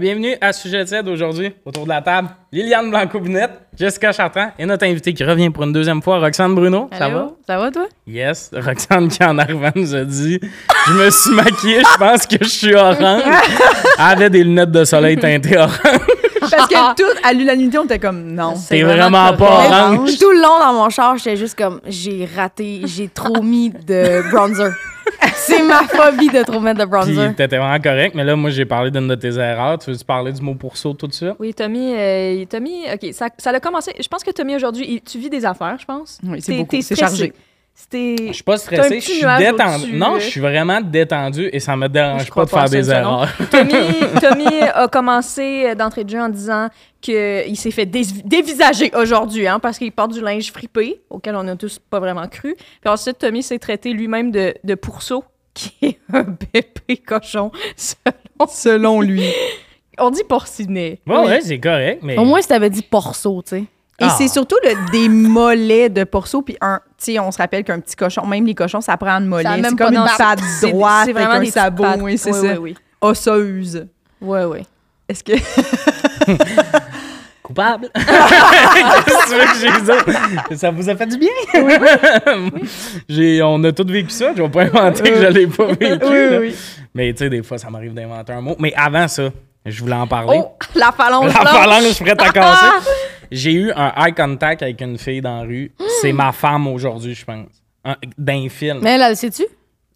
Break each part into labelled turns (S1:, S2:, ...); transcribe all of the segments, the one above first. S1: Bienvenue à Sujet Z aujourd'hui, autour de la table, Liliane Blanco-Binette, Jessica Chartrand et notre invitée qui revient pour une deuxième fois, Roxane Bruno. Ça va?
S2: Allô? Ça va, toi?
S1: Yes, Roxane qui en arrivant nous a dit Je me suis maquillée, je pense que je suis orange. Elle avait des lunettes de soleil teintées orange.
S3: Parce que tout, à l'unanimité, on était comme non.
S1: T'es vraiment pas
S2: correct.
S1: orange.
S2: Tout le long dans mon char, j'étais juste comme j'ai raté, j'ai trop mis de bronzer. C'est ma phobie de trop mettre de
S1: Puis
S2: bronzer.
S1: t'étais vraiment correct, mais là, moi, j'ai parlé d'une de tes erreurs. Tu veux-tu parler du mot pourceau tout de suite?
S4: Oui, Tommy, euh, Tommy, OK, ça, ça a commencé. Je pense que Tommy, aujourd'hui, il- tu vis des affaires, je pense.
S3: Oui, c'est
S4: T'es-
S3: beaucoup,
S4: t'es
S3: c'est
S4: stressé.
S3: chargé.
S4: C'était.
S1: Je suis pas
S4: T'as
S1: stressé,
S4: un
S1: je
S4: petit
S1: suis
S4: nuage
S1: détendu.
S4: au-dessus,
S1: Non,
S4: euh.
S1: je suis vraiment détendu et ça me dérange
S4: Je
S1: pas
S4: crois
S1: de faire
S4: pas,
S1: des
S4: ça, non.
S1: erreurs.
S4: Tommy, Tommy a commencé euh, d'entrée de jeu en disant qu'il s'est fait dés- dévisager aujourd'hui, hein, parce qu'il porte du linge fripé, auquel on a tous pas vraiment cru. Puis ensuite, Tommy s'est traité lui-même de, de pourceau, qui est un bébé cochon.
S1: Oh.
S3: Selon lui.
S4: On dit porcinet.
S1: Bon, ouais, c'est correct, mais.
S2: Au moins, si t'avais dit porceau, tu sais.
S3: Et
S1: Ah.
S3: c'est surtout le, des mollets de porceau. Puis, un, tu sais, on se rappelle qu'un petit cochon, même les cochons, ça prend un mollet.
S4: Ça a
S3: C'est
S4: même
S3: comme
S4: pas
S3: une
S4: d'en-
S3: patte
S4: C'est-
S3: droite
S4: c'est
S3: avec
S4: vraiment
S3: un
S4: des petites
S3: sabot.
S4: pattes.
S3: Oui, c'est
S4: Ouais,
S3: ça.
S4: ouais, oui.
S3: Osseuse.
S4: Ouais, ouais.
S3: Est-ce que.
S1: coupable. Qu'est-ce que tu veux que j'ai dit? Ça vous a fait du bien? J'ai- on a tous vécu ça. Je vais pas inventer que je l'ai pas vécu. là. Mais tu sais, des fois, ça m'arrive d'inventer un mot. Mais avant ça, je voulais en parler.
S4: Oh, la phalange.
S1: La
S4: blanche.
S1: phalange prête à casser. J'ai eu un eye contact avec une fille dans la rue. C'est ma femme aujourd'hui, je pense. Un- D'un film.
S2: Mais là, le sais-tu?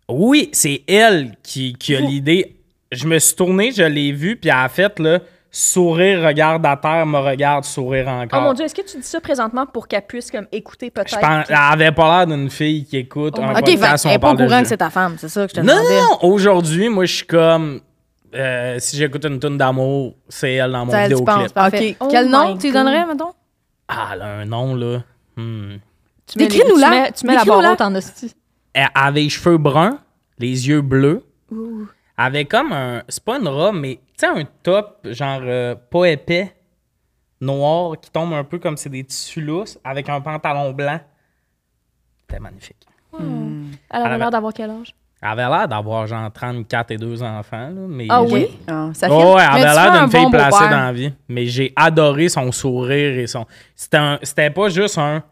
S1: Oui, c'est elle qui, qui a l'idée. Je me suis tourné, je l'ai vue, puis elle a fait, là, sourire, regarde à terre, me regarde, sourire encore.
S4: Oh mon Dieu, est-ce que tu dis ça présentement pour qu'elle puisse comme, écouter peut-être?
S1: Je pense, elle avait pas l'air d'une fille qui écoute un
S2: Oh Ok, fait,
S1: podcast où
S2: elle
S1: Ah, on
S2: est pas au
S1: parle de
S2: courant
S1: jeux.
S2: que c'est ta femme, c'est ça que je te
S1: Non,
S2: demandais.
S1: non, non. Aujourd'hui, moi, je suis comme... euh, si j'écoute une tune d'amour, c'est elle dans mon
S2: Ça, tu
S1: vidéoclip.
S2: penses, parfait.
S4: Ok.
S2: Quel
S4: Oh
S2: nom
S4: my
S2: tu lui
S4: God.
S2: donnerais, mettons?
S1: Ah, elle a un nom, là. Hmm.
S4: Tu mets les-
S2: Décris-nous-la.
S4: Tu mets, tu mets la
S2: Décris-nous-la.
S4: barre en hostie.
S1: Elle avait les cheveux bruns, les yeux bleus. Elle avait comme un... C'est pas une robe, mais tu sais, un top, genre euh, pas épais, noir, qui tombe un peu comme c'est des tissus lousses, avec un pantalon blanc. C'était magnifique.
S4: Elle
S1: avait
S4: a
S1: l'air
S4: l'air d'avoir quel âge?
S1: Elle avait l'air d'avoir genre 34 et 2 enfants. Là, mais
S4: Ah
S1: j'ai-
S4: oui?
S3: Ah, ça fait.
S1: Oh, ouais, elle
S2: Mais
S1: avait
S2: tu
S1: l'air
S2: fais
S1: d'une
S2: un
S1: fille
S2: bon
S1: placée
S2: beau-père.
S1: dans la vie. Mais j'ai adoré son sourire et son. C'était un- C'était pas juste un.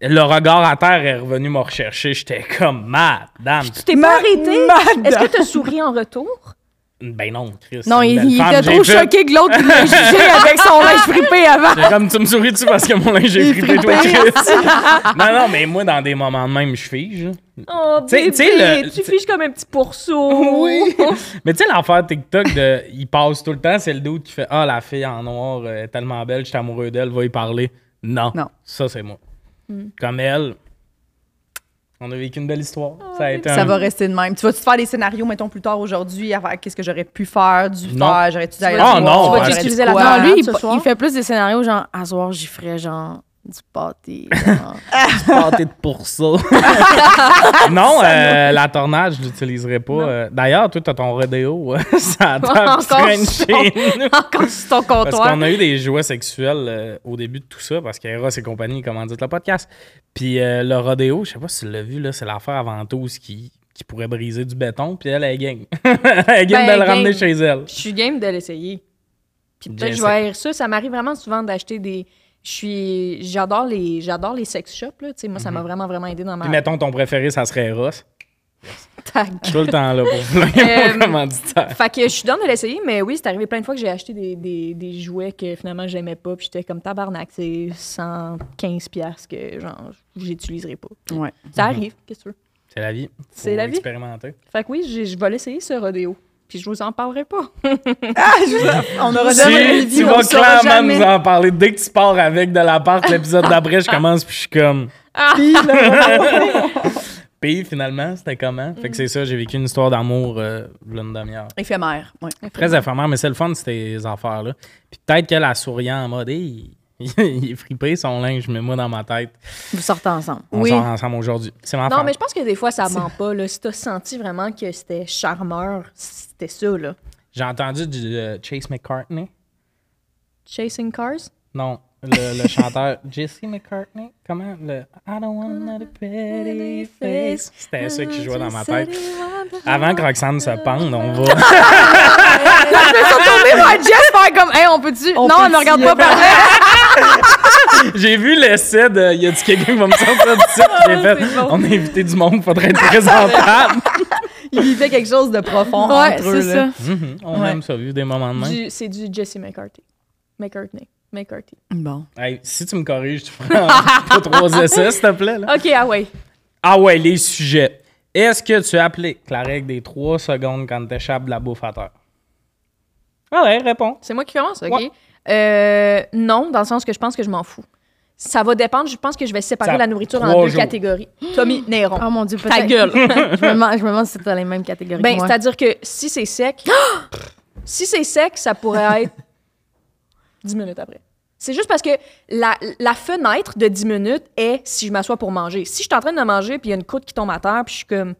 S1: Le regard à terre est revenu me rechercher. J'étais comme madame.
S4: Tu t'es
S3: Ma-
S4: pas arrêté?
S3: madame.
S4: Est-ce que tu as souri en retour?
S1: Ben non, Chris.
S2: Non,
S1: c'est une
S2: il,
S1: belle
S2: il
S1: femme.
S2: était
S1: J'ai
S2: trop
S1: fait-
S2: choqué que l'autre l'ait jugé avec son linge fripé avant.
S1: J'ai comme tu me souris-tu parce que mon linge est fripé, toi, Chris. non, non, mais moi, dans des moments de même, je fige.
S4: Oh,
S1: T'sais-
S4: bébé,
S1: t'sais, le-
S4: tu
S1: t'sais-
S4: fiches comme un petit pourceau. Oui.
S1: Mais tu sais, l'affaire TikTok, de, il passe tout le temps, c'est le doute qui fait Ah, la fille en noir euh, est tellement belle, je suis amoureux d'elle, va y parler. Non.
S3: Non.
S1: Ça, c'est moi.
S4: Hmm.
S1: Comme elle, on a vécu une belle histoire.
S4: Ah
S1: ça a été
S3: Ça
S1: un-
S3: va rester de même. Tu vas-tu te faire des scénarios, mettons, plus tard aujourd'hui, à faire qu'est-ce que j'aurais pu faire, dû
S1: Non.
S3: faire, j'aurais-tu d'aller
S1: Ah,
S3: le
S1: non,
S3: voir,
S1: tu vas-tu
S3: j'aurais-tu
S4: utiliser la
S3: quoi?
S4: parole?
S2: Non, lui, il,
S4: ce
S2: pa-
S4: soir?
S2: il fait plus des scénarios genre, à ce soir, j'y ferais genre du pâté. genre.
S1: Pâté de pour ça. non, euh, la tornade, je l'utiliserai pas. Euh, D'ailleurs, toi, t'as ton rodéo. euh, ça
S4: Encore
S1: table qui traîne
S4: ça.
S1: chez nous.
S4: Encore sur ton
S1: Parce
S4: comptoir.
S1: qu'on a eu des jouets sexuels euh, au début de tout ça, parce qu'Eros et compagnie commandite le podcast. Puis euh, le rodéo, je sais pas si tu l'as vu, là, c'est l'affaire à ventouse qui, qui pourrait briser du béton, puis elle, elle gagne. elle gagne
S4: Ben,
S1: de le ramener
S4: elle
S1: chez
S4: gagne.
S1: elle.
S4: Je suis game de l'essayer. Puis peut-être que je
S1: Jessica.
S4: vais haïr ça. Ça m'arrive vraiment souvent d'acheter des. Je suis. J'adore les. J'adore les sex shops, là. Tu sais, moi, ça m'a vraiment, vraiment aidé dans ma.
S1: Puis mettons, ton préféré, ça serait Eros.
S4: Ta
S1: Tout le temps là pour vous mon
S4: Euh,
S1: commanditaire.
S4: Fait que je suis dans de l'essayer, mais oui, c'est arrivé plein de fois que j'ai acheté des, des, des jouets que finalement j'aimais pas, puis j'étais comme tabarnak, c'est 115 pièces que genre j'utiliserai pas.
S3: Ouais.
S4: Ça
S1: Mhm.
S4: arrive, qu'est-ce que tu veux.
S1: C'est la vie.
S4: C'est
S1: Faut
S4: la vie.
S1: Expérimenter.
S4: Fait que oui, j'ai- je vais l'essayer ce rodéo, puis je vous en parlerai pas.
S3: On aura
S1: Tu,
S3: jamais
S1: tu
S3: une vie, on
S1: vas
S3: le saura
S1: clairement
S3: jamais.
S1: nous en parler dès que tu pars avec de l'appart. L'épisode d'après, je commence puis je suis comme.
S3: Ah.
S1: Puis finalement, c'était comment?
S3: Mm.
S1: Fait que c'est ça, j'ai vécu une histoire d'amour euh, v'là une demi-heure.
S3: Éphémère. Ouais.
S1: Très éphémère, mais c'est le fun, ces affaires-là. Puis peut-être qu'elle a souriant en mode, Hey, il est fripé son linge, mais moi dans ma tête.
S2: Vous sortez ensemble.
S1: On
S3: Oui.
S1: sort ensemble aujourd'hui. C'est ma
S4: Non,
S1: femme.
S4: mais je pense que des fois ça ment pas, là. Si t'as senti vraiment que c'était charmeur, c'était ça, là.
S1: J'ai entendu du euh, Chase McCartney.
S4: Chasing Cars?
S1: Non, le, le chanteur Jesse McCartney. Comment le I don't want another pretty face. C'était ça qui jouait dans ma tête. Avant que Roxane se pende, on va.
S2: Je me suis retournée vers Jess, faire comme, hey, on peut-tu?
S3: On
S2: non, elle
S3: peut-tu
S2: me regarde
S3: y
S2: pas par là.
S1: J'ai vu l'essai de. Il y a du quelqu'un qui va me sortir du site. J'ai fait. On a invité du monde, faudrait être présentable.
S3: Ils vivaient quelque chose de profond
S2: Ouais,
S3: entre eux.
S2: c'est
S3: là.
S2: ça.
S1: Mhm, on
S3: Ouais.
S1: aime ça, vivre des moments de même.
S4: Du- C'est du Jesse McCarthy. McCartney. McCarthy.
S3: Bon.
S1: Hey, si tu me corriges, tu prends trois essais, s'il te plaît. là.
S4: OK, ah ouais.
S1: Ah ouais, les sujets. Est-ce que tu appliques la règle des trois secondes quand t'échappes de la bouffe à terre? Ah ouais, réponds.
S4: C'est moi qui commence, OK?
S1: Ouais.
S4: Euh, non, dans le sens que je pense que je m'en fous. Ça va dépendre. Je pense que je vais séparer
S1: Ça-
S4: la nourriture en
S1: trois
S4: deux
S1: jours.
S4: catégories. Tommy Néron.
S5: Ah,
S2: Oh mon Dieu,
S4: Ta
S2: peut-être.
S4: gueule.
S2: je, me demande, je me demande si c'est dans les mêmes catégories
S4: ben,
S2: que moi.
S4: c'est-à-dire que si c'est sec, si c'est sec, ça pourrait être 10 minutes après. C'est juste parce que la, la fenêtre de 10 minutes est si je m'assois pour manger. Si je suis en train de manger puis il y a une croûte qui tombe à terre puis je suis comme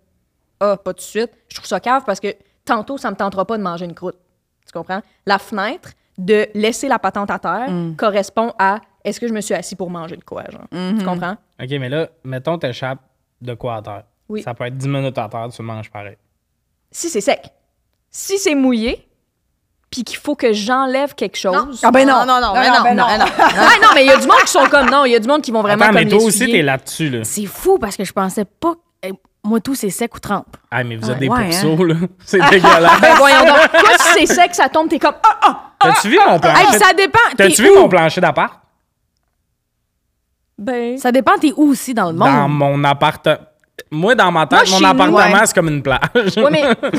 S4: ah, pas tout de suite, je trouve ça cave parce que tantôt ça me tentera pas de manger une croûte. Tu comprends La fenêtre de laisser la patente à terre correspond à est-ce que je me suis assis pour manger de quoi genre. Tu comprends
S1: OK, mais là, mettons, t'échappes de quoi à terre?
S4: Oui.
S1: Ça peut être 10 minutes à terre, tu manges pareil.
S4: si c'est sec. Si c'est mouillé, puis qu'il faut que j'enlève quelque chose.
S3: Ah ben non.
S2: non, non,
S3: Ah
S2: ben non,
S3: ben
S2: non, ben non.
S4: Ah non, mais il y a du monde qui sont comme non, il y a du monde qui vont vraiment
S1: Attends, mais
S4: comme
S1: toi
S4: les
S1: aussi,
S4: souiller.
S1: t'es là-dessus, là.
S2: C'est fou parce que je pensais pas. que- Moi, tout, c'est sec ou trempe.
S1: Ah, mais vous êtes
S3: Ouais,
S1: des
S3: ouais,
S1: pourceaux, là. C'est dégueulasse.
S4: Ben voyons donc. Toi, si c'est sec, ça tombe, t'es comme ah,
S1: T'as-tu vu mon
S2: Hey,
S1: plancher?
S2: puis ça dépend. t'es
S1: Ah, T'as-tu vu
S2: où?
S1: mon plancher d'appart?
S4: ben.
S2: Ça dépend, t'es où aussi dans le monde?
S1: Dans mon appartement. Moi, dans ma tête, mon
S4: Moi, chez nous,
S1: appartement,
S3: ouais.
S1: c'est comme une plage.
S4: Ouais, mais
S2: OK.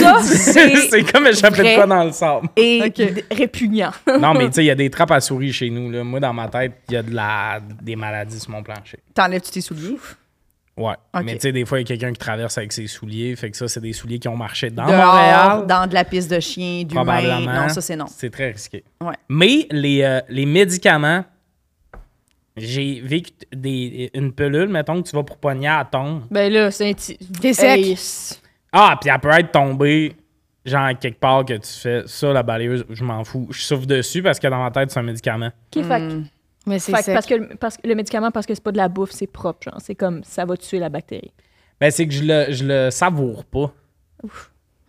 S4: ça,
S1: c'est
S4: c'est
S1: comme échapper de
S4: vrai.
S1: quoi dans le sable.
S4: et
S3: Ok.
S4: d- répugnant.
S1: Non, mais tu sais, il y a des trappes à souris chez nous. Là. Moi, dans ma tête, il y a de la... des maladies sur mon plancher.
S3: T'enlèves-tu tes souliers?
S1: Ouais.
S3: Ok.
S1: Mais tu sais, des fois, il y a quelqu'un qui traverse avec ses souliers. Fait que ça, c'est des souliers qui ont marché dans
S3: Dehors,
S1: Montréal.
S3: dans de la piste de chien, du
S1: Probablement.
S3: Non, ça c'est non.
S1: C'est très risqué.
S3: Ouais.
S1: Mais les, euh, les médicaments, j'ai vécu t- des, une pelule, mettons, que tu vas pour poignard, elle tombe.
S4: Ben là, c'est un petit.
S2: T'es sec.
S4: Hey,
S1: Ah, puis elle peut être tombée, genre, quelque part que tu fais ça, la balayeuse, je m'en fous. Je souffle dessus parce que dans ma tête, c'est un médicament.
S4: ok, fait que-
S2: Mais c'est
S4: fait que
S2: sec.
S4: parce que le- parce que le médicament parce que c'est pas de la bouffe, c'est propre genre, c'est comme ça va tuer la bactérie.
S1: Ben, c'est que je le, je le savoure pas.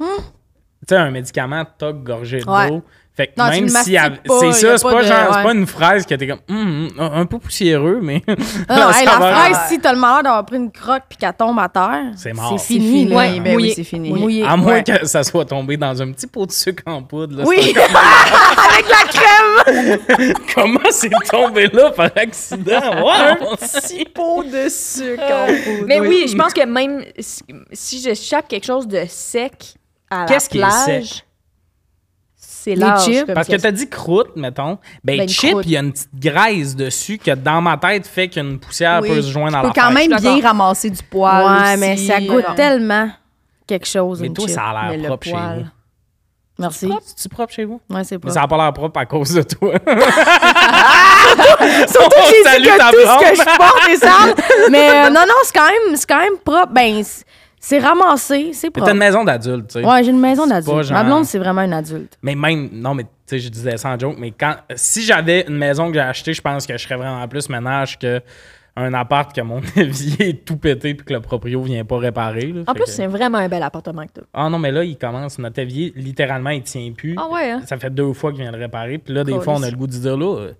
S1: Hein? Tu sais, un médicament, toc, gorgé d'eau.
S2: Ouais.
S1: Fait que
S2: Non, tu
S1: même
S2: le
S1: si. elle-
S2: mastiques pas,
S1: C'est
S2: y
S1: ça,
S2: a
S1: c'est
S2: pas
S1: pas,
S2: de-
S1: genre, c'est
S2: ouais.
S1: pas une fraise que t'es comme. Hum, hum, un peu poussiéreux, mais.
S2: Non, non, Ah, hey, la
S1: ça va.
S2: fraise, si t'as le malheur d'avoir pris une croque puis qu'elle tombe à terre,
S1: C'est mort.
S2: C'est fini. là.
S3: Ouais, ben
S4: Mouillé.
S3: oui, c'est fini.
S2: Mouillé.
S1: À moins
S2: Ouais.
S1: que ça soit tombé dans un petit pot de sucre en poudre. là,
S2: Oui.
S1: c'est encore- Comment c'est tombé là par accident? Wow!
S3: Petit pot de sucre
S4: Mais oui, je pense que même si, si j'échappe quelque chose de sec à
S1: Qu'est-ce qui est
S4: la plage,
S1: sec?
S4: c'est
S2: Les
S4: large.
S2: chips.
S1: Parce que t'as dit croûte, mettons. Ben,
S4: Ben, une
S1: chip,
S4: croûte.
S1: il y a une petite graisse dessus que dans ma tête fait qu'une poussière
S3: Oui.
S1: peut se joindre à
S3: Tu
S1: la
S3: peux quand
S1: fraise.
S3: même
S4: Je suis
S3: bien ramasser du poil.
S2: Ouais,
S3: aussi.
S2: mais ça goûte tellement quelque chose.
S1: Mais
S2: une
S1: toi,
S2: chip.
S1: ça a
S3: Mais
S1: l'air
S3: le
S1: propre chez
S3: poil.
S1: vous.
S2: Merci.
S1: C'est-tu propre chez vous?
S2: Ouais, c'est pas.
S1: Mais ça n'a pas l'air propre à cause de toi.
S2: Surtout
S1: On
S2: que j'ai
S1: salue
S2: dit que
S1: ta
S2: tout
S1: blonde.
S2: ce que je porte est sale. Mais euh, non, non, c'est quand même, c'est quand même propre. Ben, c'est- c'est ramassé, c'est
S1: Mais t'as une
S2: propre.
S1: maison d'adulte, tu sais.
S2: Ouais, j'ai une maison
S1: C'est pas
S2: d'adulte.
S1: genre-
S2: Ma blonde, c'est vraiment une adulte.
S1: Mais même, non, mais tu sais, je disais ça en joke, mais quand, si j'avais une maison que j'ai achetée, je pense que je serais vraiment plus ménage que un appart que mon évier est tout pété puis que le proprio vient pas réparer. là.
S4: En
S1: Fait
S4: plus,
S1: que-
S4: c'est vraiment un bel appartement que t'as.
S1: Ah non, mais là, il commence. Notre évier, littéralement, il tient plus.
S4: Ah ouais, hein?
S1: Ça fait deux fois qu'il vient le réparer. Puis là, des
S4: Cool.
S1: fois, on a le goût de dire, là, euh,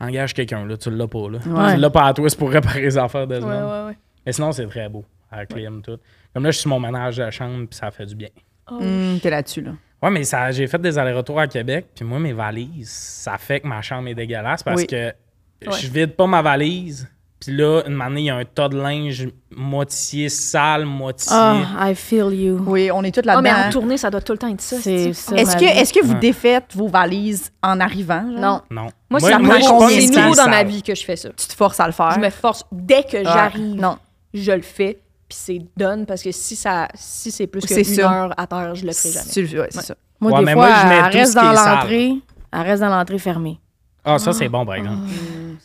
S1: engage quelqu'un, là, tu l'as pas, là.
S2: Ouais.
S1: Tu l'as pas à toi, c'est pour réparer les affaires de ce
S4: Ouais,
S1: monde.
S4: ouais, ouais.
S1: Mais sinon, c'est très beau. À la clim, tout. Comme là, je suis sur mon ménage de la chambre, puis ça fait du bien.
S3: Hum, T'es là-dessus, là.
S1: Ouais, mais ça, j'ai fait des allers-retours à Québec, puis moi, mes valises, ça fait que ma chambre est dégueulasse parce
S3: Oui.
S1: que je vide pas ma valise, puis là, une année, il y a un tas de linge moitié sale, moitié.
S2: Oh, I feel you.
S3: Oui, on est toutes
S4: Ah, mais
S3: là-dedans.
S4: en tournée, ça doit tout le temps être ça.
S2: C'est
S4: c'est-tu?
S2: ça.
S3: ben, Est-ce
S2: ma
S3: que,
S2: vie.
S3: est-ce que vous
S1: Ouais.
S3: défaites vos valises en arrivant? genre?
S2: Non.
S1: Non.
S4: Moi, ça me
S1: je
S4: prend-
S1: pense
S4: c'est
S1: que
S4: nouveau
S1: c'est
S4: dans ma
S1: sale.
S4: vie que je fais ça.
S3: Tu te forces à le faire?
S4: Je me force dès que j'arrive.
S2: Non.
S4: Je le fais, puis c'est done parce que si ça si c'est plus que
S3: C'est
S4: une
S3: ça.
S4: heure à terre, je le ferai jamais.
S3: Tu le fais, ouais, c'est ça.
S2: Moi,
S1: Ouais,
S2: des
S1: mais
S2: fois,
S1: moi, je mets
S2: elle
S1: tout ce
S2: reste
S1: qui
S2: dans
S1: est sale.
S2: l'entrée. Elle reste dans l'entrée fermée.
S1: Ah, ça, c'est bon, par exemple.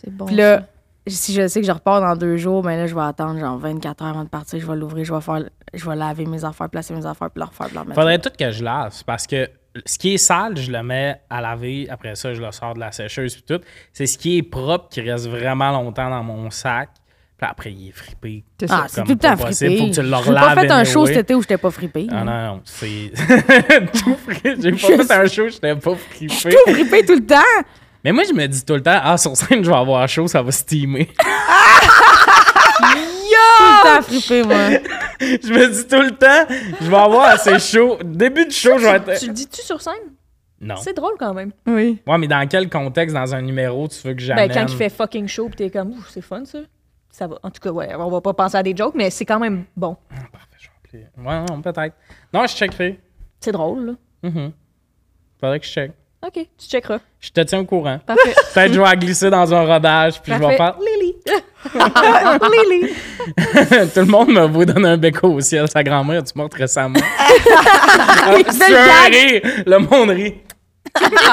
S4: C'est bon.
S2: Puis là, si je sais que je repars dans deux jours, ben là, je vais attendre genre 24 heures avant de partir. Je vais l'ouvrir, je vais faire, je vais laver mes affaires, placer mes affaires, puis la refaire, puis la remettre.
S1: Faudrait tout que je lave parce que ce qui est sale, je le mets à laver. Après ça, je le sors de la sécheuse puis tout. C'est ce qui est propre qui reste vraiment longtemps dans mon sac. Puis après, il est frippé.
S3: C'est
S2: Ah,
S3: ça.
S2: c'est
S1: comme
S2: tout le temps
S1: pas possible,
S2: frippé.
S1: faut que tu le
S2: J'ai pas
S1: relaves
S2: fait un show
S1: anyway.
S2: cet été où j'étais pas frippé.
S1: Ah non, non, c'est tout frippé. J'ai pas fait un show, je n'étais pas
S2: Je suis
S1: frippé.
S2: tout frippé tout le temps.
S1: Mais moi, je me dis tout le temps, ah, sur scène, je vais avoir chaud, ça va steamer.
S2: Tout le temps frippé, moi.
S1: je me dis tout le temps, je vais avoir assez chaud. Début de show, je vais
S4: Tu,
S1: être.
S4: le dis-tu sur scène?
S1: Non.
S4: C'est drôle quand même.
S3: Oui.
S1: Ouais, mais dans quel contexte, dans un numéro, tu veux que
S4: Ben,
S1: j'amène?
S4: quand il fait fucking show, pis t'es comme, ouh, c'est fun ça. Ça va. En tout cas, ouais, on va pas penser à des jokes, mais c'est quand même bon.
S1: Parfait, je vais appeler. Ouais, non, peut-être. Non, je checkerai.
S4: C'est drôle, là.
S1: Mhm. Faudrait que je check.
S4: OK, tu checkeras.
S1: Je te tiens au courant.
S4: Parfait.
S1: Peut-être que je vais la glisser dans un rodage, puis je vais
S4: Parfait.
S1: faire.
S4: Lily. Lily.
S1: Tout le monde m'a voulu donner un béco au ciel. Sa grand-mère, tu morte récemment. C'est un rire. Le monde rit.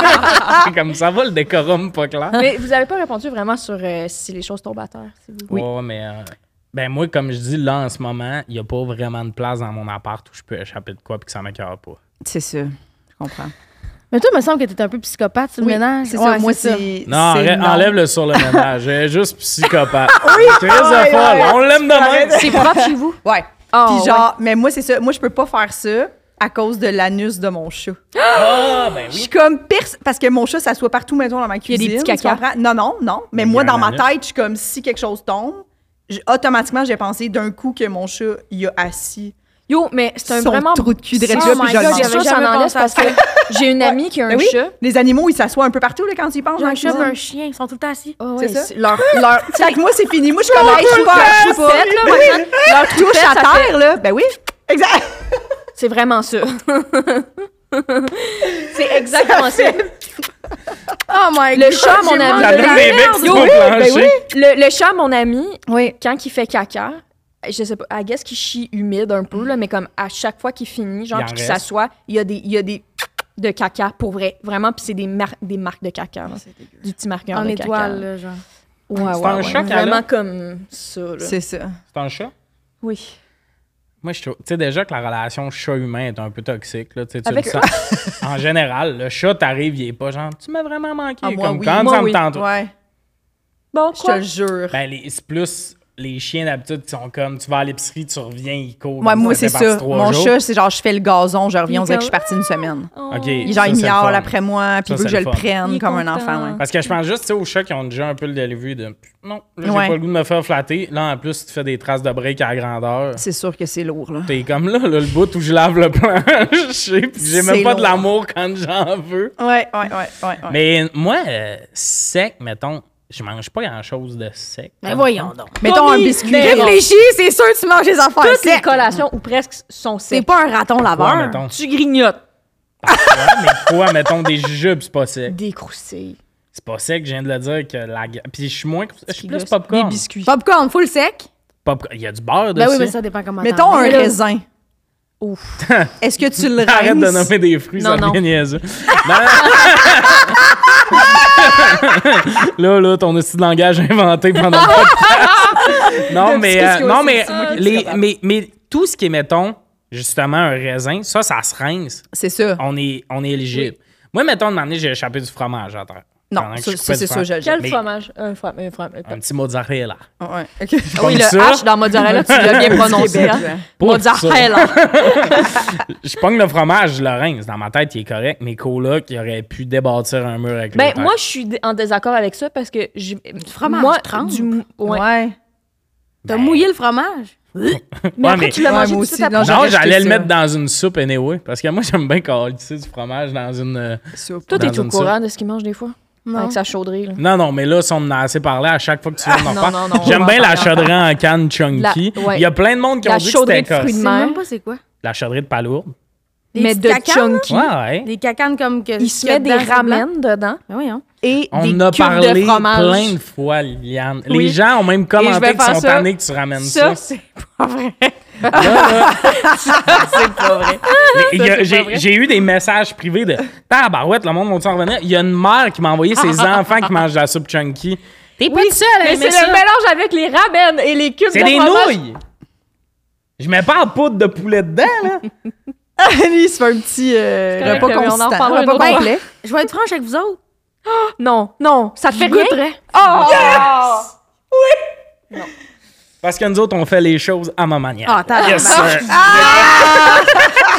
S1: C'est comme ça va le décorum pas clair.
S4: Mais vous avez pas répondu vraiment sur euh, si les choses tombent à terre, si vous
S1: Ouais, mais euh, ben moi, comme je dis, là, en ce moment, il n'y a pas vraiment de place dans mon appart où je peux échapper de quoi puis que ça m'écœure pas.
S3: C'est ça. Je comprends.
S2: Mais toi, il me semble que t'es un peu psychopathe sur le ménage.
S3: C'est ça.
S2: Ouais,
S3: Moi, c'est.
S1: Non, arrête- enlève le sur le ménage. Elle est juste psychopathe. oui, Très
S3: ouais,
S1: folle.
S3: ouais.
S1: On l'aime de même.
S4: C'est propre chez vous?
S3: Ouais.
S4: Ah,
S3: Puis genre, mais moi, c'est ça. Moi, je peux pas faire ça à cause de l'anus de mon chat.
S1: Ah, ben
S3: Je
S1: oui.
S3: suis comme perce parce que mon chat, ça soit partout, mettons, dans ma
S4: y a
S3: cuisine.
S4: des petits
S3: tu comprends? Non, non, non. Mais
S1: Il y a
S3: moi,
S1: un
S3: dans ma
S1: anus.
S3: tête, je suis comme si quelque chose tombe, j- automatiquement, j'ai pensé d'un coup que mon chat, il a assis.
S4: Yo, mais c'est un
S3: Son
S4: vraiment Oh
S3: trou de cul de
S4: C'est
S3: Red Job, puis je le mange.
S4: sûr, ça
S2: J'avais
S4: en
S2: jamais
S4: laisse parce que
S2: pensé
S4: j'ai une amie qui a un
S3: Ben oui,
S4: chat.
S3: les animaux, ils s'assoient un peu partout là, quand ils pensent.
S2: J'ai un
S3: dans la
S2: chat,
S3: cuisine.
S2: un chien, ils sont tout le temps assis.
S4: Oh,
S3: C'est
S4: ouais,
S3: ça?
S4: c'est- Leur,
S3: Leur... Fait que moi, c'est fini. Moi, je suis comme,
S4: leur
S3: hey, je suis
S4: toupette,
S3: pas, je suis pas.
S4: là, par exemple, leur
S3: Touche
S4: toupette, ça
S3: à terre,
S4: fait-
S3: là. Ben oui. Exact.
S4: C'est vraiment ça. c'est exactement ça.
S2: Oh my god.
S4: Le chat, mon
S2: j'ai mangé
S4: ami.
S1: La
S4: de la
S1: boule des becs
S4: merde.
S1: qui
S4: Yo,
S1: vont
S4: oui,
S1: plancher.
S4: ben Le, le chat, mon ami,
S3: Oui.
S4: quand il fait caca, je sais pas, I guess qu'il chie humide un peu, là, mais comme à chaque fois qu'il finit, genre,
S1: Il en
S4: puis qu'il
S1: reste.
S4: s'assoit, il y a des. Il y a des de caca pour vrai vraiment puis c'est des, mar- des marques de caca là. du petit marqueur
S2: En
S4: de
S2: étoile,
S4: caca
S2: là, genre.
S4: ouais, ouais,
S1: C'est un
S4: ouais.
S1: chat qu'elle a.
S4: vraiment comme ça là.
S3: C'est ça.
S1: C'est un chat?
S4: oui
S1: Moi, je trouve. Tu sais, déjà que la relation chat-humain est un peu toxique, là. Tu sais, tu
S4: Avec-
S1: le sens. en général, le chat t'arrive, il est pas genre, tu m'as vraiment manqué.
S3: Ah, moi,
S1: comme
S3: oui.
S1: quand
S3: Moi,
S1: ça
S3: oui.
S1: me tente.
S3: Ouais.
S4: bon
S3: Je te
S4: quoi
S3: le jure.
S1: Ben, les- c'est plus les chiens d'habitude qui sont comme, tu vas à l'épicerie, tu reviens, ils courent.
S3: Moi,
S1: donc
S3: moi
S1: fait
S3: c'est
S1: partie
S3: ça.
S1: trois
S3: Mon
S1: jours.
S3: chat, c'est genre, je fais le gazon,
S4: Il
S3: je
S4: est
S3: reviens, on dirait que je suis
S4: comme-
S3: partie une semaine.
S4: Oh.
S1: Ok.
S3: Il,
S1: Ça,
S3: genre, il
S1: c'est le
S3: miaule
S1: fun.
S3: après moi, puis
S1: Ça,
S3: il veut que
S1: c'est le
S3: je le
S1: fun.
S4: Il est
S3: prenne comme un enfant.
S4: content.
S3: Ouais.
S1: Parce que je pense juste, tu sais, aux chats qui ont déjà un peu le delivery de. Non, là, j'ai
S3: Ouais.
S1: pas le goût de me faire flatter. Là, en plus, tu fais des traces de break à la grandeur.
S3: C'est sûr que c'est lourd, là.
S1: T'es comme là, là, le bout où je lave le plan. je sais, puis j'ai même
S3: C'est
S1: pas de
S3: long.
S1: l'amour quand j'en veux.
S3: Ouais, ouais, ouais, ouais. ouais.
S1: Mais moi, euh, sec, mettons, je mange pas grand-chose de sec.
S5: Ben,
S2: Mais voyons donc.
S3: Mettons un
S4: Tommy,
S3: biscuit.
S4: mais-
S3: Réfléchis.
S2: Réfléchis, c'est sûr que tu manges les affaires.
S4: toutes les
S2: secs.
S4: collations ou presque sont
S2: C'est
S4: secs
S2: pas un raton
S1: Quoi,
S2: laveur.
S1: mettons?
S4: tu grignotes
S1: Ouais, mais quoi, mettons, des jujubes, c'est pas sec.
S4: des croustilles
S1: C'est pas sec, je viens de le dire que la... gra- Puis je suis moins... Je suis plus
S4: Des
S1: popcorn.
S4: biscuits
S2: Popcorn full sec.
S1: Popcorn. Il y a du beurre dessus.
S2: Ben oui, mais ça dépend comment
S3: Mettons
S2: t'en
S3: un
S2: manges.
S3: raisin.
S4: Ouf.
S3: Est-ce que tu le
S1: Arrête de
S3: rinces?
S1: nommer des fruits, ça
S4: Non,
S1: devient
S4: non.
S1: niaiseux. Ben, Non, non. là, là, ton outil de langage inventé pendant le podcast. Non, mais, euh,
S3: discussion,
S1: non,
S3: c'est-
S1: mais,
S3: c'est moi qui est
S1: les-
S3: capable.
S1: mais, mais tout ce qui est, mettons, justement, un raisin, ça, ça se rince.
S3: C'est ça.
S1: On est, on est éligible. Moi, mettons, de m'amener, j'ai échappé du fromage à terre. Pendant
S3: Non,
S1: que
S3: ça,
S1: je
S3: c'est
S1: coupais
S3: c'est
S1: du
S3: ça,
S1: fromage.
S3: je le
S4: quel
S1: Mais-
S4: fromage un fromage un fromage
S1: Un petit mozzarella.
S3: Ouais, OK.
S1: Comme
S4: Ah oui, le
S1: ça,
S4: H dans mozzarella, tu l'as bien prononcé.
S3: Québec,
S4: hein?
S1: Pour
S4: Mozzarella.
S1: Je pogne le fromage, je le rince. Dans ma tête, il est correct. Mes colocs, ils auraient pu débâtir un mur avec
S4: Ben,
S1: leur tête.
S4: moi, je suis d- en désaccord avec ça parce que. j'ai-
S2: fromage
S4: moi,
S2: trempe.
S4: du mou- ouais.
S3: Ouais.
S2: T'as
S1: Ben-
S2: mouillé le fromage.
S4: Mais
S1: Ouais,
S4: après,
S1: mais-
S4: tu l'as
S3: Ouais,
S4: mangé
S3: moi
S4: tout de suite
S3: aussi,
S4: après.
S3: non, j'ai
S1: Non,
S3: racheté
S1: j'allais le
S3: ça.
S1: mettre dans une soupe anyway. Parce que moi, j'aime bien coller tu sais, du fromage dans une. euh,
S3: Soupe.
S4: Toi,
S1: dans
S4: t'es au
S1: une
S4: courant de ce qu'il mange des fois? Avec sa chauderie, là.
S1: Non, non, mais là, si on en a assez parlé à chaque fois que tu viens d'en
S4: Ah, non,
S1: parler.
S4: non, non, on
S1: J'aime
S4: va
S1: bien
S4: en
S1: la
S4: parler
S1: chaudrée en canne chunky.
S4: La- ouais.
S1: Il y a plein de monde qui
S4: La
S1: ont dit que
S4: chauderie
S1: c'était
S4: de fruits
S1: correct.
S2: Je sais
S4: de mer.
S2: même pas c'est quoi.
S1: La chaudrée de palourde.
S2: Des
S4: mais
S2: petits
S4: de
S2: cacanes,
S4: chunky.
S1: Ouais, ouais.
S2: Des cacanes comme que.
S4: Il se met des ramen dedans.
S2: Ben voyons.
S4: Et
S1: On
S4: des
S1: a
S4: cubes
S1: parlé
S4: de fromage.
S1: plein de fois, Liane. Les
S4: Oui.
S1: gens ont même
S4: Et je
S1: commenté
S4: vais
S1: qu'ils
S4: faire
S1: sont
S4: ça.
S1: tannés que tu ramènes ça.
S4: Ça, c'est pas vrai.
S3: C'est pas vrai.
S1: Mais il y a-
S4: c'est pas
S1: J'ai
S4: vrai.
S1: j'ai eu des messages privés de Tabarouette, le monde va-tu en revenir? Il y a une mère qui m'a envoyé ses enfants qui mangent de la soupe chunky. T'es pas tout seul à
S4: Mais
S1: aimer
S4: c'est
S1: ça.
S4: le mélange avec les ramen et les cubes de
S1: C'est des
S4: fromage.
S1: nouilles! Je mets pas en poudre de poulet dedans, là!
S3: Lui, il se fait un petit euh,
S4: C'est correct,
S3: repas
S4: mais on en
S3: consistant.
S4: reparlera une
S3: repas
S4: autre fois.
S3: complet.
S5: Je vais être franche avec vous autres.
S4: Non, non, ça te fait
S5: Je
S4: rien?
S5: goûterais.
S4: Oh!
S1: Parce que nous autres, on fait les choses à ma manière.
S5: Ah, t'as
S1: yes, sir.
S4: Ah!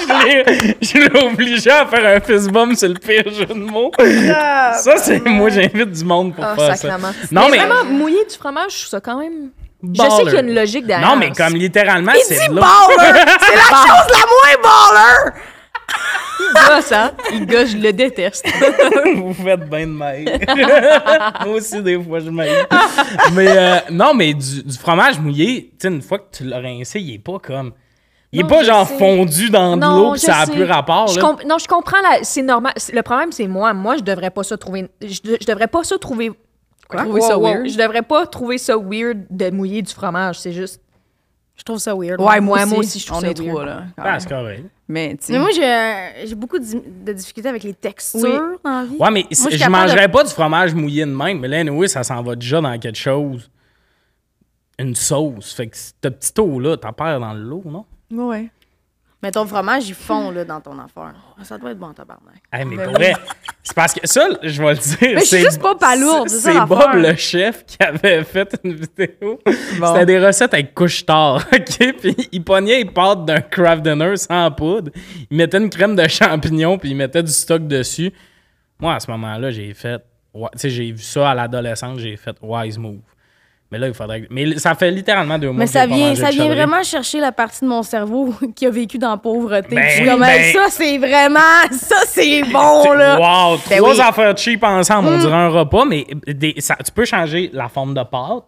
S1: Je l'ai- je l'ai obligé à faire un fist bump sur le pire jeu de mots. ça, c'est moi, j'invite du monde pour
S4: ben. Ah,
S1: faire ça.
S4: sacrément.
S1: Non, mais.
S4: vraiment, mouiller du fromage, je trouve ça quand même. Je sais
S1: Baller.
S4: qu'il y a une logique derrière.
S1: Non, mais comme littéralement,
S3: Il
S1: c'est
S3: dit
S1: là.
S3: baller! C'est la chose la moins baller!
S4: Il gosse, hein? Il gosse, je le déteste.
S1: Vous faites bien de maille. moi aussi, des fois, je maille. mais euh, non, mais du, du fromage mouillé, tu sais, une fois que tu l'as rincé, il est pas comme. Il est
S4: Non,
S1: pas
S4: je
S1: genre
S4: sais.
S1: fondu dans de l'eau,
S4: Non,
S1: puis
S4: je
S1: ça a
S4: sais.
S1: plus rapport.
S4: Je
S1: là.
S4: comp- non, je comprends. la- C'est normal. C'est- Le problème, c'est moi. Moi, je devrais pas ça trouver. Je, de- je devrais pas ça trouver. Quoi?
S3: Trouver ça weird?
S4: Je devrais pas trouver ça weird de mouiller du fromage. C'est juste.
S5: Je trouve ça weird.
S3: Ouais,
S4: moi aussi,
S3: moi, aussi,
S4: je trouve
S3: on
S4: ça
S3: est
S4: weird.
S3: trois, là. quand
S1: Ah,
S3: même.
S1: c'est correct.
S3: Mais, tu sais,
S5: Mais moi, j'ai j'ai beaucoup de, de difficultés avec les textures
S3: Oui.
S5: dans la vie.
S1: Ouais, mais
S5: suis
S1: je
S5: capable
S1: mangerais pas du fromage mouillé de même, mais là, anyway, ça s'en va déjà dans quelque chose. Une sauce. Fait que cette petite eau-là, t'en perds dans l'eau, non?
S3: ouais.
S5: Mais ton fromage, il fond là, dans ton affaire. Ah, Ça doit être bon, tabarnak.
S1: Hey, Ah, mais pour vrai, c'est parce que ça, je vais le dire.
S5: Ben je suis
S1: c'est-
S5: juste pas palourde, c'est ça
S1: C'est Bob
S5: l'affaire.
S1: le chef qui avait fait une vidéo.
S3: Bon.
S1: C'était des recettes avec couche-tard, OK? Puis il pognait les pâtes d'un craft dinner sans poudre. Il mettait une crème de champignons, puis il mettait du stock dessus. Moi, à ce moment-là, j'ai fait. ouais, tu sais, j'ai vu ça à l'adolescence, j'ai fait wise move. Mais là, il faudrait. que- Mais ça fait littéralement deux mois
S5: Mais
S1: que
S5: ça
S1: j'ai pas
S5: vient,
S1: mangé
S5: ça
S1: de
S5: vient
S1: chevreau.
S5: vraiment chercher la partie de mon cerveau qui a vécu dans la pauvreté.
S1: Ben
S5: Je suis
S1: oui,
S5: comme,
S1: ben-
S5: Hey, ça, c'est vraiment, ça,
S3: Ah,
S5: c'est bon,
S1: C'est-
S5: là.
S1: Wow,
S5: Ben
S1: trois
S5: oui.
S1: affaires cheap ensemble, on dirait un repas, mais des- ça- tu peux changer la forme de pâte.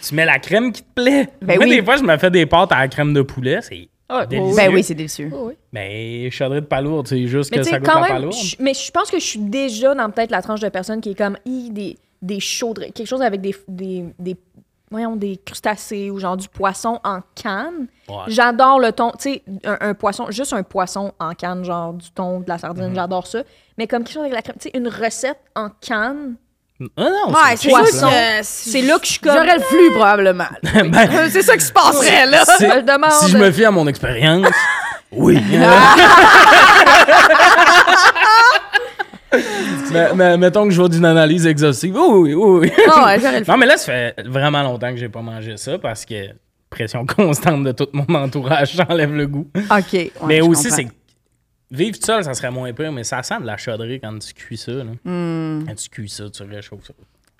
S1: Tu mets la crème qui te plaît.
S3: Ben
S1: Moi,
S3: oui.
S1: des fois, je me fais des pâtes à la crème de poulet, c'est
S4: Ah,
S1: délicieux.
S3: Ben oui, c'est délicieux.
S1: Mais chaudrée de palourde, c'est juste
S4: Mais
S1: que
S4: tu
S1: ça
S4: sais,
S1: goûte
S4: quand
S1: la
S4: même.
S1: palourde.
S4: je- mais je pense que je suis déjà dans peut-être la tranche de personnes qui est comme. Hi, des, des chaudrées. Quelque chose avec des. des, des voyons, des crustacés ou genre du poisson en canne.
S1: Ouais.
S4: J'adore le thon. Tu sais, un, un poisson, juste un poisson en canne, genre du thon, de la
S1: Mhm.
S4: sardine, j'adore ça. Mais comme quelque chose avec la crème, tu sais, une recette en canne.
S1: Ah non,
S5: Ouais,
S1: c'est
S5: c'est sûr
S1: cheap,
S4: poisson.
S1: là.
S5: que
S4: C'est là que je suis comme.
S5: J'aurais le flux, probablement.
S1: Ben,
S5: c'est ça qui se passerait, là.
S1: si-
S4: me le demande.
S1: si je me fie à mon expérience, oui. mais, mais mettons que je vois d'une analyse exhaustive. Oui, oui, oui. oui.
S5: Ah ouais, j'aurais le flux.
S1: Non, mais là, ça fait vraiment longtemps que j'ai pas mangé ça parce que pression constante de tout mon entourage, j'enlève le goût.
S3: OK. ouais,
S1: mais
S3: je
S1: aussi,
S3: comprends.
S1: c'est que vivre tout seul, ça serait moins pire, mais ça sent de la chaudrée quand tu cuis ça. là. Quand tu cuis ça, tu réchauffes ça.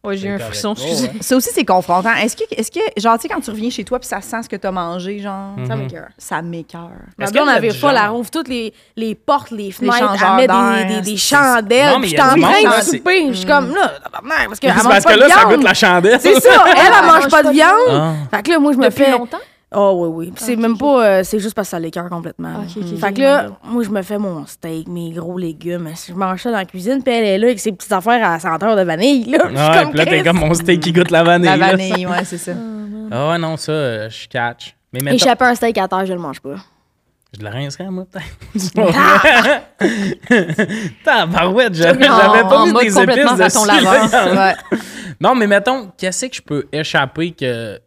S4: Ouais, j'ai
S1: C'est
S4: un
S1: correct.
S4: frisson,
S1: Oh,
S4: excusez.
S1: ouais.
S3: Ça aussi, c'est confrontant. Est-ce que, est-ce que, genre, tu sais, quand tu reviens chez toi puis ça sent ce que t'as mangé, genre,
S1: Mm-hmm.
S5: Ça m'écoeure.
S3: ça m'écoeure.
S5: Ma
S1: Est-ce
S5: blonde
S1: qu'elle a
S5: avait
S1: du
S5: pas,
S1: genre?
S5: elle ouvre toutes les, les portes, les fenêtres,
S3: changeurs
S5: elle met
S3: d'air,
S5: des, des, des
S3: c'est-
S5: chandelles.
S1: Non, mais il y
S5: puis j'étais
S1: a
S5: en
S1: du monde,
S5: train
S1: hein,
S5: de souper. Je suis comme, là, tabarnak, parce qu'elle
S1: C'est
S5: mange
S1: parce
S5: pas
S1: que
S5: de
S1: là, ça goûte
S5: viande.
S1: la chandelle.
S5: C'est ça, elle, elle mange pas de viande.
S1: Ah.
S5: Fait que là, moi, je me
S4: Depuis
S5: fais...
S4: longtemps?
S5: Ah oui, oui. Puis c'est même pas... euh, c'est juste parce que ça l'écœure complètement. là.
S4: Ok, ok, ok,
S5: Fait que là, moi, je me fais mon steak, mes gros légumes. Je mange ça dans la cuisine, puis elle est là avec ses petites affaires à senteur de vanille. Là, Je suis
S1: Ouais, puis là, t'es
S5: Chris.
S1: comme mon steak qui goûte la vanille.
S3: La
S1: là.
S3: vanille, ouais, c'est ça.
S1: Ah ouais, non, ça, euh, je catch. Mais maintenant,
S5: Échapper un steak à terre, je le mange pas.
S1: je le rincerais, moi, peut-être. Tabarouette, j'avais
S4: En-
S1: j'avais
S4: en
S1: pas mis
S4: mode
S1: des
S4: complètement
S1: épices dessus.
S4: raton
S1: là.
S3: ouais.
S1: Non, mais mettons, qu'est-ce que je peux échapper que...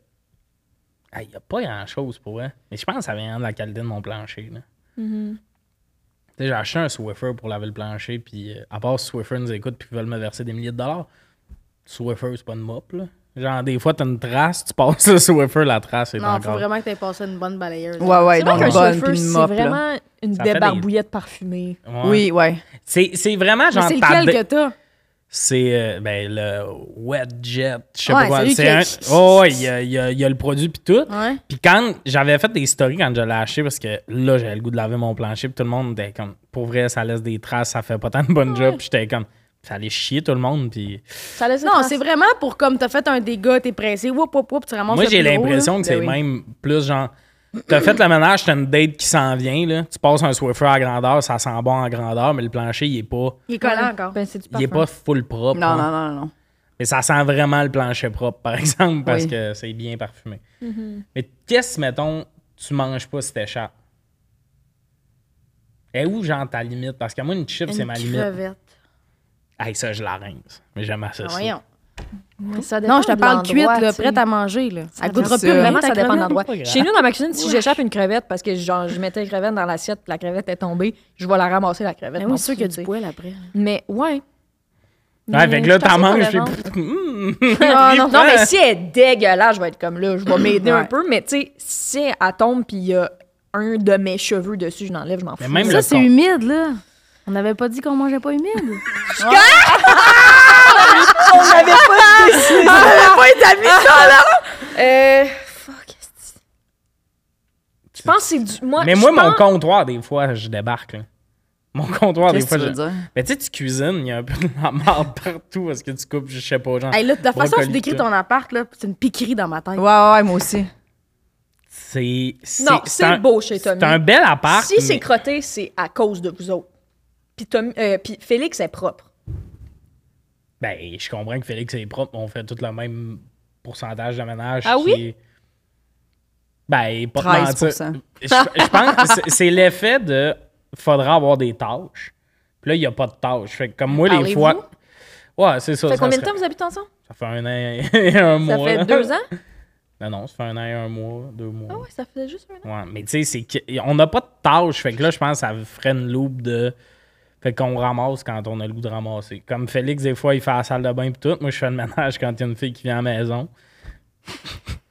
S1: Il n'y a pas grand-chose pour vrai. Mais je pense que ça vient de la qualité de mon plancher. Là.
S5: Mm-hmm.
S1: Tu sais, J'ai acheté un Swiffer pour laver le plancher, puis euh, à part si Swiffer nous écoute puis qu'ils veulent me verser des milliers de dollars, Swiffer, c'est pas une mop, là. Genre, des fois, t'as une trace, tu passes le Swiffer, la trace est
S5: Non, faut
S1: encore...
S5: vraiment que t'aies passé une bonne balayeuse.
S3: Ouais, ouais,
S4: C'est vrai
S3: donc
S1: non,
S4: qu'un
S1: non.
S3: bonne,
S4: surfeur,
S3: puis une
S4: c'est
S3: mop, là.
S4: vraiment une
S1: Ça fait des-
S4: débarbouillette parfumée.
S1: Ouais.
S3: Oui, ouais.
S1: C'est, c'est vraiment
S5: Mais
S1: genre
S5: c'est
S1: ta
S5: lequel
S1: dé-
S5: que t'as?
S1: C'est euh, ben, le Wet Jet, je sais
S5: Ouais,
S1: pas quoi.
S5: celui
S1: C'est
S5: qui-
S1: un... Oh, ouais, il y a, il y a- il y a le produit puis tout.
S5: Ouais.
S1: Puis quand j'avais fait des stories quand je l'ai acheté, parce que là, j'avais le goût de laver mon plancher, puis tout le monde était comme, pour vrai, ça laisse des traces, ça fait pas tant de bonne job. Puis j'étais comme, ça allait chier tout le monde. Puis
S4: Ça laisse
S5: Non, c'est vraiment pour comme t'as fait un dégât, t'es pressé, whoop, whoop, whoop, tu ramasses
S1: moi,
S5: le
S1: j'ai
S5: plus gros,
S1: l'impression
S5: là.
S1: que c'est
S5: Ben oui.
S1: même plus genre, t'as fait le ménage, t'as une date qui s'en vient, là. tu passes un Swiffer à grandeur, ça sent bon en grandeur, mais le plancher, il est pas,
S5: Il est
S4: Ouais.
S5: collant encore.
S4: Ben, c'est du
S1: il est
S4: parfum.
S1: pas full propre.
S3: Non,
S1: hein.
S3: non, non, non.
S1: Mais ça sent vraiment le plancher propre, par exemple, parce
S3: Oui.
S1: que c'est bien parfumé. Mais qu'est-ce, mettons, tu manges pas si t'échappes? Et où, genre, ta limite? Parce que moi, une chip, c'est ma limite.
S5: crevette.
S1: Hey, ça, je la rince. Mais j'aime assez ça.
S5: Ah, Voyons.
S4: Ça dépend
S2: Non, je te
S4: de
S2: parle
S4: l'endroit,
S2: cuite, là,
S4: tu sais.
S2: prête à manger. Là.
S4: Ça
S2: Elle goûtera
S3: dépend.
S2: plus rien,
S4: Vraiment,
S2: ta
S4: ça dépend de
S2: crevette.
S4: l'endroit.
S1: Euh, pas grave.
S4: Chez nous, dans ma cuisine, si j'échappe une crevette parce que genre, je mettais une crevette dans l'assiette, la crevette est tombée, je vais la ramasser, la crevette.
S2: Mais
S4: m'en
S2: oui, c'est sûr qu'il y a
S4: fous,
S2: du
S4: tu sais.
S2: poil après.
S4: Mais ouais.
S1: Ouais, avec
S4: Mm-hmm.
S1: là, t'en manges, puis. Hum, hum.
S4: Ah, Non, non, non,
S1: Ouais.
S4: mais si elle est dégueulasse, je vais être comme là, je vais m'aider un
S3: Ouais.
S4: peu, mais tu sais, si elle tombe puis il y a un de mes cheveux dessus, je l'enlève, je m'en fous.
S1: Mais même
S2: Ça,
S1: le
S2: c'est
S1: con.
S2: humide, là. On n'avait pas dit qu'on mangeait pas humide.
S4: On n'avait pas décidé. On n'avait pas établi ça, là. Euh, fuck. esti. Je pense que c'est du. Moi,
S1: Mais
S4: je
S1: moi,
S4: pense-
S1: mon comptoir, des fois, je débarque. là. Mon comptoir, Ah, des
S3: Qu'est-ce
S1: fois,
S3: que tu
S1: je.
S3: veux dire?
S1: Mais tu sais, tu cuisines, il y a un peu de la marde partout parce que tu coupes, je sais pas, genre.
S2: Hey, là, de la façon dont tu
S1: Brocoli,
S2: décris
S1: tout.
S2: ton appart, là, c'est une piquerie dans ma tête.
S3: Ouais, ouais, moi aussi.
S1: C'est. c'est-
S4: Non, c'est
S1: un-
S4: beau chez Tommy.
S1: C'est un bel appart.
S4: Si c'est
S1: mais-
S4: crotté, c'est à cause de vous autres. Puis, Tommy- euh, puis Félix est propre.
S1: Ben, je comprends que Félix et propre, on fait tout le même pourcentage de ménage.
S4: Ah
S1: qui
S4: oui?
S1: est- Ben, pas de
S3: 13%.
S1: mentir. Je, je pense que c'est- c'est l'effet de faudra avoir des tâches. Puis là, il n'y a pas de tâches. Fait que comme moi, les
S4: Parlez-vous?
S1: fois. Ouais, c'est ça.
S4: Ça fait
S1: ça
S4: combien de
S1: serait-
S4: temps vous habitez ensemble?
S1: Ça fait un an et un
S4: Ça
S1: mois.
S4: fait
S1: là.
S4: deux ans?
S1: Non, non, ça fait un an et un mois, deux mois.
S4: Ah ouais, ça fait juste un an.
S1: Ouais, mais tu sais, c'est que- on n'a pas de tâche. Fait que là, je pense que ça ferait une loupe de. Fait qu'on ramasse quand on a le goût de ramasser. Comme Félix, des fois, il fait la salle de bain et tout. Moi, je fais le ménage quand il y a une fille qui vient à la maison.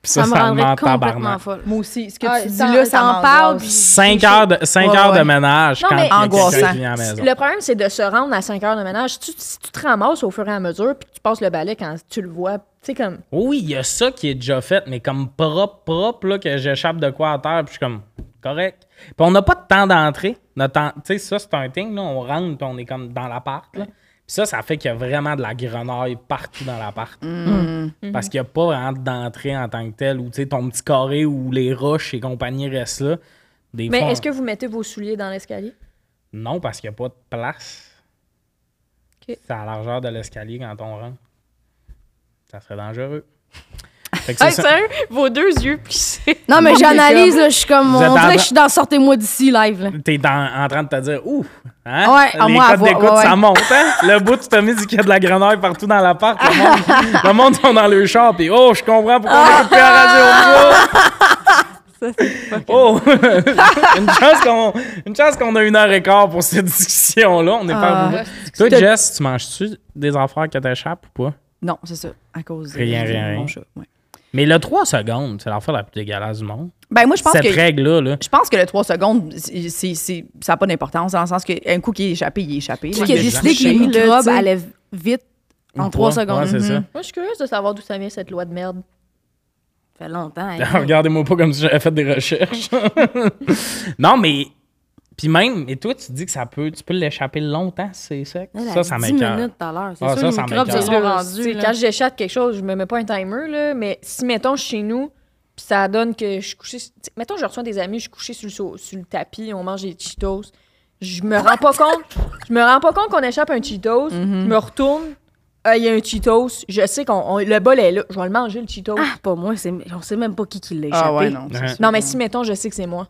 S1: Puis
S2: Ça,
S1: ça,
S2: me
S1: ça, me
S2: rendrait
S1: met en
S2: complètement
S1: tabarnak.
S2: folle.
S3: Moi aussi. Ce que
S4: Ah,
S3: tu dis
S4: t'en-
S3: là, ça
S4: t'en
S3: m'angoisse.
S4: parles,
S2: puis-
S1: Cinq heures de, cinq
S3: Ouais,
S1: heures de
S3: ouais.
S1: ménage
S4: Non,
S1: quand
S4: mais-
S1: il y a quelqu'un
S3: Angoissant.
S1: qui vient à la maison.
S4: Le problème, c'est de se rendre à 5 heures de ménage. Si tu, si tu te ramasses au fur et à mesure, puis que tu passes le balai quand tu le vois, tu sais, comme.
S1: Oui, il y a ça qui est déjà fait, mais comme propre, propre, là, que j'échappe de quoi à terre, puis je suis comme, correct. Puis on n'a pas de temps d'entrée. Notre temps- Tu sais, ça, c'est un thing, là, on rentre, puis on est comme dans l'appart, là. Puis ça, ça fait qu'il y a vraiment de la grenaille partout dans l'appart.
S4: Mm.
S1: Parce qu'il n'y a pas vraiment d'entrée en tant que telle, ou tu sais, ton petit carré où les roches et compagnie restent là. Des
S4: Mais
S1: fois,
S4: est-ce
S1: on-
S4: que vous mettez vos souliers dans l'escalier?
S1: Non, parce qu'il n'y a pas de place.
S4: Ok.
S1: C'est à la largeur de l'escalier quand on rentre. Ça serait dangereux. Fait que c'est ça.
S4: vos deux yeux plissés.
S2: Non, mais
S4: Mon
S2: j'analyse, là, je suis comme.
S1: Vous
S2: On
S1: êtes en
S2: dirait
S1: train-
S2: que je suis dans Sortez-moi d'ici live, là.
S1: T'es dans- en train de te dire, ouf, hein?
S2: Ouais, à
S1: les
S2: moi, à
S1: codes
S2: voir,
S1: d'écoute,
S2: ouais, ouais.
S1: ça monte, hein? Le bout, tu t'as mis du qu'il y a de la grenouille partout dans l'appart. Le monde, le monde sont dans le char, puis oh, je comprends pourquoi on est coupé à radio. Oh! une chance qu'on une chance qu'on a une heure et quart pour cette discussion-là. On est
S2: Ah.
S1: pas bourré. Toi, Jess, tu manges-tu des affaires qui t'échappent ou pas?
S3: Non, c'est ça. À cause de
S1: Rien, rien,
S3: de mon
S1: rien.
S3: chat, ouais.
S1: Mais le 3 secondes, c'est l'affaire la plus dégueulasse du monde.
S3: Ben, moi, je pense
S1: Cette
S3: que.
S1: règle-là, là.
S3: Je pense que le 3 secondes, c'est- c'est- c'est- ça n'a pas d'importance, dans le sens qu'un coup qui est échappé, il est échappé.
S2: Qui
S1: Ouais,
S2: a
S1: des
S2: décidé que les
S3: gens.
S2: microbes
S3: Là, tu sais.
S2: allaient vite en
S1: Ou
S2: trois
S1: pas.
S2: secondes. mm-hmm.
S1: Ouais, c'est ça.
S4: Moi, je suis curieuse de savoir d'où ça vient cette loi de merde.
S2: Ça fait longtemps. hein.
S1: Regardez-moi pas comme si j'avais fait des recherches. non, mais. Puis même, et toi, tu dis que ça peut, tu peux l'échapper longtemps, c'est ça?
S2: Elle a
S1: Ça, ça
S2: 10
S1: m'écoeure.
S2: minutes tout à l'heure. C'est
S1: Ah,
S2: sûr,
S1: ça,
S2: les
S1: ça
S2: microbes se
S1: m'écoeure.
S2: sont
S4: Là,
S2: rendus.
S4: tu sais,
S2: là.
S4: Quand j'échappe quelque chose, je me mets pas un timer, là, mais si, mettons, chez nous, pis ça donne que je suis couchée... tu sais, Mettons, je reçois des amis, je suis couchée sur le, so- sur le tapis, on mange des Cheetos. Je me rends pas compte... Je me rends pas compte qu'on échappe un Cheetos.
S2: Mhm.
S4: Je me retourne, Ah, il y a un Cheetos. Je sais qu'on... on- le bol est là. Je vais le manger, le Cheetos.
S2: Ah, pas moi, c'est- on sait même pas qui, qui l'a échappé.
S3: Ah ouais, non. c'est
S1: Ouais.
S3: sûr.
S4: non, mais si, mettons, je sais que c'est moi.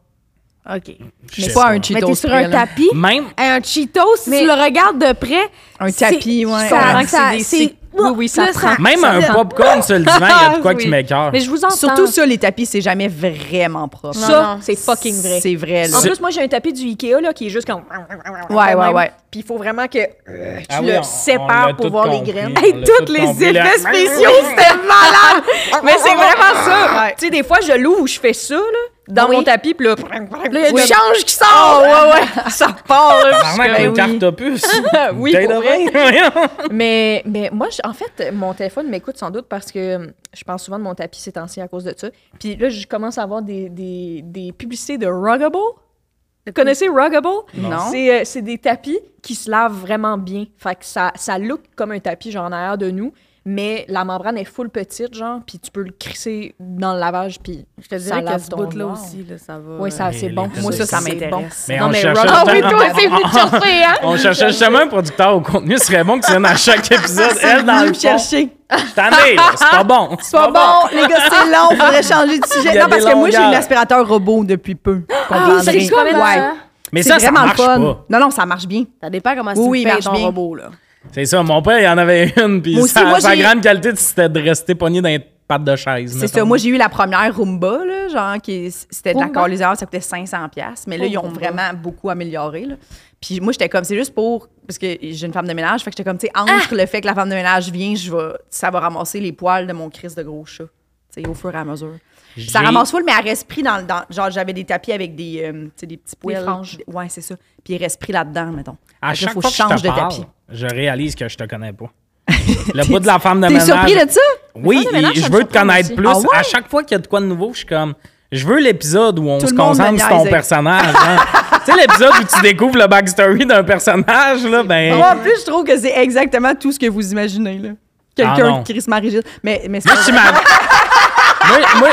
S2: OK.
S1: Je
S3: Mais
S1: sais
S3: pas un Cheetos.
S2: Mais t'es sur
S3: près,
S2: un
S3: là.
S2: tapis.
S1: Même,
S2: Hey, un Cheetos, si
S4: Mais-
S2: tu le regardes de près.
S3: Un
S2: c'est-
S3: tapis, ouais.
S2: ça-
S3: On
S4: comprend que
S2: ça-
S4: c'est des-
S2: c'est-
S4: c'est- oui, oui, ça
S2: Là,
S4: prend.
S1: même
S2: ça-
S1: un popcorn sur le divan, il y a de quoi qui
S4: Oui.
S1: m'écoeure.
S4: Mais je
S5: Ah,
S4: vous entends.
S3: Surtout ça, les tapis, c'est jamais vraiment propre.
S2: Non,
S4: ça,
S2: non.
S4: c'est fucking vrai.
S3: C'est vrai, là.
S4: En plus, moi, j'ai un tapis du Ikea là, qui est juste comme.
S3: Ouais, ouais, ouais.
S4: Puis il faut vraiment que euh, tu
S1: Ah oui,
S4: le
S1: on- on l'a
S4: sépares pour
S1: tout
S4: voir
S1: compris.
S4: les graines.
S1: On
S2: Hey,
S1: l'a
S2: toutes
S1: tout
S2: les
S1: compris, là.
S2: effets spéciaux, c'était malade!
S4: Mais c'est vraiment ça.
S3: Ouais.
S4: Tu sais, des fois, je l'ouvre ou je fais ça là, dans
S2: Oui.
S4: mon tapis, puis là.
S2: Là, il y a
S4: Oui.
S2: du change qui sort! ouais, ouais.
S4: ça repart. là, puis je
S1: Apparemment, avec
S4: suis
S1: une
S4: comme,
S1: carte opus.
S4: Oui,
S1: Bouteille
S4: pour
S1: de
S4: vrai.
S1: vin, voyons.
S4: Mais, mais moi, je- en fait, mon téléphone m'écoute sans doute parce que hum, je pense souvent de mon tapis ces temps-ci à cause de ça. Puis là, je commence à avoir des, des, des publicités de Ruggable. Vous connaissez Ruggable?
S3: Non.
S4: C'est, euh, c'est des tapis qui se lavent vraiment bien. Fait que ça, ça look comme un tapis, genre en arrière de nous, mais la membrane est full petite, genre, puis tu peux le crisser dans le lavage, puis
S2: Je te
S4: ça
S2: dirais qu'il y a
S4: lave
S2: ce
S4: ton
S2: bout-là
S4: noir.
S2: aussi, là, ça va.
S4: Oui, ça,
S1: Mais
S4: c'est
S1: les
S4: bon.
S1: petits
S4: Moi, ça, ça
S3: c'est bon.
S4: m'intéresse.
S1: Mais
S4: non,
S1: on
S4: mais
S1: cherche
S4: Ruggable-
S1: Ah
S2: oui, toi aussi, vous te cherchez, hein?
S1: On cherchait justement un producteur au contenu. Ce serait bon que tu viennes à chaque épisode. Elle, dans le fond,
S3: chercher.
S1: je t'en ai, là, c'est pas bon.
S3: C'est pas bon, les gars, c'est long, faudrait changer de
S1: Il
S3: sujet.
S1: y a
S3: Non, parce
S1: des
S3: que moi, j'ai
S1: longueurs.
S3: un aspirateur robot depuis peu.
S2: Ah,
S3: Comprendrez.
S2: c'est comme
S3: Ouais.
S2: ça.
S1: Mais
S3: C'est
S1: ça, ça
S3: vraiment le
S1: marche
S3: fun.
S1: pas.
S3: Non, non, ça marche bien.
S5: Ah,
S2: Ça dépend comment
S3: Oui,
S2: tu
S3: oui,
S2: le fais
S3: marche
S2: ton
S3: bien.
S2: robot, là.
S1: C'est ça, mon père, il en avait une, puis
S3: Moi aussi,
S1: sa,
S3: moi,
S1: sa
S3: j'ai-
S1: grande qualité, c'était de rester pogné dans les pattes de chaise.
S3: C'est
S1: mettons.
S3: ça. Moi, j'ai eu la première Roomba, là, genre, qui, c'était de la
S4: Roomba?
S3: carliseur, ça coûtait 500$. piastres, Mais là,
S2: Oh,
S3: ils ont
S2: Roomba.
S3: vraiment beaucoup amélioré. Là. Puis moi, j'étais comme, c'est juste pour. Parce que j'ai une femme de ménage, fait que j'étais comme, tu
S1: Ah!
S3: sais, entre le fait que la femme de ménage vient, je vais, ça va ramasser les poils de mon crise de gros chat, tu sais, au fur et à mesure. Puis Ça
S1: J'ai-
S3: ramasse full, mais elle reste pris dans le. dans- genre, j'avais des tapis avec des, euh, tu sais, des petits poils.
S4: franges.
S3: Ouais, c'est ça. Puis il reste pris là-dedans, mettons.
S1: À
S3: Fait que là,
S1: chaque
S3: faut
S1: fois que je te
S3: changer de
S1: parle,
S3: tapis.
S1: je réalise que je te connais pas. Le bout de la femme de
S3: T'es
S1: ménage.
S3: surpris de ça?
S1: Oui,
S4: La femme de ménage,
S1: et
S4: ça
S1: je
S4: me
S1: veux te
S4: surprend
S1: connaître
S4: aussi.
S1: plus.
S3: Ah ouais?
S1: À chaque fois qu'il y a de quoi de nouveau, je suis comme... Je veux l'épisode où on
S3: Tout
S1: se
S3: le monde me
S1: concentre sur ton
S3: niaise.
S1: personnage. hein. tu sais, l'épisode où tu découvres le backstory d'un personnage, là, ben...
S3: Moi, en plus, je trouve que c'est exactement tout ce que vous imaginez, là. Quelqu'un
S1: Ah non.
S3: qui risque rigide. Mais, mais c'est
S1: Moi, je t'imagine. moi, moi-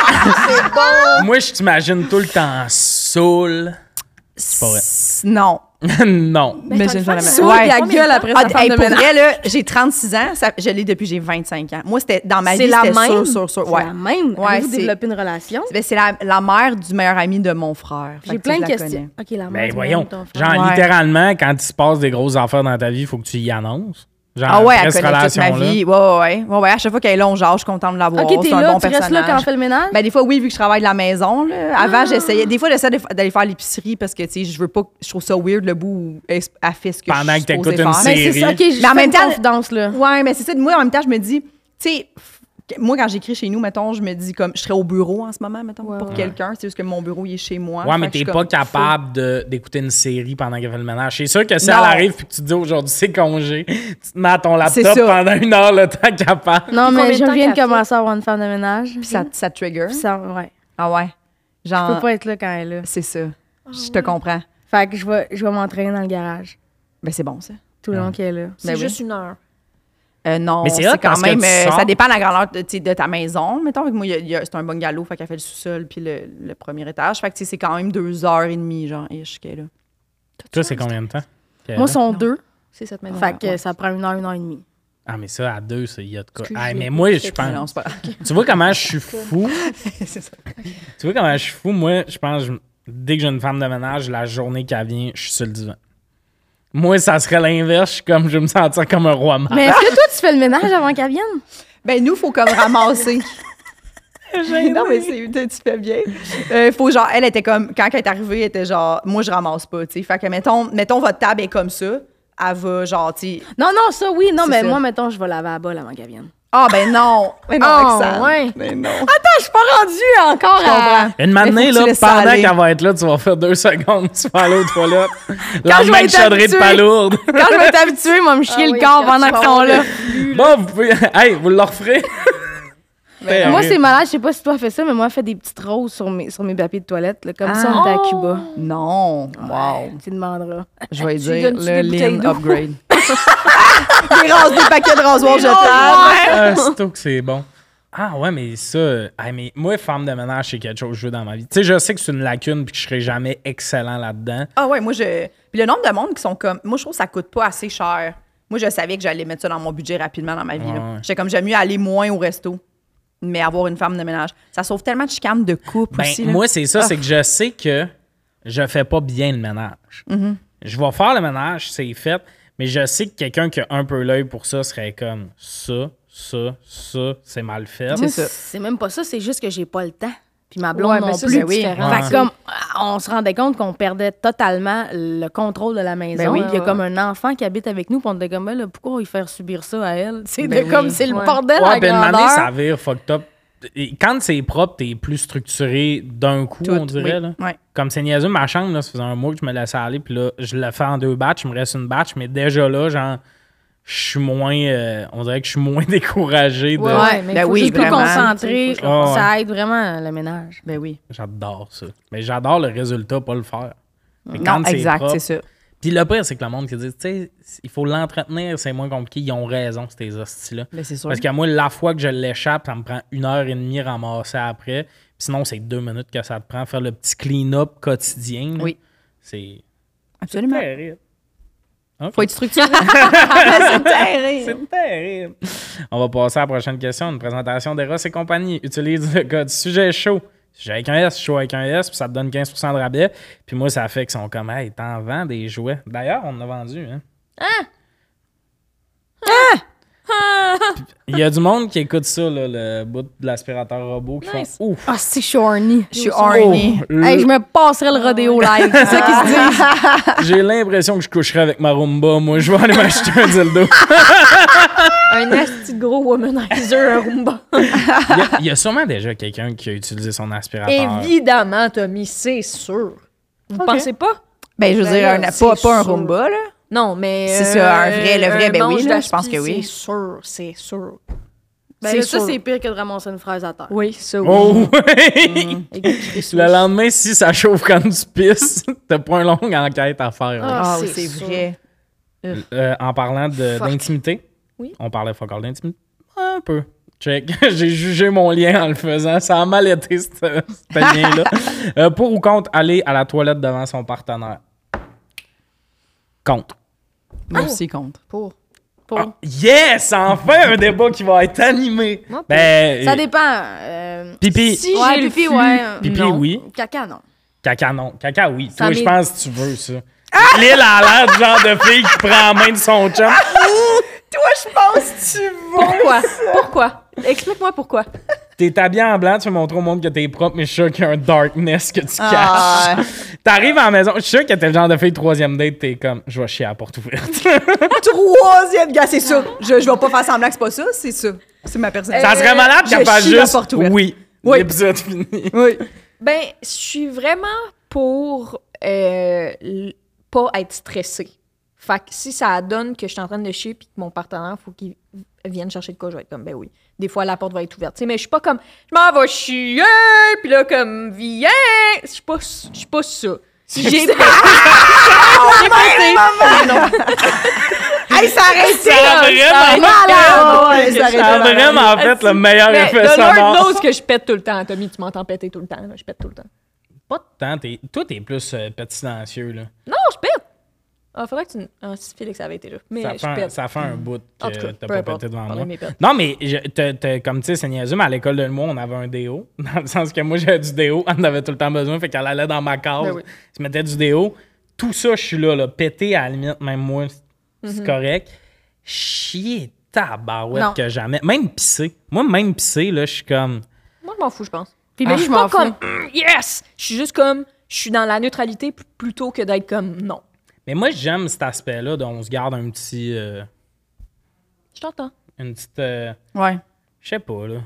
S1: Moi, je t'imagine tout le temps saoul. C'est pas vrai.
S3: Non.
S1: non.
S5: Ben,
S4: Mais t'as une femme
S3: jamais.
S4: sourde,
S3: Ouais.
S4: puis elle gueule après sa
S3: Ah,
S4: femme
S3: hey,
S4: de
S3: pour
S4: ménage.
S3: vrai, là, j'ai 36 ans. ça- je l'ai depuis j'ai 25 ans. Moi, c'était dans ma vie,
S5: C'est la
S3: c'était
S5: même.
S3: sûr, sûr, sûr.
S5: C'est
S3: Ouais.
S5: la même.
S3: Ouais,
S5: Avez-vous
S3: c'est-
S5: développé une relation?
S3: Ben, c'est la, la mère du meilleur ami de mon frère. Fait
S5: J'ai
S3: que, tu sais,
S5: plein de
S3: je la
S5: questions. OK, la mère
S1: Ben
S5: du
S1: voyons.
S5: monde, ton frère.
S1: Genre,
S3: Ouais.
S1: littéralement, quand il se passe des grosses affaires dans ta vie, il faut que tu y annonces. Genre,
S3: Ah ouais,
S1: après
S3: elle
S1: cette
S3: connaît toute ma
S1: relation-là.
S3: vie. Ouais, ouais, ouais, ouais. ouais, À chaque fois qu'elle est là, on jase, je suis contente de la voir.
S5: OK, t'es
S3: c'est un
S5: là,
S3: bon
S5: tu
S3: personnage.
S5: restes là quand on fait le ménage?
S3: Ben, des fois, oui, vu que je travaille de la maison. là.
S5: Ah.
S3: Avant, j'essayais. Des fois, j'essaie de- d'aller faire l'épicerie parce que, tu sais, je veux pas. Je trouve ça weird le bout où elle s- elle fait ce que
S1: Pendant
S3: je suis
S1: que t'écoutes
S3: supposée
S1: une
S3: faire.
S1: série.
S5: Ben, c'est ça, OK, je
S3: Mais en
S5: fais
S3: même
S5: une
S3: temps-
S5: confidence, là.
S3: Ouais, mais c'est ça. Moi, en même temps, je me dis, tu sais, f- moi, quand j'écris chez nous, mettons, je me dis comme, je serais au bureau en ce moment, mettons, pour quelqu'un. C'est juste que mon bureau, il est chez moi.
S1: Ouais,
S3: Fait
S1: mais
S3: que je
S1: t'es
S3: suis
S1: pas
S3: comme,
S1: capable de- d'écouter une série pendant qu'elle fait le ménage. C'est sûr que si
S3: Non.
S1: elle arrive puis que tu te dis aujourd'hui c'est congé, tu te mets à ton
S3: C'est
S1: laptop
S3: ça.
S1: pendant une heure le temps qu'elle parle.
S5: Non,
S4: combien
S5: mais
S4: de
S5: je
S4: temps
S5: viens de
S4: qu'elle
S5: commencer à avoir une femme de ménage.
S3: Faut- Ça, ça trigger.
S5: Puis ça, ouais.
S3: Ah ouais.
S5: Je peux
S3: Genre,
S5: pas être Ah là quand elle est là.
S3: c'est ça. Je te comprends.
S5: Fait que je vais, je vais m'entraîner dans le garage
S3: Ben, c'est bon, ça.
S5: tout le long qu'elle est là.
S4: C'est
S3: Ben oui.
S4: juste une heure.
S3: Euh, non,
S1: Mais c'est
S3: c'est
S1: hot
S3: quand
S1: parce que
S3: même.
S1: tu
S3: euh,
S1: sors.
S3: ça dépend de la grandeur de, tu sais, de ta maison. Mettons, avec moi, il y a- il y a- c'est un bungalow, fait qu'elle fait le sous-sol puis le, le premier étage. Fait que tu sais, c'est quand même deux heures et demie, genre, ish, qu'elle est là.
S1: Toi, c'est combien de temps?
S5: Moi, ils sont deux.
S4: C'est cette maison.
S5: Fait que ça prend une heure, une heure et demie.
S1: Ah, mais ça, à deux, ça, il y a de quoi.
S5: Excuse,
S1: Ah,
S5: je
S1: mais
S5: l'ai
S1: moi, je
S3: Non,
S1: pense.
S3: c'est pas.
S1: Tu vois comment je suis fou?
S3: c'est ça.
S1: Tu vois comment je suis fou? Moi, je pense, je- dès que j'ai une femme de ménage, la journée qu'elle vient, je suis sur le divan. Moi, ça serait l'inverse. Je suis comme, je vais me sentir comme un roi mâle.
S5: Mais est-ce que toi, tu fais le ménage avant qu'elle vienne?
S3: Ben, nous, faut comme ramasser. non, mais c'est, tu tu fais bien. Euh, faut genre, elle était comme, quand elle est arrivée, elle était genre, moi, je ramasse pas, tu sais. Fait que, mettons, mettons, votre table est comme ça. Elle va, genre, tu sais,
S5: Non, non, ça, oui. Non,
S3: C'est
S5: mais
S3: ça.
S5: moi, mettons, je vais laver à bol avant qu'elle vienne.
S3: ah, ben non. Mais non,
S5: Ah,
S3: Roxane.
S5: ouais.
S3: Ben non.
S5: Je suis pas rendue encore à...
S1: Une
S3: faut
S1: matinée,
S3: que
S1: là,
S3: tu laisses ça
S1: pendant
S3: aller.
S1: qu'elle va être là, tu vas faire deux secondes, tu vas aller aux toilettes. La
S5: je vais
S1: même
S5: être
S1: chaudrée de
S5: habituée.
S1: palourde.
S5: Quand je vais t'habituer, moi, me chier le corps pendant qu'ils sont là.
S1: Bon, vous pouvez. Hey, vous le referez. Ben,
S5: Moi,
S1: oui.
S5: c'est malade. Je sais pas si toi fais ça, mais moi, je fais des petites roses sur mes, sur mes papiers de toilette. là, comme ça, on est à Cuba.
S3: Non. Wow.
S5: Tu demanderas.
S3: Je vais dire,
S4: donnes-tu des
S3: le
S4: bouteilles
S3: lean
S4: d'eau?
S3: upgrade. des, rase- des paquets de rasoirs jetables.
S1: Ah, c'est tout que c'est bon. Ah ouais, mais ça, euh, hey, mais moi, femme de ménage, c'est quelque chose que je veux dans ma vie. Tu sais, je sais que c'est une lacune puis que je serai jamais excellent là-dedans.
S3: Ah ouais, moi je. Puis le nombre de monde qui sont comme. Moi, je trouve que ça coûte pas assez cher. Moi, je savais que j'allais mettre ça dans mon budget rapidement dans ma vie. là.
S1: Ouais, ouais.
S3: J'étais comme j'aime mieux aller moins au resto, mais avoir une femme de ménage. Ça sauve tellement de chicanes de couple
S1: Ben,
S3: aussi. là. Ah.
S1: moi, c'est ça, c'est que je sais que je fais pas bien le ménage.
S3: Mm-hmm.
S1: Je vais faire le ménage, c'est fait, mais je sais que quelqu'un qui a un peu l'œil pour ça serait comme ça, ça, ça, c'est mal fait.
S3: C'est
S5: Ah, Moi,
S3: ça.
S5: C'est même pas ça, c'est juste que j'ai pas le temps. Puis ma blonde
S4: Ouais,
S5: non
S4: ben ça,
S5: plus.
S4: c'est oui.
S5: différent.
S1: Ouais.
S5: Fait que comme euh, on se rendait compte qu'on perdait totalement le contrôle de la maison.
S3: Ben oui.
S5: Puis Il y a comme un enfant qui habite avec nous, puis on était comme, Ben là, pourquoi y faire subir ça à elle? C'est
S3: Ben
S5: de comme
S3: oui.
S5: c'est le
S4: Ouais.
S5: bordel
S1: Ouais,
S5: à
S1: ben, une
S5: grandeur.
S1: année, ça vire fucked up. Et Quand c'est propre, t'es plus structuré d'un coup,
S3: Tout,
S1: on dirait.
S3: oui.
S1: là.
S3: Ouais.
S1: Comme c'est niaiseux, ma chambre, là, ça faisait un mois que je me laissais aller, puis là, je le fais en deux batchs, il me reste une batch, mais déjà là, genre, je suis moins. euh, on dirait que je suis moins découragé. de-
S5: Ouais, ouais, mais
S3: Ben
S5: faut
S3: oui,
S5: juste plus
S3: vraiment.
S5: concentré.
S1: je comprends.
S5: Ça aide vraiment le ménage.
S3: Ben oui.
S1: J'adore ça. Mais j'adore le résultat, pas le faire. Mais
S3: Non, exact,
S1: propre-
S3: c'est ça.
S1: Puis le pire, c'est que le monde qui dit, tu sais, il faut l'entretenir, c'est moins compliqué. Ils ont raison, ces hosties-là.
S3: Ben, c'est sûr.
S1: Parce que moi, la fois que je l'échappe, ça me prend une heure et demie ramasser après. Puis sinon, c'est deux minutes que ça te prend faire le petit clean-up quotidien. là.
S3: Oui.
S1: C'est
S3: Absolument.
S1: terrible. Ok.
S3: Faut être structuré.
S1: C'est terrible. On va passer à la prochaine question. Une présentation d'Eros et compagnie. Utilise le code sujet chaud. Sujet avec un S, chaud avec un S, puis ça te donne 15 de rabais. Puis moi, ça fait qu'ils sont comme, hey, t'en vends des jouets. D'ailleurs, on en a vendu, hein? Il y a du monde qui écoute ça, là, le bout de l'aspirateur robot, qui
S4: Nice.
S1: font ouf.
S5: Ah, si, je suis horny.
S3: Je suis horny.
S1: Oh, le-
S5: Hey, je me passerai le rodéo live. C'est ça qu'ils se disent.
S1: J'ai l'impression que je coucherai avec ma Roomba. Moi, je vais aller m'acheter un dildo.
S4: Un asti de gros womanizer, un Roomba.
S1: Il y a- il y, a sûrement déjà quelqu'un qui a utilisé son
S4: Ah.
S1: aspirateur.
S4: Évidemment, Tommy, c'est sûr. Vous pensez pas?
S3: Ben, je veux dire, un,
S4: c'est
S3: pas, pas un
S4: sûr.
S3: Roomba, là.
S4: Non, mais.
S3: C'est
S4: euh,
S3: ça, un vrai- le vrai,
S4: un
S3: ben oui,
S4: manche
S3: là, je pense
S4: d'aspi,
S3: que oui.
S4: C'est sûr, c'est sûr.
S5: Ben, là, ça, c'est pire que de ramasser une fraise à terre.
S4: Oui, ça, oui.
S1: Oh oui!
S5: Mm.
S4: Et Christmas.
S1: Le lendemain, si ça chauffe quand tu pisses, t'as pas une longue enquête à faire. là.
S5: Ah,
S3: oui,
S5: c'est sûr.
S1: Euh, en parlant de-
S5: Fuck.
S1: d'intimité,
S4: Oui.
S1: on parlait fuck all d'intimité. Un peu. Check. J'ai jugé mon lien en le faisant. Ça a mal été, ce ce lien-là. Euh, pour ou contre aller à la toilette devant son partenaire? Contre.
S3: Moi aussi, contre.
S5: Pour. Oh.
S1: Ah, yes! Enfin, un débat qui va être animé.
S5: Moi, pour.
S1: Ben,
S5: Ça
S1: euh,
S5: dépend. euh,
S1: pipi,
S5: Si ouais,
S4: j'ai le
S5: pipi,
S4: flux,
S5: ouais.
S1: pipi,
S5: Non.
S1: oui.
S5: Caca, non.
S1: Caca, non. Caca, oui.
S5: Ça
S1: Toi, je
S5: m'est-
S1: pense que tu veux ça.
S3: Ah!
S1: Lille a l'air du genre de fille qui prend en main de son chum.
S3: Toi, je pense tu vas.
S4: Pourquoi? Pourquoi? Explique-moi pourquoi.
S1: T'es habillé en blanc, tu veux montrer au monde que t'es propre, mais je suis sûr qu'il y a un darkness que tu caches.
S3: Ah.
S1: T'arrives à la maison, je suis sûr que t'es le genre de fille troisième date, t'es comme, je vais chier à la porte ouverte.
S3: Troisième gars, c'est ça. Je, je vais pas faire semblant que c'est pas ça, c'est ça. C'est ma personnalité.
S1: ça serait malade
S3: Euh, je
S1: qu'elle fasse
S3: chie à la
S1: juste.
S3: porte ouverte.
S1: oui.
S3: Oui.
S1: L'épisode fini.
S3: Oui.
S4: Ben, je suis vraiment pour euh, l- pas être stressée. Fait que si ça donne que je suis en train de chier puis que mon partenaire, faut qu'il vienne chercher de quoi, je vais être comme, ben oui. Des fois, la porte va être ouverte. tu sais, mais je suis pas comme, je m'en vais chier, puis là, comme, viens! Je suis pas, je suis pas ça. J'ai j'ai pensé. Non.
S3: Hey, ça aurait
S1: Ça
S3: été
S1: a vraiment,
S3: malade. Ouais, ça aurait été
S1: ça a
S3: malade.
S1: vraiment fait le meilleur
S4: Mais
S1: effet
S4: the Lord
S1: sonore.
S4: knows que je pète tout le temps, Tommy. Tu m'entends péter tout le temps. là, Je pète tout le temps.
S1: Pas de temps, t'es- toi t'es plus euh, petit silencieux, là.
S4: Non, je pète. Ah, faudrait que tu. Ah, si Félix avait été là. Mais
S1: Ça
S4: je
S1: fait, un,
S4: pète.
S1: ça fait un bout
S4: En tout
S1: que
S4: cas,
S1: t'as
S4: peu
S1: pas
S4: importe,
S1: pété devant
S4: parler
S1: moi.
S4: de mes pètes.
S1: Non, mais je- t'as- t'as- comme tu sais, c'est niaiseux, mais à l'école de l'humour, on avait un déo. Dans le sens que moi, j'avais du déo, on en avait tout le temps besoin, fait qu'elle allait dans ma case,
S4: Ben oui.
S1: je mettais du déo. Tout ça, je suis là, là, pété à la limite, même moi,
S4: Mhm.
S1: c'est correct. Chier tabarouette
S5: Non.
S1: que jamais. Même pisser. Moi, même pisser, là, je suis comme...
S4: Moi, je m'en fous, je pense.
S5: Pipi,
S4: je
S5: ben, je
S4: suis pas
S5: m'en fous.
S4: comme Mm, yes. Je suis juste comme je suis dans la neutralité p- plutôt que d'être comme non.
S1: Mais moi, j'aime cet aspect-là, dont on se garde un petit... euh,
S4: Je t'entends.
S1: une petite... euh,
S3: Ouais.
S1: Je sais pas, là.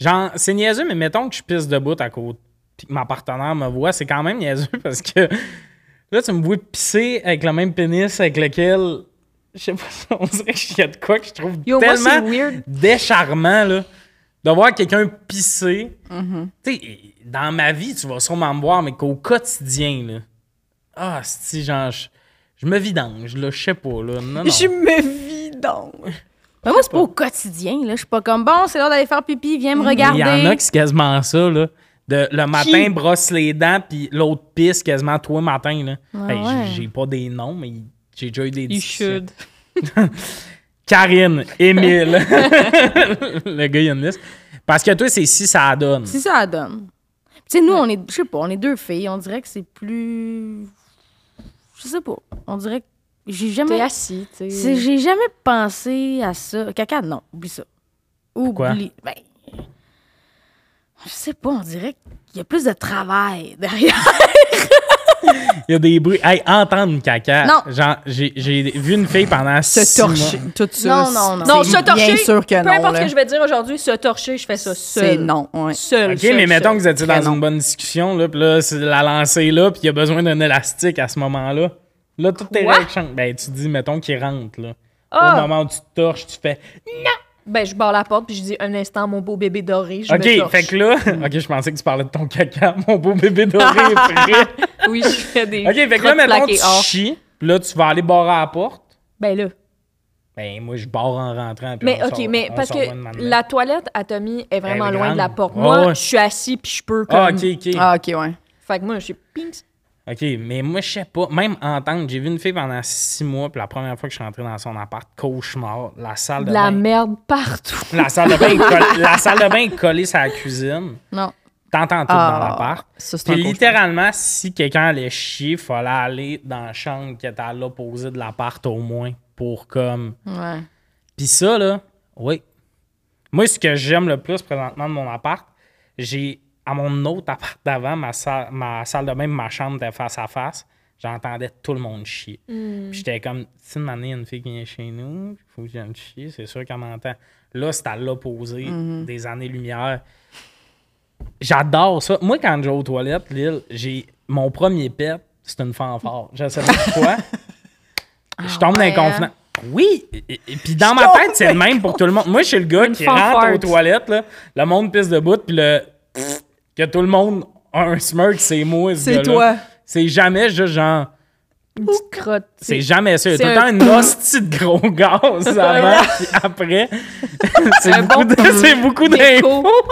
S1: Genre, c'est niaiseux, mais mettons que je pisse debout à côté, puis que ma partenaire me voit, c'est quand même niaiseux parce que là, tu me vois pisser avec le même pénis avec lequel. Je sais pas, on dirait qu'il y a de quoi que je trouve
S4: Yo, moi, c'est
S1: tellement
S4: weird.
S1: décharmant, là. De voir quelqu'un pisser.
S4: Mm-hmm.
S1: Tu sais, dans ma vie, tu vas sûrement me voir, mais qu'au quotidien, là. Ah, si, genre, je, je me vidange, là, je sais pas, là. Non, non.
S3: Je me vis donc.
S5: Mais Ben, moi, c'est pas au quotidien. là. Je suis pas comme, bon, c'est l'heure d'aller faire pipi, viens me
S1: Mais
S5: regarder.
S1: Il y en a qui c'est quasiment ça, là. De, le matin, brosse les dents, puis l'autre pisse quasiment toi matin, là.
S5: Ouais,
S1: Hey, j-
S5: ouais.
S1: J'ai pas des noms, mais j'ai déjà eu des
S4: You
S1: discussions.
S4: should.
S1: Karine, Émile. le gars, il y a une liste. Parce que toi, c'est si ça donne.
S5: C'est ça, la donne. Tu sais, nous, on est, je sais pas, on est deux filles. On dirait que c'est plus. Je sais pas. On dirait que j'ai
S4: T'es
S5: jamais.
S4: assis. t'es-
S5: c'est- J'ai jamais pensé à ça. Caca, non, oublie ça.
S1: Pourquoi?
S5: Oublie. Ben. Je sais pas, on dirait qu'il y a plus de travail derrière.
S1: Il y a des bruits. Hey, entendre caca.
S5: Non.
S1: Genre, j'ai j'ai vu une fille pendant six
S3: Se torcher,
S1: mois.
S3: tout ça.
S5: Non, non, non.
S4: Non,
S3: c'est
S4: se torcher.
S3: Bien sûr que
S4: peu
S3: non.
S4: importe
S3: là.
S4: ce que je vais dire aujourd'hui, se torcher, je fais ça seul.
S3: C'est non, ouais.
S4: Seul.
S1: OK, mais mettons que vous étiez dans
S3: Très non.
S1: une bonne discussion, là, puis là, c'est la lancée, là, puis il y a besoin d'un élastique à ce moment-là. Là, toutes tes
S4: Quoi?
S1: réactions. Ben, tu dis, mettons qu'il rentre, là. Au
S4: Ah,
S1: moment où tu te torches, tu fais
S4: ben je barre la porte puis je dis un instant mon beau bébé doré. Je me
S1: OK,
S4: torche.
S1: fait que là, OK, je pensais que tu parlais de ton caca, mon beau bébé doré est prêt.
S4: Oui, je fais des.
S1: OK, fait que là,
S4: crottes
S1: mettons, tu
S4: plaquées or.
S1: chies, puis là, tu vas aller barrer à la porte.
S4: Ben là.
S1: Ben, moi, je barre en rentrant. puis
S4: Mais
S1: on
S4: OK,
S1: sort-
S4: mais
S1: on
S4: parce
S1: sort loin de ma
S4: que
S1: main.
S4: la toilette à Tommy est vraiment
S1: Elle est
S4: loin de la
S1: grande.
S4: porte.
S1: Ouais,
S4: moi,
S1: ouais.
S4: je suis assis puis je peux comme...
S1: Ah, OK, OK.
S3: Ah, ok, ouais.
S4: Fait que moi, je suis pink.
S1: OK, mais moi, je sais pas. Même entendre, j'ai vu une fille pendant six mois, puis la première fois que je suis rentré dans son appart, cauchemar, la salle de
S4: De la
S1: bain.
S4: merde partout.
S1: La salle de bain, est coll- la salle de bain est collée sur la cuisine.
S5: Non.
S1: T'entends tout
S3: Ah,
S1: dans l'appart.
S3: ça, c'est
S1: Puis
S3: un cauchemar.
S1: littéralement, si quelqu'un allait chier, il fallait aller dans la chambre qui était à l'opposé de l'appart au moins. pour comme.
S5: Ouais.
S1: Puis ça, là, oui. Moi, ce que j'aime le plus présentement de mon appart, j'ai à mon autre appart d'avant, ma salle, ma salle de bain, ma chambre de face à face, j'entendais tout le monde chier.
S5: Hmm.
S1: Puis j'étais comme, si une année, une fille qui vient chez nous, il faut que j'aille chier, c'est sûr qu'elle m'entend. Là, c'est à l'opposé des années-lumière. J'adore ça. Moi, quand je vais aux toilettes, Lille, j'ai mon premier pet, c'est une fanfare. Je sais pas pourquoi. je tombe
S5: ouais,
S1: dans les
S5: hein?
S1: confinements. Oui, et, et- et puis dans ma tête, c'est le même pour tout le monde. Moi, je suis le gars qui rentre
S4: fanfare.
S1: aux toilettes, là, le monde pisse debout, puis le que tout le monde a un smirk, c'est moi, ce
S3: C'est
S1: gars-là.
S3: toi.
S1: C'est jamais juste genre.
S4: Une petite crotte.
S1: C'est jamais ça. Il y a
S4: C'est
S1: tout le temps
S4: un-
S1: une hostie de gros gaz avant, puis après. c'est
S4: Un
S1: beaucoup,
S4: bon
S1: de- c'est beaucoup
S4: déco.
S1: d'infos.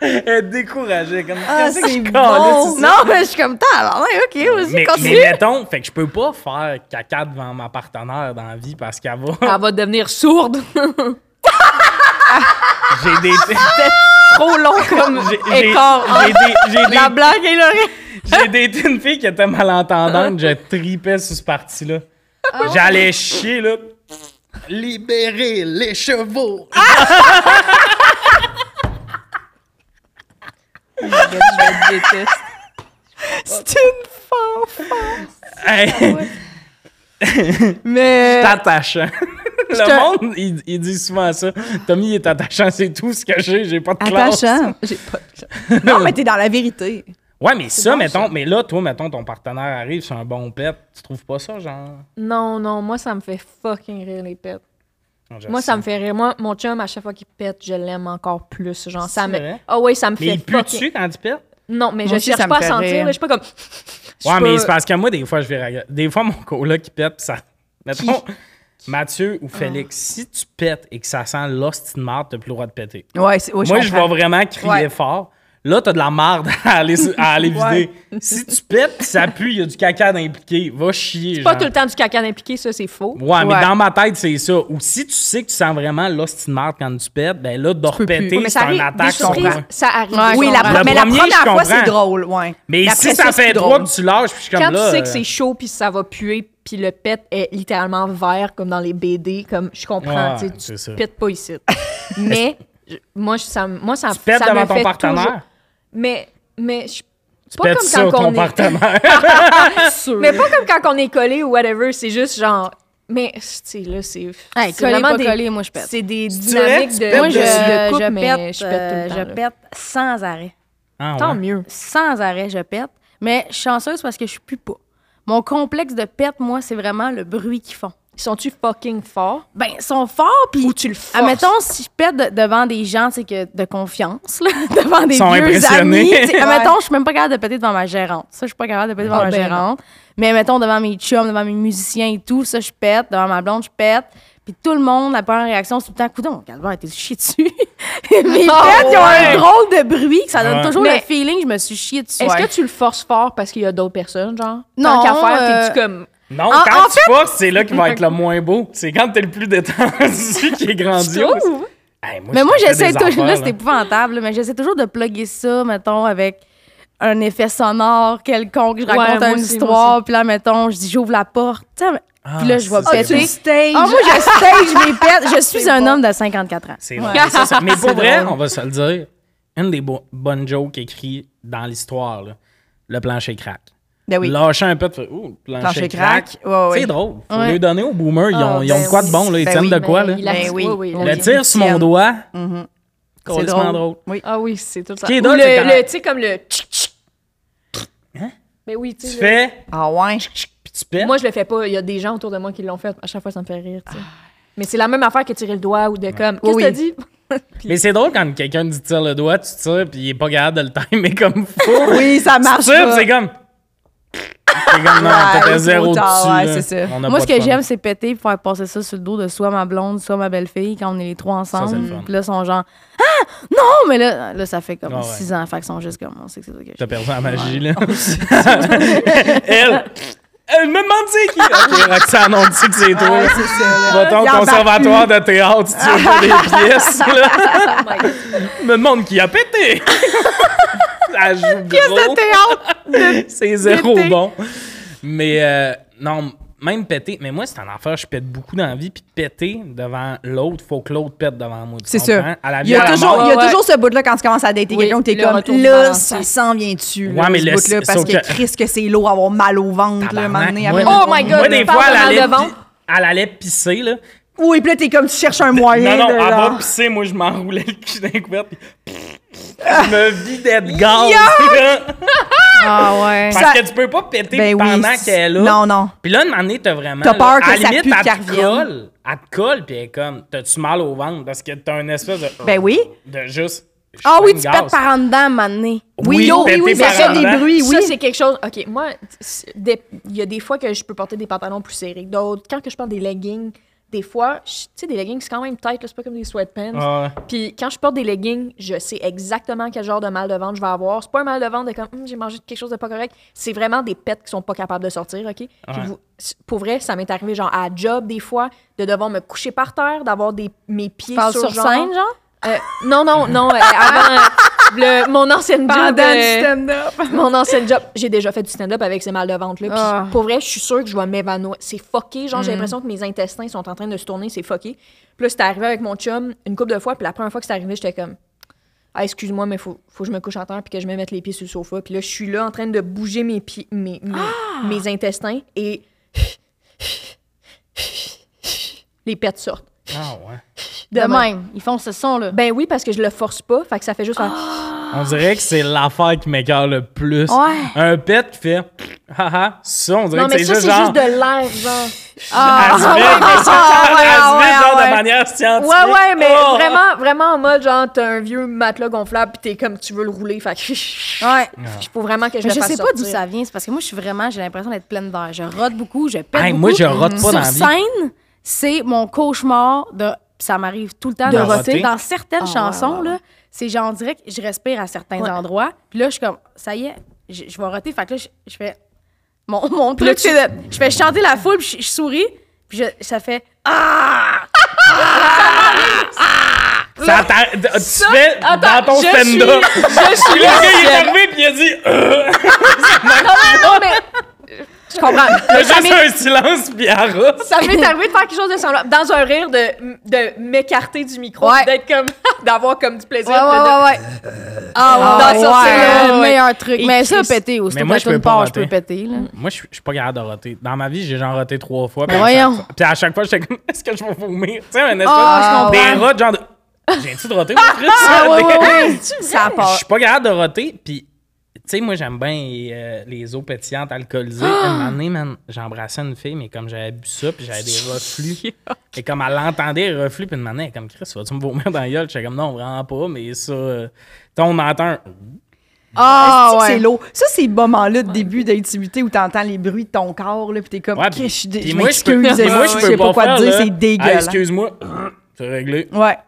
S1: Elle est découragée. Comme,
S3: Ah,
S1: Qu'est-ce que
S3: c'est
S1: je
S3: bon.
S4: Oh,
S1: calisse ici?
S5: Non, mais je suis comme ça. Alors, ouais, ok, vas-y,
S1: Mais, mais
S5: continue.
S1: mettons, fait que je peux pas faire caca devant ma partenaire dans la vie parce qu'elle va.
S4: Elle va devenir sourde.
S1: J'ai des.
S4: Trop long comme
S1: j'ai- j'ai-
S4: écart.
S1: j'ai des- j'ai des
S4: La blague est l'oreille.
S1: J'ai daté une fille qui était malentendante, je tripais sur ce parti-là. J'allais chier, là. Libérer les chevaux!
S4: Je déteste.
S3: C'est une fanfare.
S1: Hey,
S3: Mais.
S1: T'attachant.
S3: te-
S1: Le monde, il, il dit souvent ça. Tommy, il est attachant, c'est tout ce que j'ai, j'ai pas de classe.
S3: Attachant. J'ai pas de classe. Non, mais t'es dans la vérité.
S1: Ouais, mais ça, mettons, mais là, toi, mettons, ton partenaire arrive, c'est un bon pet. Tu trouves pas ça, genre?
S4: Non, non, moi, ça me fait fucking rire, les pets.
S1: Euh, Je
S4: Moi,
S1: sais.
S4: ça me fait rire. Moi, mon chum, à chaque fois qu'il pète, je l'aime encore plus. Genre, ça
S1: C'est
S4: me.
S1: vrai?
S4: Ah oui, ça me
S1: Mais
S4: fait
S1: il pue
S4: fucking-
S1: dessus quand tu pètes?
S4: Non, mais
S3: Moi
S4: je
S3: aussi, ça
S4: cherche
S3: me
S4: pas à
S3: fait
S4: sentir.
S3: rire.
S4: là. Je suis pas comme. Je
S1: Ouais,
S4: suis
S1: mais
S4: pas-
S1: c'est parce que moi, des fois, je vais regarder. Des fois, mon coloc qui pète, pis ça. Mettons, Mathieu
S4: Ah.
S1: ou Félix, si tu pètes et que ça sent l'hostie de marde, t'as plus le droit de péter.
S3: Ouais, c'est. ouais,
S1: moi, je vais
S3: comprends.
S1: vraiment crier
S3: Ouais.
S1: fort. Là, t'as de la marde à aller, à aller
S3: Ouais.
S1: vider. Si tu pètes, pis ça pue, il y a du caca d'impliqué. Va chier.
S4: pas
S1: genre.
S4: tout le temps du caca impliqué, ça, c'est faux.
S1: Ouais, mais
S3: Ouais.
S1: dans ma tête, c'est ça. Ou si tu sais que tu sens vraiment l'hostie de marde quand tu pètes, ben là, de
S3: peux plus.
S1: repéter,
S3: Ouais,
S4: Mais
S1: c'est
S4: ça
S1: un
S4: arrive. Des
S1: attaque. sur
S4: surprises,
S1: moi.
S4: ça arrive.
S3: Oui,
S4: Je
S3: la,
S4: comprends.
S1: Le
S3: mais la
S1: premier, je
S3: première fois, c'est
S1: comprends.
S3: drôle, ouais.
S1: Mais
S3: Après
S1: si ça
S3: c'est
S1: fait
S3: drôle.
S1: trois que tu lâches, puis je suis comme
S4: Quand
S1: là.
S4: tu sais que
S1: euh,
S4: c'est chaud puis ça va puer puis le pet est littéralement vert comme dans les BD, comme je comprends,
S1: Ouais,
S4: tu sais,
S1: c'est ça.
S4: tu pètes pas ici. mais je- moi, je- ça, me- moi, ça,
S1: tu pètes
S4: ça me
S1: devant ton
S4: fait
S1: partenaire.
S4: toujours- Mais, mais je
S1: Tu
S4: pas
S1: pètes
S4: comme
S1: ça
S4: quand
S1: à ton
S4: on est...
S1: partenaire.
S4: Mais pas comme quand on est collé ou whatever, c'est juste genre... Mais, tu sais, là, c'est...
S5: Hey,
S4: c'est vraiment
S5: pas
S4: des-
S5: collé, moi, je pète.
S4: C'est des
S1: vrai que
S4: dynamiques
S1: tu
S4: de...
S1: pètes
S5: Moi, je,
S1: dessus
S4: de
S5: je,
S4: couple,
S5: pète,
S4: mais je pète tout le
S5: euh,
S4: temps,
S5: je
S4: là.
S5: pète sans arrêt.
S1: Ah,
S4: Tant
S1: ouais.
S4: mieux.
S5: Sans arrêt, je pète. Mais je suis chanceuse parce que je pue pas. Mon complexe de pète, moi, c'est vraiment le bruit qu'ils font.
S4: Sont-tu fucking forts?
S5: Ben, ils sont forts, puis...
S4: Ou tu le forces?
S5: Admettons, si je pète de- devant des gens, c'est que de confiance, là, devant des
S1: Ils sont
S5: vieux
S1: impressionnés.
S5: amis. tu sais,
S1: Ouais.
S5: Admettons, je suis même pas capable de péter devant ma gérante. Ça, je suis pas capable de péter devant
S4: Ah,
S5: ma
S4: ben non.
S5: gérante. Mais mettons, devant mes chums, devant mes musiciens et tout, ça, je pète. Devant ma blonde, je pète. Puis tout le monde, la première réaction, c'est tout le temps, coudon, Calvin, t'es chié dessus. Mais ils pètent, ils ont
S1: Ah, ouais.
S5: un drôle de bruit, que ça donne
S1: Ouais.
S5: toujours
S4: Mais-
S5: le feeling, je me suis chié dessus.
S4: Est-ce
S5: Ouais.
S4: que tu le forces fort parce qu'il y a d'autres personnes, genre? Tant
S5: Non,
S4: qu'à faire,
S5: euh,
S4: t'es-tu comme...
S1: Non,
S5: En-
S1: quand
S5: en
S1: tu forces, c'est là qu'il va être le moins beau. C'est quand t'es le plus détendu qui est
S4: Tu
S1: grandiose.
S4: trouves?
S1: Hey, moi,
S5: Mais
S1: je
S5: moi,
S1: fais
S5: j'essaie
S1: des
S5: toujours, là,
S1: affaires,
S5: c'est épouvantable, là, mais j'essaie toujours de plugger ça, mettons, avec un effet sonore quelconque. Je
S4: Ouais,
S5: raconte
S4: moi
S5: une
S4: aussi, moi
S5: histoire, puis là, mettons, je dis, j'ouvre la porte. Tu sais, mais-
S1: Ah,
S5: puis là, je vais
S1: c'est
S5: péter.
S1: bon.
S5: Ah, moi, je stage mes pets. Je suis un
S4: bon.
S5: homme de 54 ans.
S1: C'est vrai, c'est ça. Mais pour vrai, on va se le dire, une des bo- bonnes jokes écrites dans l'histoire, là, le plancher crack.
S3: Ben oui.
S1: Lâcher un peu de Ouh, plancher,
S3: Plancher
S1: crack.
S3: crack, ouais, ouais.
S1: C'est drôle. Faut
S5: Ouais.
S1: lui donner aux boomers. Ils ont,
S4: Ah,
S1: ils ont
S4: ben
S1: de quoi de
S4: oui.
S1: bon, là? Ils
S3: Ben
S1: tiennent
S3: oui,
S1: de quoi,
S4: mais
S1: là?
S4: il a-
S3: Ben oui.
S4: Oui, oui,
S3: oui.
S1: Le tir sur mon
S3: Tiennent.
S1: doigt,
S3: Mhm.
S1: c'est drôle. drôle.
S3: Oui.
S4: Ah oui, c'est tout
S1: Ce
S4: ça.
S1: qui est
S4: Ou
S1: drôle, c'est quand-
S4: le, le- tu sais, comme le tchic, tchic. Mais oui, tu
S1: Tu
S4: sais. le-
S1: fais,
S3: Ah ouais.
S1: puis tu pètes.
S4: Moi, je le fais pas. Il y a des gens autour de moi qui l'ont fait. À chaque fois, ça me fait rire, tu sais. Mais c'est la même affaire que tirer le doigt ou de comme. Qu'est-ce que
S3: Oui,
S4: t'as
S3: oui.
S4: dit?
S1: Mais c'est drôle quand quelqu'un dit tire le doigt, tu tires, puis il est pas capable de le timer comme faut.
S3: Oui, ça marche.
S1: sûr,
S3: pas.
S1: c'est comme. C'est comme, non,
S3: Ouais,
S1: t'étais
S3: trop
S1: zéro dessus.
S3: tard, ouais,
S1: là.
S3: c'est ça.
S1: On a
S5: Moi,
S1: pas
S5: ce
S1: de
S5: que
S1: fun.
S5: j'aime, c'est péter et faire passer ça sur le dos de soit ma blonde, soit ma belle-fille quand on est les trois
S1: Ça, c'est le
S5: ensemble.
S1: fun.
S5: Puis là, ils sont genre, ah, non, mais là, là ça fait
S1: Ah
S5: comme
S1: ouais.
S5: 6 ans. Fait qu'ils sont juste comme, on sait que c'est ça que je
S1: T'as perdu la magie, là.
S3: Oh,
S1: elle. Elle me demande c'est qui. Ok, Roxane, on dit que c'est toi.
S3: Ouais, c'est ça. là.
S1: Va-t'en au
S3: Il embarque
S1: conservatoire de théâtre, tu veux pas des pièces, là.
S4: Oh my God.
S1: me demande qui a pété. Ça joue gros.
S3: plus. Théâtre.
S1: C'est zéro
S3: d'été.
S1: bon. Mais euh, non, même péter, mais moi, c'est un affaire, je pète beaucoup dans la vie, puis de péter devant l'autre, faut que l'autre pète devant moi. tu
S3: C'est sûr.
S1: comprends? À la
S3: Il y a,
S1: vie, à la
S3: toujours,
S1: mort.
S3: il y a
S4: Ouais, ouais.
S3: toujours ce bout-là quand tu commences à dater
S4: Oui,
S3: quelqu'un où t'es
S4: le
S3: comme
S4: retour du
S3: là,
S4: balancier.
S3: ça s'en vient-tu, là,
S1: Ouais, mais
S3: ce
S1: le-
S3: bout-là, parce
S1: sauf
S3: que
S1: que-
S3: Chris, que c'est lourd avoir mal au ventre, là, un moment
S1: Tabarnak.
S3: donné,
S1: Moi,
S3: après-
S4: Oh my God,
S1: Moi, des
S4: tu
S1: fois,
S4: parles
S1: elle
S4: de
S1: allait,
S4: mal de
S1: pi- elle allait pisser, là.
S3: Oui, puis là, t'es comme, tu cherches un moyen.
S1: non, non,
S3: de,
S1: elle
S3: genre-
S1: va pisser, moi, je m'enroulais le cul dans la couverte, puis je me vidais de gaz. là.
S2: Ah ouais.
S1: Parce que tu peux pas péter
S3: Ben oui,
S1: pendant
S3: c'est-
S1: qu'elle est là.
S3: Non, non.
S1: Puis là, une année, t'as vraiment.
S3: T'as
S1: là,
S3: peur que
S1: à la
S3: ça
S1: limite,
S3: pue
S1: elle
S3: qu'elle
S1: te
S3: revienne.
S1: colle. Elle te colle, puis elle est comme, t'as-tu mal au ventre? Parce que t'as une espèce de.
S3: Ben oui.
S1: De juste. je
S5: Ah oui,
S1: prends
S5: tu
S1: une
S5: pètes
S1: gaz.
S5: par en dedans, mané.
S3: Oui, oh, oui,
S1: péter
S3: oui, ça
S1: par
S3: fait
S1: en
S3: des
S1: dedans.
S3: bruits, oui.
S4: Ça, c'est quelque chose. OK, moi, c'est- des- il y a des fois que je peux porter des pantalons plus serrés que d'autres. Quand que je porte des leggings, des fois, je- tu sais, des leggings, c'est quand même tight, là, c'est pas comme des sweatpants.
S1: Ah,
S4: Puis quand je porte des leggings, je sais exactement quel genre de mal de ventre je vais avoir. C'est pas un mal de ventre de comme Hum, j'ai mangé quelque chose de pas correct. C'est vraiment des pets qui sont pas capables de sortir, OK? Puis vous- c- pour vrai, ça m'est arrivé genre à la job des fois de devoir me coucher par terre, d'avoir des mes pieds
S5: Parle
S4: sur,
S5: sur scène, genre?
S4: Euh, non non non euh, avant euh, le- mon ancienne job
S2: Pendant le
S4: euh,
S2: stand-up.
S4: mon ancienne job, j'ai déjà fait du stand-up avec ces mal de ventre là. Puis
S5: Ah.
S4: pour vrai, je suis sûre que je vais m'évanouir. C'est fucké, genre j'ai
S1: Mm.
S4: l'impression que mes intestins sont en train de se tourner, c'est fucké. Puis là, c'était arrivé avec mon chum une couple de fois, puis la première fois que c'est arrivé, j'étais comme ah, excuse-moi, mais faut, faut que je me couche en terre puis que je me mette les pieds sur le sofa. Puis là, je suis là en train de bouger mes pieds, mes, mes,
S1: Ah!
S4: mes intestins et les pets sortent.
S1: ah ouais.
S5: De
S4: Demain.
S5: même. Ils font ce son-là.
S4: Ben oui, parce que je le force pas, fait que ça fait juste un-
S1: On dirait que c'est l'affaire qui m'écœure le plus.
S5: Ouais.
S1: Un pet qui fait haha, ça, on dirait
S4: Non,
S1: que
S4: mais
S1: c'est
S4: ça,
S1: juste
S4: c'est
S1: genre.
S4: juste de l'air, genre.
S3: Ah
S1: à se vivre, mais ça, à se vivre, genre de manière scientifique.
S4: Ouais, ouais, mais
S1: Oh!
S4: vraiment, vraiment en mode, genre, t'as un vieux matelas gonflable pis t'es comme, tu veux le rouler, fait que il
S5: Ouais.
S4: faut vraiment que je
S5: Mais
S4: le
S5: je
S4: fasse
S5: sais pas d'où
S4: sortir.
S5: ça vient. C'est parce que moi, je suis vraiment, j'ai l'impression d'être pleine d'air. Je rote beaucoup, je pète
S1: Hey,
S5: beaucoup.
S1: moi, je rote pas
S5: Sur
S1: dans la vie.
S5: scène, c'est mon cauchemar de... Ça m'arrive tout le temps
S1: De
S5: dans-
S1: roter.
S5: Dans certaines
S2: Ah, ouais,
S5: chansons,
S2: ouais, ouais.
S5: là, c'est genre, on dirait que je respire à certains
S4: Ouais.
S5: endroits. Puis là, je suis comme, ça y est, je, je vais roter. Fait que là, je, je fais... Mon, mon truc,
S4: tu-
S5: c'est de- Je fais chanter la foule, puis je, je souris. Puis je- ça fait...
S1: Ça t'a- tu fais dans ton
S4: je
S1: stand-up.
S4: suis- je suis
S1: Puis là, le gars, il est
S4: ancienne.
S1: arrivé puis il a dit Euh!
S4: Non, non, mais je comprends.
S5: Ah,
S1: Il y a juste un silence puis il arrête.
S4: Ça m'est arrivé de faire quelque chose de semblable. Dans un rire, de, de m'écarter du micro,
S5: Ouais.
S4: d'être comme, d'avoir comme du plaisir.
S5: Ouais, ouais,
S4: de- de-
S5: ouais, ouais.
S4: Ah,
S5: Ah,
S4: dans
S5: ouais,
S4: ça, c'est
S5: c'est
S4: là,
S5: le
S4: ouais.
S5: meilleur truc.
S4: Et
S5: Mais ça,
S4: Christ.
S5: péter aussi.
S1: Mais moi, je peux
S5: une
S1: pas
S5: part, je peux
S1: roter.
S5: péter. Là.
S1: Moi, je suis je suis pas capable de roter. Dans ma vie, j'ai genre roté trois fois. Puis,
S5: Ben
S1: à chaque
S5: voyons.
S1: fois- puis à chaque fois, j'étais comme, est-ce que je vais vomir? Tu sais, un espèce
S5: Ah, je
S1: des
S5: comprends.
S1: rotes, genre de. J'ai-tu de roter, mon Chris?
S5: Ah, ouais, ouais, ouais.
S3: Ça
S1: Je
S3: part.
S1: suis pas capable de roter, puis tu sais, moi, j'aime bien euh, les eaux pétillantes alcoolisées.
S3: Ah!
S1: À un moment donné, man, j'embrassais une fille, mais comme j'avais bu ça, puis j'avais des reflux. et comme elle l'entendait, les reflux, puis une moment donné, elle est comme, Chris, vas-tu me vomir dans la gueule? J'étais comme, non, vraiment pas, mais ça... euh, tu sais, on entend... un-
S3: Est-ce
S5: Ah,
S3: que
S5: ouais.
S3: C'est lourd. Ça, c'est le moment-là de début d'intimité où t'entends les bruits de ton corps, là, pis t'es comme,
S1: Ouais,
S3: Chris, je suis dé-
S1: puis
S3: je
S1: moi, je peux-
S3: m'excuse,
S1: puis moi, je
S3: je sais
S1: peux
S3: pas quoi
S1: faire,
S3: te dire,
S1: là,
S3: c'est
S1: Hey,
S3: dégueulasse.
S1: excuse-moi, c'est réglé.
S3: Ouais.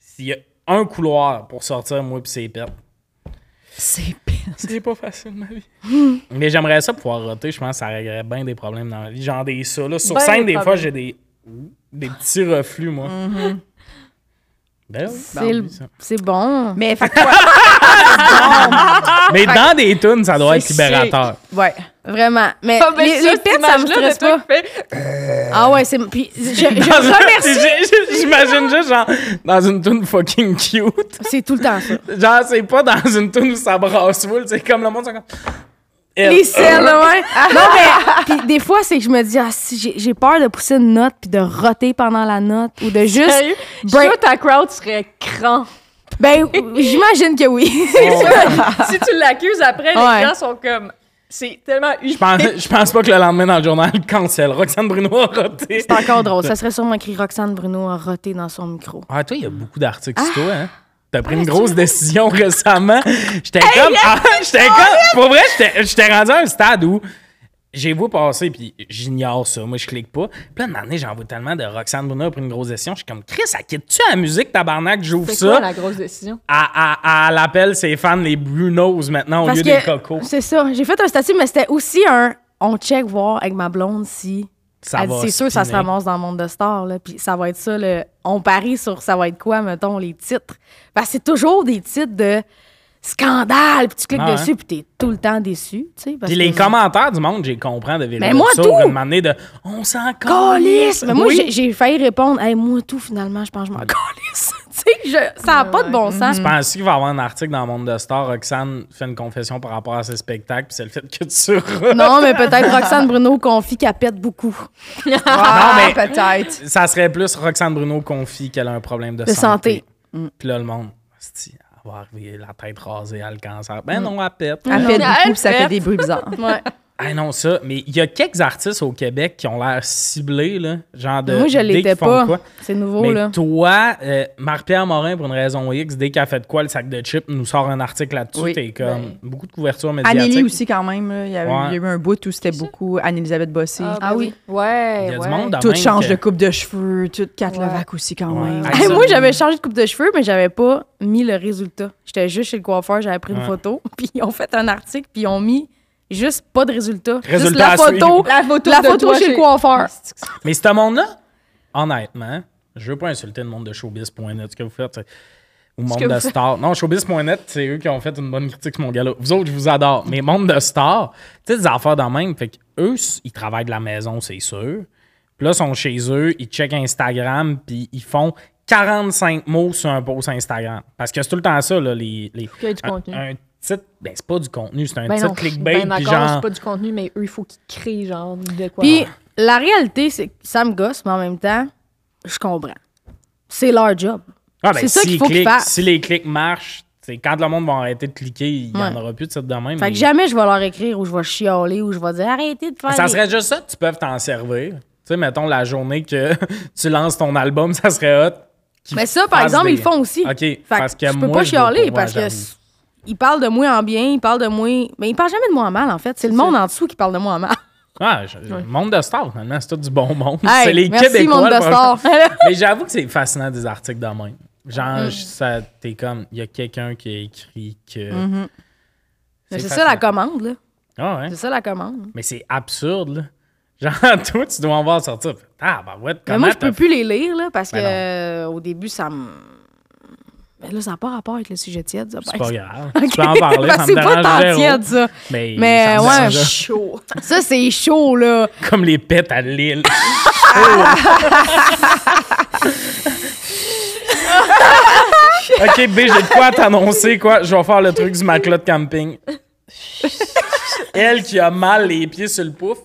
S1: S'il y a un couloir pour sortir, moi, puis c'est pire.
S3: C'est pire.
S1: C'est pas facile, ma vie. Mais j'aimerais ça pouvoir roter. Je pense que ça réglerait bien des problèmes dans la vie. Genre des ça, là. Sur
S4: Ben
S1: scène,
S4: des
S1: des fois,
S4: problèmes.
S1: j'ai des, des petits reflux, moi. Ben oui,
S5: C'est
S1: ben oui,
S5: le-
S1: ça.
S5: C'est bon.
S3: Mais, fait que toi,
S1: Mais dans des tunes, ça doit être
S3: C'est
S1: libérateur.
S3: ouais.
S5: Vraiment. Mais
S4: Ah, ben
S5: les,
S4: ça,
S5: les
S4: cette
S5: pets, ça me
S4: image-là de
S5: stresse
S4: toi
S5: pas.
S4: qui fait-
S5: Ah ouais, c'est... Puis je, je
S1: J'ai-
S5: remercie.
S1: j'ai- J'imagine juste, genre, dans une tune fucking cute.
S5: C'est tout le temps ça.
S1: Genre, c'est pas dans une tune où ça brasse full. C'est comme le monde, c'est comme. Eh, Elle.
S5: Les selles, ouais. Non, mais... Puis des fois, c'est que je me dis, ah, si, j'ai- j'ai peur de pousser une note puis de roter pendant la note ou de juste...
S4: Sérieux? Je suis
S5: Break-
S4: sûre que ta crowd serait cran.
S5: Ben, j'imagine que oui.
S1: Oh.
S4: si tu l'accuses après,
S5: Ouais.
S4: les gens sont comme. C'est tellement
S1: Je pense, je pense pas que le lendemain dans le journal, il cancelle. Roxane Bruno a roté.
S5: C'est encore drôle. Ça serait sûrement écrit Roxane Bruno a roté dans son micro.
S1: Ah, toi, il y a beaucoup d'articles
S5: Ah!
S1: sur toi, hein? T'as pris une grosse décision récemment. J'étais comme. ah, j'étais
S5: Oh,
S1: comme. Pour vrai, j'étais- j'étais rendu à un stade où j'ai vu passer, puis j'ignore ça. Moi, je clique pas. Plein de années, j'en vois tellement de Roxane Bruno a pris une grosse décision. Je suis comme, Chris, elle quitte-tu la musique, tabarnak? J'ouvre
S4: C'est quoi
S1: ça.
S4: la grosse décision?
S1: À, à, à l'appel, ses fans, les Brunos maintenant, au
S5: Parce
S1: lieu
S5: que-
S1: des cocos.
S5: C'est ça. J'ai fait un statut, mais c'était aussi un on check voir avec ma blonde si.
S1: Ça
S5: Elle dit,
S1: va
S5: c'est sûr, ça se
S1: spinner.
S5: ramasse dans le monde de stars. Là, puis ça va être ça. le- on parie sur ça va être quoi, mettons, les titres. Parce que c'est toujours des titres de. scandale, puis tu cliques
S1: Ah ouais.
S5: dessus, puis t'es tout le temps déçu, tu sais. parce
S1: Puis
S5: que-
S1: les commentaires du monde, j'ai compris de vérité.
S5: Mais moi, tout!
S1: Une manée de on s'en calisse.
S5: Calisse! Mais moi,
S1: Oui.
S5: j'ai- j'ai failli répondre, hey, moi, tout, finalement, je pense que je m'en calisse. tu sais, je- ça n'a pas de bon sens.
S1: Je pense qu'il va y avoir un article dans le monde de Star. Roxane fait une confession par rapport à ses spectacles, puis c'est le fait que tu re-
S5: Non, mais peut-être Roxane Bruno confie qu'elle pète beaucoup
S3: Ah,
S1: mais-
S3: peut-être.
S1: Ça serait plus Roxane Bruno confie qu'elle a un problème de,
S5: de santé.
S1: Puis là, le monde, Asti, elle va arriver la tête rasée, elle a le cancer. Ben non, elle pète.
S3: Elle fait
S4: Non,
S3: beaucoup,
S4: elle
S3: puis ça
S4: fait.
S3: fait des bruits bizarres.
S1: Ah non, ça, mais il y a quelques artistes au Québec qui ont l'air ciblés, là. Genre de.
S5: moi, je
S1: dès qu'ils
S5: l'étais
S1: font
S5: pas.
S1: quoi.
S5: C'est nouveau,
S1: Mais
S5: là.
S1: toi, euh, Marc-Pierre Morin, pour une raison X, dès qu'elle fait de quoi, le sac de chips nous sort un article là-dessus.
S3: Oui.
S1: T'es comme beaucoup de couverture médiatique.
S3: Anélie aussi, quand même. là, Il y, a,
S1: Ouais.
S3: il y a eu un bout où c'était beaucoup Anne-Elisabeth Bossé.
S4: Ah oui.
S1: Il
S4: Ouais.
S1: y a
S4: ouais.
S1: du monde dans
S3: Tout
S1: même
S3: change
S1: que-
S3: de coupe de cheveux, tout Kat
S4: Ouais.
S3: Levac aussi, quand
S1: Ouais.
S3: même.
S1: Ah,
S5: Hey,
S1: ça,
S5: moi,
S1: oui.
S5: j'avais changé de coupe de cheveux, mais j'avais pas mis le résultat. J'étais juste chez le coiffeur, j'avais pris
S1: Ouais.
S5: une photo, puis ils ont fait un article, puis ils ont mis juste pas de résultat. juste
S1: Résultat à
S5: la photo,
S1: suivre.
S5: la photo, chez le coiffeur.
S1: Mais ce monde-là, honnêtement, je veux pas insulter le monde de showbiz.net, ce que vous faites. c'est- Ou monde
S4: que
S1: de
S4: vous faites.
S1: stars. Non, showbiz.net, c'est eux qui ont fait une bonne critique sur mon gars-là. Vous autres, je vous adore. Mais monde de stars, tu sais, des affaires dans même. Fait que eux, s- ils travaillent de la maison, c'est sûr. Puis là, ils sont chez eux, ils checkent Instagram, puis ils font 45 mots sur un post Instagram. Parce que c'est tout le temps ça, là, les. les
S4: qu'il y ait du contenu.
S1: Un titre, ben, c'est pas du contenu, c'est un
S4: Ben
S1: titre
S4: non, je suis
S1: clickbait,
S4: ben
S1: puis
S4: d'accord,
S1: genre.
S4: c'est pas du contenu, mais eux, il faut qu'ils créent, genre, de quoi.
S5: Puis la réalité, c'est que ça me gosse, mais en même temps, je comprends. C'est leur job.
S1: Ah, ben,
S5: C'est ça
S1: si
S5: qu'il
S1: les
S5: faut qu'ils
S1: clics-
S5: fassent.
S1: Si les clics marchent, c'est quand le monde va arrêter de cliquer, il n'y en
S5: Ouais.
S1: aura plus de ça de même.
S5: Fait
S1: mais-
S5: que jamais je vais leur écrire ou je vais chialer ou je vais dire arrêtez de faire.
S1: Mm. Ça
S5: des-
S1: serait juste ça, que tu peux t'en servir. Tu sais, mettons la journée que tu lances ton album, ça serait hot. qu'ils
S5: Mais ça, par
S1: fassent
S5: exemple,
S1: des-
S5: ils le font aussi.
S1: OK.
S5: Fait que
S1: parce que
S5: je peux
S1: moi,
S5: pas
S1: je vois
S5: chialer
S1: moi,
S5: parce que
S1: j'avoue.
S5: s- ils parlent de moi en bien, ils parlent de moi. Mais ils parlent jamais de moi en mal, en fait. C'est le monde en dessous qui parle de moi en mal.
S1: Ah, je- le monde de stars, finalement, c'est tout du bon monde.
S5: Hey,
S1: c'est les
S5: merci,
S1: Québécois.
S5: monde de
S1: le problème.
S5: stars.
S1: Mais j'avoue que c'est fascinant des articles de même.
S5: Mm.
S1: Genre, je- ça, t'es comme, il y a quelqu'un qui a écrit que.
S5: Mais C'est ça
S1: fascinant.
S5: la commande, là.
S1: Ah ouais.
S5: Mm-hmm. C'est ça la commande.
S1: Mais c'est absurde, là. Genre, toi, tu dois en voir sortir. Ah, bah ouais,
S5: Mais
S1: comment
S5: moi, je
S1: t'as
S5: peux plus les lire, là, parce
S1: Ben
S5: que
S1: non.
S5: euh, au début, ça me. Mais là, ça n'a pas rapport avec le sujet tiède, ça.
S1: C'est
S5: par
S1: pas
S5: exemple.
S1: grave. Tu peux en parler,
S5: Parce
S1: ça
S5: que
S1: me
S5: c'est pas tant
S1: dérange zéro.
S5: tiède, ça.
S1: Mais, ça
S5: Mais
S1: me
S5: ouais,
S1: dérange
S4: chaud.
S5: Ça, c'est chaud, là.
S1: pas. comme les pets à Oh. Lille. OK, B, j'ai de quoi t'annoncer, quoi. Je vais faire le truc du matelas de camping. Elle qui a mal les pieds sur le pouf.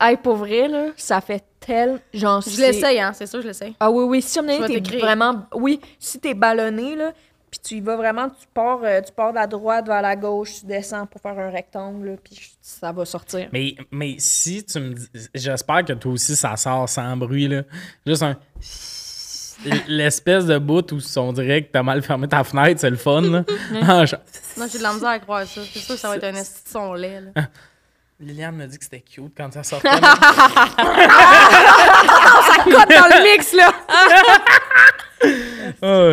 S4: Hey, pour vrai, là, ça fait tel. Genre,
S5: Je
S4: c'est-
S5: l'essaye, hein, c'est sûr, je l'essaye.
S4: Ah oui, oui. Si on
S5: Je vais
S4: est
S5: t'écrire.
S4: vraiment. Oui, si t'es ballonné, là, puis tu y vas vraiment, tu pars, euh, tu pars de la droite vers la gauche, tu descends pour faire un rectangle, là, puis je- ça va sortir.
S1: Mais, mais si tu me dis. J'espère que toi aussi, ça sort sans bruit, là. Juste un. L'espèce de bout où on dirait que t'as mal fermé ta fenêtre, c'est le fun, là. Ah, genre,
S5: Non, j'ai de la misère à croire ça. C'est sûr, ça va être un esti de son lait, là.
S1: Liliane me dit que c'était cute quand ça sortait.
S5: Cote dans le mix, là.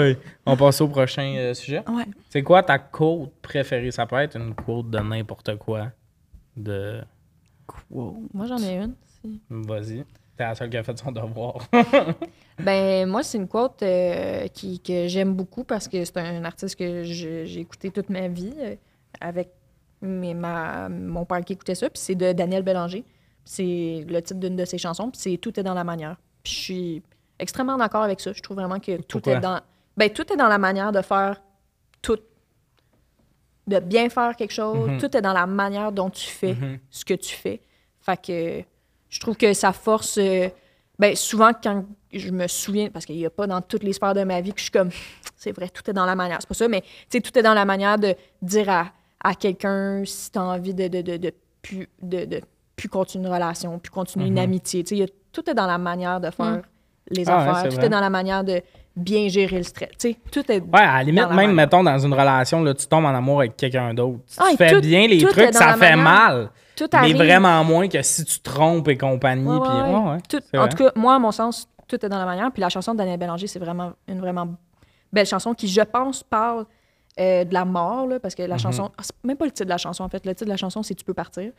S1: Hey, On passe au prochain euh, sujet.
S3: Ouais.
S1: C'est quoi ta quote préférée? Ça peut être une quote de n'importe quoi. De...
S4: Moi, j'en ai une.
S1: Vas-y. T'es la seule qui a fait son devoir.
S4: Ben, moi, c'est une quote euh, qui, que j'aime beaucoup parce que c'est un artiste que je- j'ai écouté toute ma vie euh, avec mes- ma, mon père qui écoutait ça. Puis c'est de Daniel Bélanger. C'est le titre d'une de ses chansons. Puis c'est Tout est dans la manière. Puis je suis extrêmement d'accord avec ça. Je trouve vraiment que tout
S1: Pourquoi?
S4: est dans. Ben, tout est dans la manière de faire tout. De bien faire quelque chose.
S1: Mhm.
S4: Tout est dans la manière dont tu fais
S1: Mhm.
S4: ce que tu fais. Fait que je trouve que ça force. euh, ben, souvent, quand je me souviens, parce qu'il n'y a pas dans toutes les sphères de ma vie que je suis comme, c'est vrai, tout est dans la manière. C'est pas ça, mais tu sais, tout est dans la manière de dire à, à quelqu'un si tu as envie de, de, de, de plus, de, de plus continuer une relation, plus continuer une
S1: Mhm.
S4: amitié. Tu sais, il y a- tout est dans la manière de faire les
S1: Ah ouais,
S4: affaires,
S1: c'est
S4: tout
S1: vrai.
S4: est dans la manière de bien gérer le stress. Tu sais, tout est.
S1: Ouais, à la limite,
S4: Dans la
S1: même,
S4: manière.
S1: mettons, dans une relation, là, tu tombes en amour avec quelqu'un d'autre. Si
S4: Ah,
S1: tu
S4: et
S1: fais
S4: tout-
S1: bien les
S4: tout est
S1: trucs,
S4: dans
S1: ça
S4: la
S1: fait
S4: manière.
S1: mal.
S4: Tout
S1: Mais
S4: arrive.
S1: vraiment moins que si tu trompes et compagnie.
S4: Ouais,
S1: puis-
S4: ouais,
S1: ouais, ouais,
S4: Tout-
S1: c'est
S4: en
S1: vrai.
S4: tout cas, moi, à mon sens, tout est dans la manière. Puis la chanson de Daniel Bélanger, c'est vraiment une vraiment belle chanson qui, je pense, parle euh, de la mort, là, parce que
S1: Mhm.
S4: la chanson, ah, c'est même pas le titre de la chanson, en fait. Le titre de la chanson, c'est Tu peux partir.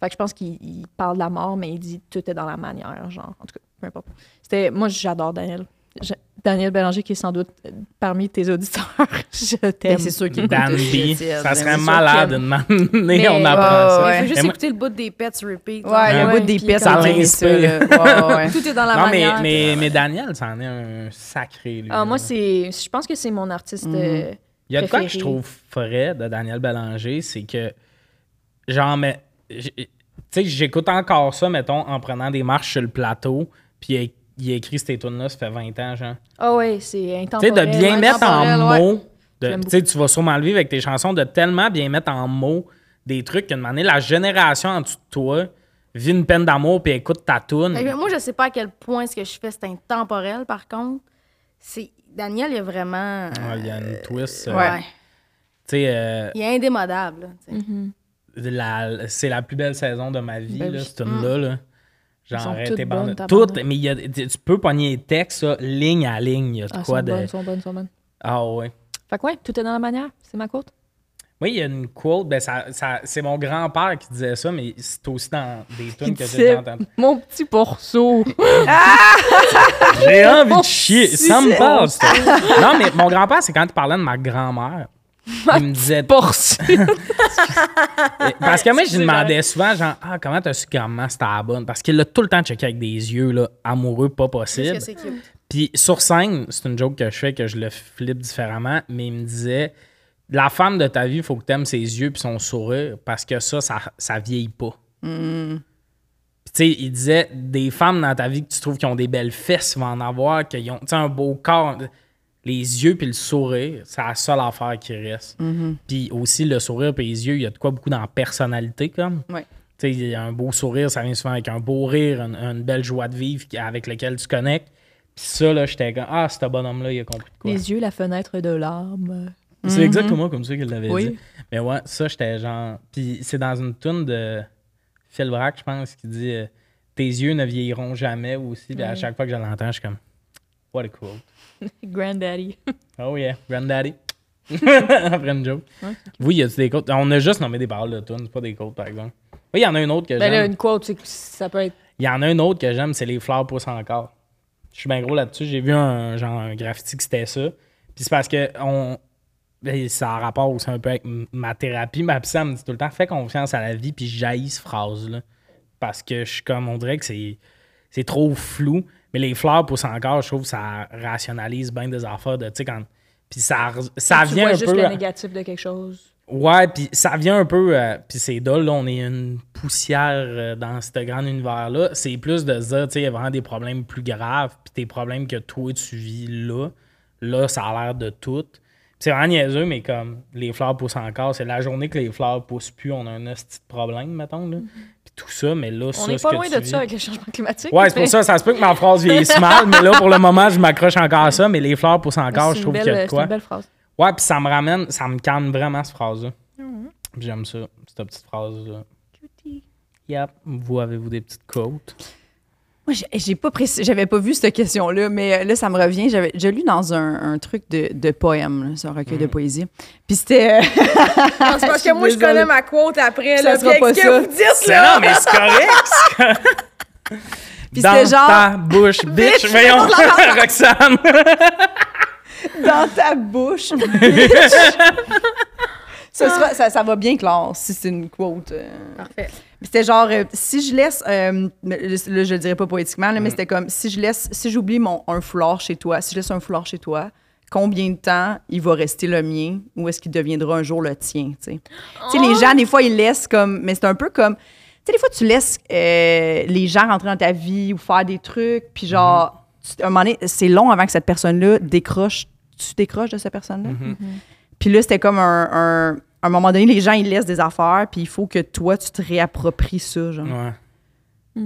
S4: Fait que je pense qu'il il parle de la mort, mais il dit tout est dans la manière, genre. En tout cas, peu importe. C'était, moi, j'adore Daniel. Je- Daniel Bélanger, qui est sans doute euh, parmi tes auditeurs, je t'aime.
S3: Ben, c'est sûr qu'il
S1: Dan B. Ça serait
S4: sûr
S1: malade
S4: que-
S1: de m'amener,
S4: Mais-
S1: on apprend
S3: ouais,
S1: ça.
S3: ouais.
S5: Faut
S1: Mais
S5: juste
S1: moi-
S5: écouter le bout des pets sur repeat.
S3: Ouais,
S5: genre.
S3: le
S4: ouais,
S3: bout des
S5: puis
S3: pets,
S5: comme-
S1: ça
S3: on dirait
S1: l'inspire.
S3: là. Ouais, ouais, ouais.
S5: Tout est dans la
S1: non, mais,
S5: manière.
S1: mais, mais Daniel, c'en est un sacré, lui.
S4: Ah, moi,
S1: là.
S4: c'est, je pense que c'est mon artiste.
S3: Mhm.
S4: euh,
S1: Il y a de quoi que je
S4: préféré.
S1: trouve frais de Daniel Bélanger, c'est que, genre, mais, j- tu sais, j'écoute encore ça, mettons, en prenant des marches sur le plateau, puis il a- il a écrit ces tunes-là, ça fait 20 ans, genre.
S4: Ah ouais, c'est
S1: Tu sais,
S4: intemporel.
S1: de bien
S5: ouais,
S1: mettre en
S5: temporel, ouais.
S1: mots, de-
S4: J'aime
S1: tu sais, tu vas sûrement le vivre avec tes chansons, de tellement bien mettre en mots des trucs qu'une manière, la génération en dessous de toi vit une peine d'amour puis écoute ta toune.
S5: Fait que Moi, je sais pas à quel point ce que je fais, c'est intemporel, par contre. C'est... Daniel, il est vraiment...
S1: Ouais, Ah, Il y a une twist. euh,
S5: Ouais.
S1: Tu sais, euh,
S5: Il est indémodable. là, tu sais.
S1: Mm-hmm. la- c'est la plus belle saison de ma vie,
S4: Ben
S1: là,
S4: oui.
S1: cette tune-là. là. Genre,
S4: sont
S1: elle
S4: toutes
S1: était
S4: bonnes,
S1: bonne.
S4: ta
S1: Toutes,
S4: bande.
S1: mais il y a- tu tu peux pogner les textes, là, ligne à ligne. Il y a de
S4: Ah,
S1: quoi
S4: sont
S1: de.
S4: bonnes, sont bonnes, sont bonnes.
S1: Ah ouais.
S4: Fait que ouais, tout est dans la manière. C'est ma courte.
S1: Oui, il y a une quote, ben ça, ça- c'est mon grand-père qui disait ça, mais c'est aussi dans des tunes que j'ai
S4: C'est
S1: déjà entendues.
S4: mon petit porceau.
S1: J'ai envie de chier.
S3: Si,
S1: Ça me
S3: c'est-
S1: parle, ça. Non, mais mon grand-père, c'est quand il parlait de ma grand-mère. Il me disait. eh,
S4: Porceau.
S1: Parce que moi, je lui demandais souvent, genre, ah, comment t'as su comment c'était la bonne? Parce qu'il l'a tout le temps checké avec des yeux, là, amoureux, pas
S5: Qu'est-ce
S1: possible.
S5: que c'est cute?
S1: Puis sur scène, c'est une joke que je fais, que je le flippe différemment, mais il me disait, la femme de ta vie, il faut que t'aimes ses yeux puis son sourire, parce que ça, ça, ça vieillit pas. Puis tu sais, il disait, des femmes dans ta vie que tu trouves qui ont des belles fesses, il va en avoir, qui ont tu sais, un beau corps. Les yeux puis le sourire, c'est la seule affaire qui reste. Puis aussi, le sourire puis les yeux, il y a de quoi beaucoup dans la personnalité, comme.
S3: Ouais.
S1: Tu sais, il y a un beau sourire, ça vient souvent avec un beau rire, une, une belle joie de vivre qui- avec lequel tu connectes. Puis ça, là, j'étais comme, ah, ce bonhomme-là, il a compris de quoi.
S4: Les yeux, la fenêtre de l'âme.
S1: C'est exactement comme ça qu'il l'avait
S4: Mhm. Oui.
S1: dit. Mais ouais, ça, j'étais genre. Puis c'est dans une tune de Phil Brack, je pense, qui dit euh, Tes yeux ne vieilliront jamais aussi. Puis à chaque fois que je l'entends, je suis comme, what a cool.
S4: Granddaddy.
S1: Oh yeah, granddaddy. Après une joke. Oui, il y a des côtes. On a juste nommé des paroles de tunes, pas des côtes, par exemple. Oui, il y en a une autre que
S4: Ben là,
S1: j'aime.
S4: une quote, c'est que ça peut être.
S1: Il y en a une autre que j'aime, c'est les fleurs poussent encore. Je suis bien gros là-dessus. J'ai vu un genre un graffiti que c'était ça. Puis c'est parce que on. ben, Ça a rapport aussi un peu avec m- ma thérapie. Ma psy, elle me dit tout le temps fais confiance à la vie, puis jaillit cette phrase-là. Parce que je suis comme, on dirait que c'est, c'est trop flou. Mais les fleurs poussent encore, je trouve que ça rationalise bien des affaires de. Tu sais, quand. Puis ça, re- ça
S4: tu
S1: vient
S4: vois
S1: un
S4: juste
S1: peu.
S4: le
S1: à-
S4: négatif de quelque chose.
S1: Ouais, puis ça vient un peu. euh, puis c'est dole, là, on est une poussière euh, dans ce grand univers-là. C'est plus de se dire, tu sais, il y a vraiment des problèmes plus graves, puis tes problèmes que toi, tu vis là. Là, ça a l'air de tout. Puis c'est vraiment niaiseux, mais comme les fleurs poussent encore, c'est la journée que les fleurs poussent plus, on a un petit problème, mettons, là. Puis tout ça, mais là,
S4: Mm-hmm. On
S1: ça,
S4: n'est
S1: ce
S4: pas
S1: que
S4: loin
S1: tu
S4: de
S1: vis-
S4: ça avec le changement climatique.
S1: Ouais, c'est
S4: mais
S1: pour ça, ça se peut que ma phrase vieillisse mal, mais là, pour le moment, je m'accroche encore à ça, mais les fleurs poussent encore, je
S4: c'est une
S1: trouve
S4: belle- euh,
S1: qu'il y a de
S4: C'est
S1: quoi.
S4: une belle phrase.
S1: Ouais, puis ça me ramène, ça me calme vraiment cette phrase-là.
S4: Mhm.
S1: Puis J'aime ça, cette petite phrase-là. Yep. Vous avez-vous des petites côtes?
S3: Moi, j'ai- j'ai pas précis, j'avais pas vu cette question-là, mais euh, là, ça me revient. J'avais, j'ai lu dans un, un truc de, de poème, là, c'est un
S1: Mm.
S3: recueil de poésie. Puis c'était. euh,
S2: C'est parce que moi, je
S3: désolée.
S2: connais ma quote après.
S3: Ça
S2: là,
S3: sera
S2: puis
S3: pas
S2: avec ce
S3: ça.
S2: que vous dites,
S1: C'est
S2: là.
S1: non, mais c'est correct! c'est correct.
S3: Puis
S1: Dans
S3: c'était genre-
S1: ta bouche, bitch! Voyons, Roxane!
S3: dans ta bouche. Ce sera- ça, ça va bien clair si c'est une quote. euh.
S5: Parfait.
S3: Mais C'était genre, euh, si je laisse, euh, le- là, je le dirais pas poétiquement, là, mais c'était comme, si je laisse, si j'oublie mon un foulard chez toi, si je laisse un foulard chez toi, combien de temps il va rester le mien ou est-ce qu'il deviendra un jour le tien, tu sais? Tu sais,
S4: Oh!
S3: les gens, des fois, ils laissent comme, mais c'est un peu comme, tu sais, des fois, tu laisses euh, les gens rentrer dans ta vie ou faire des trucs, puis genre,
S1: Mm-hmm.
S3: tu- à un moment donné, c'est long avant que cette personne-là décroche, tu décroches de cette personne-là.
S1: Mm-hmm.
S4: Mm-hmm.
S3: Puis là, c'était comme un, un- à un moment donné, les gens, ils laissent des affaires, puis il faut que toi, tu te réappropries ça, genre.
S1: Ouais.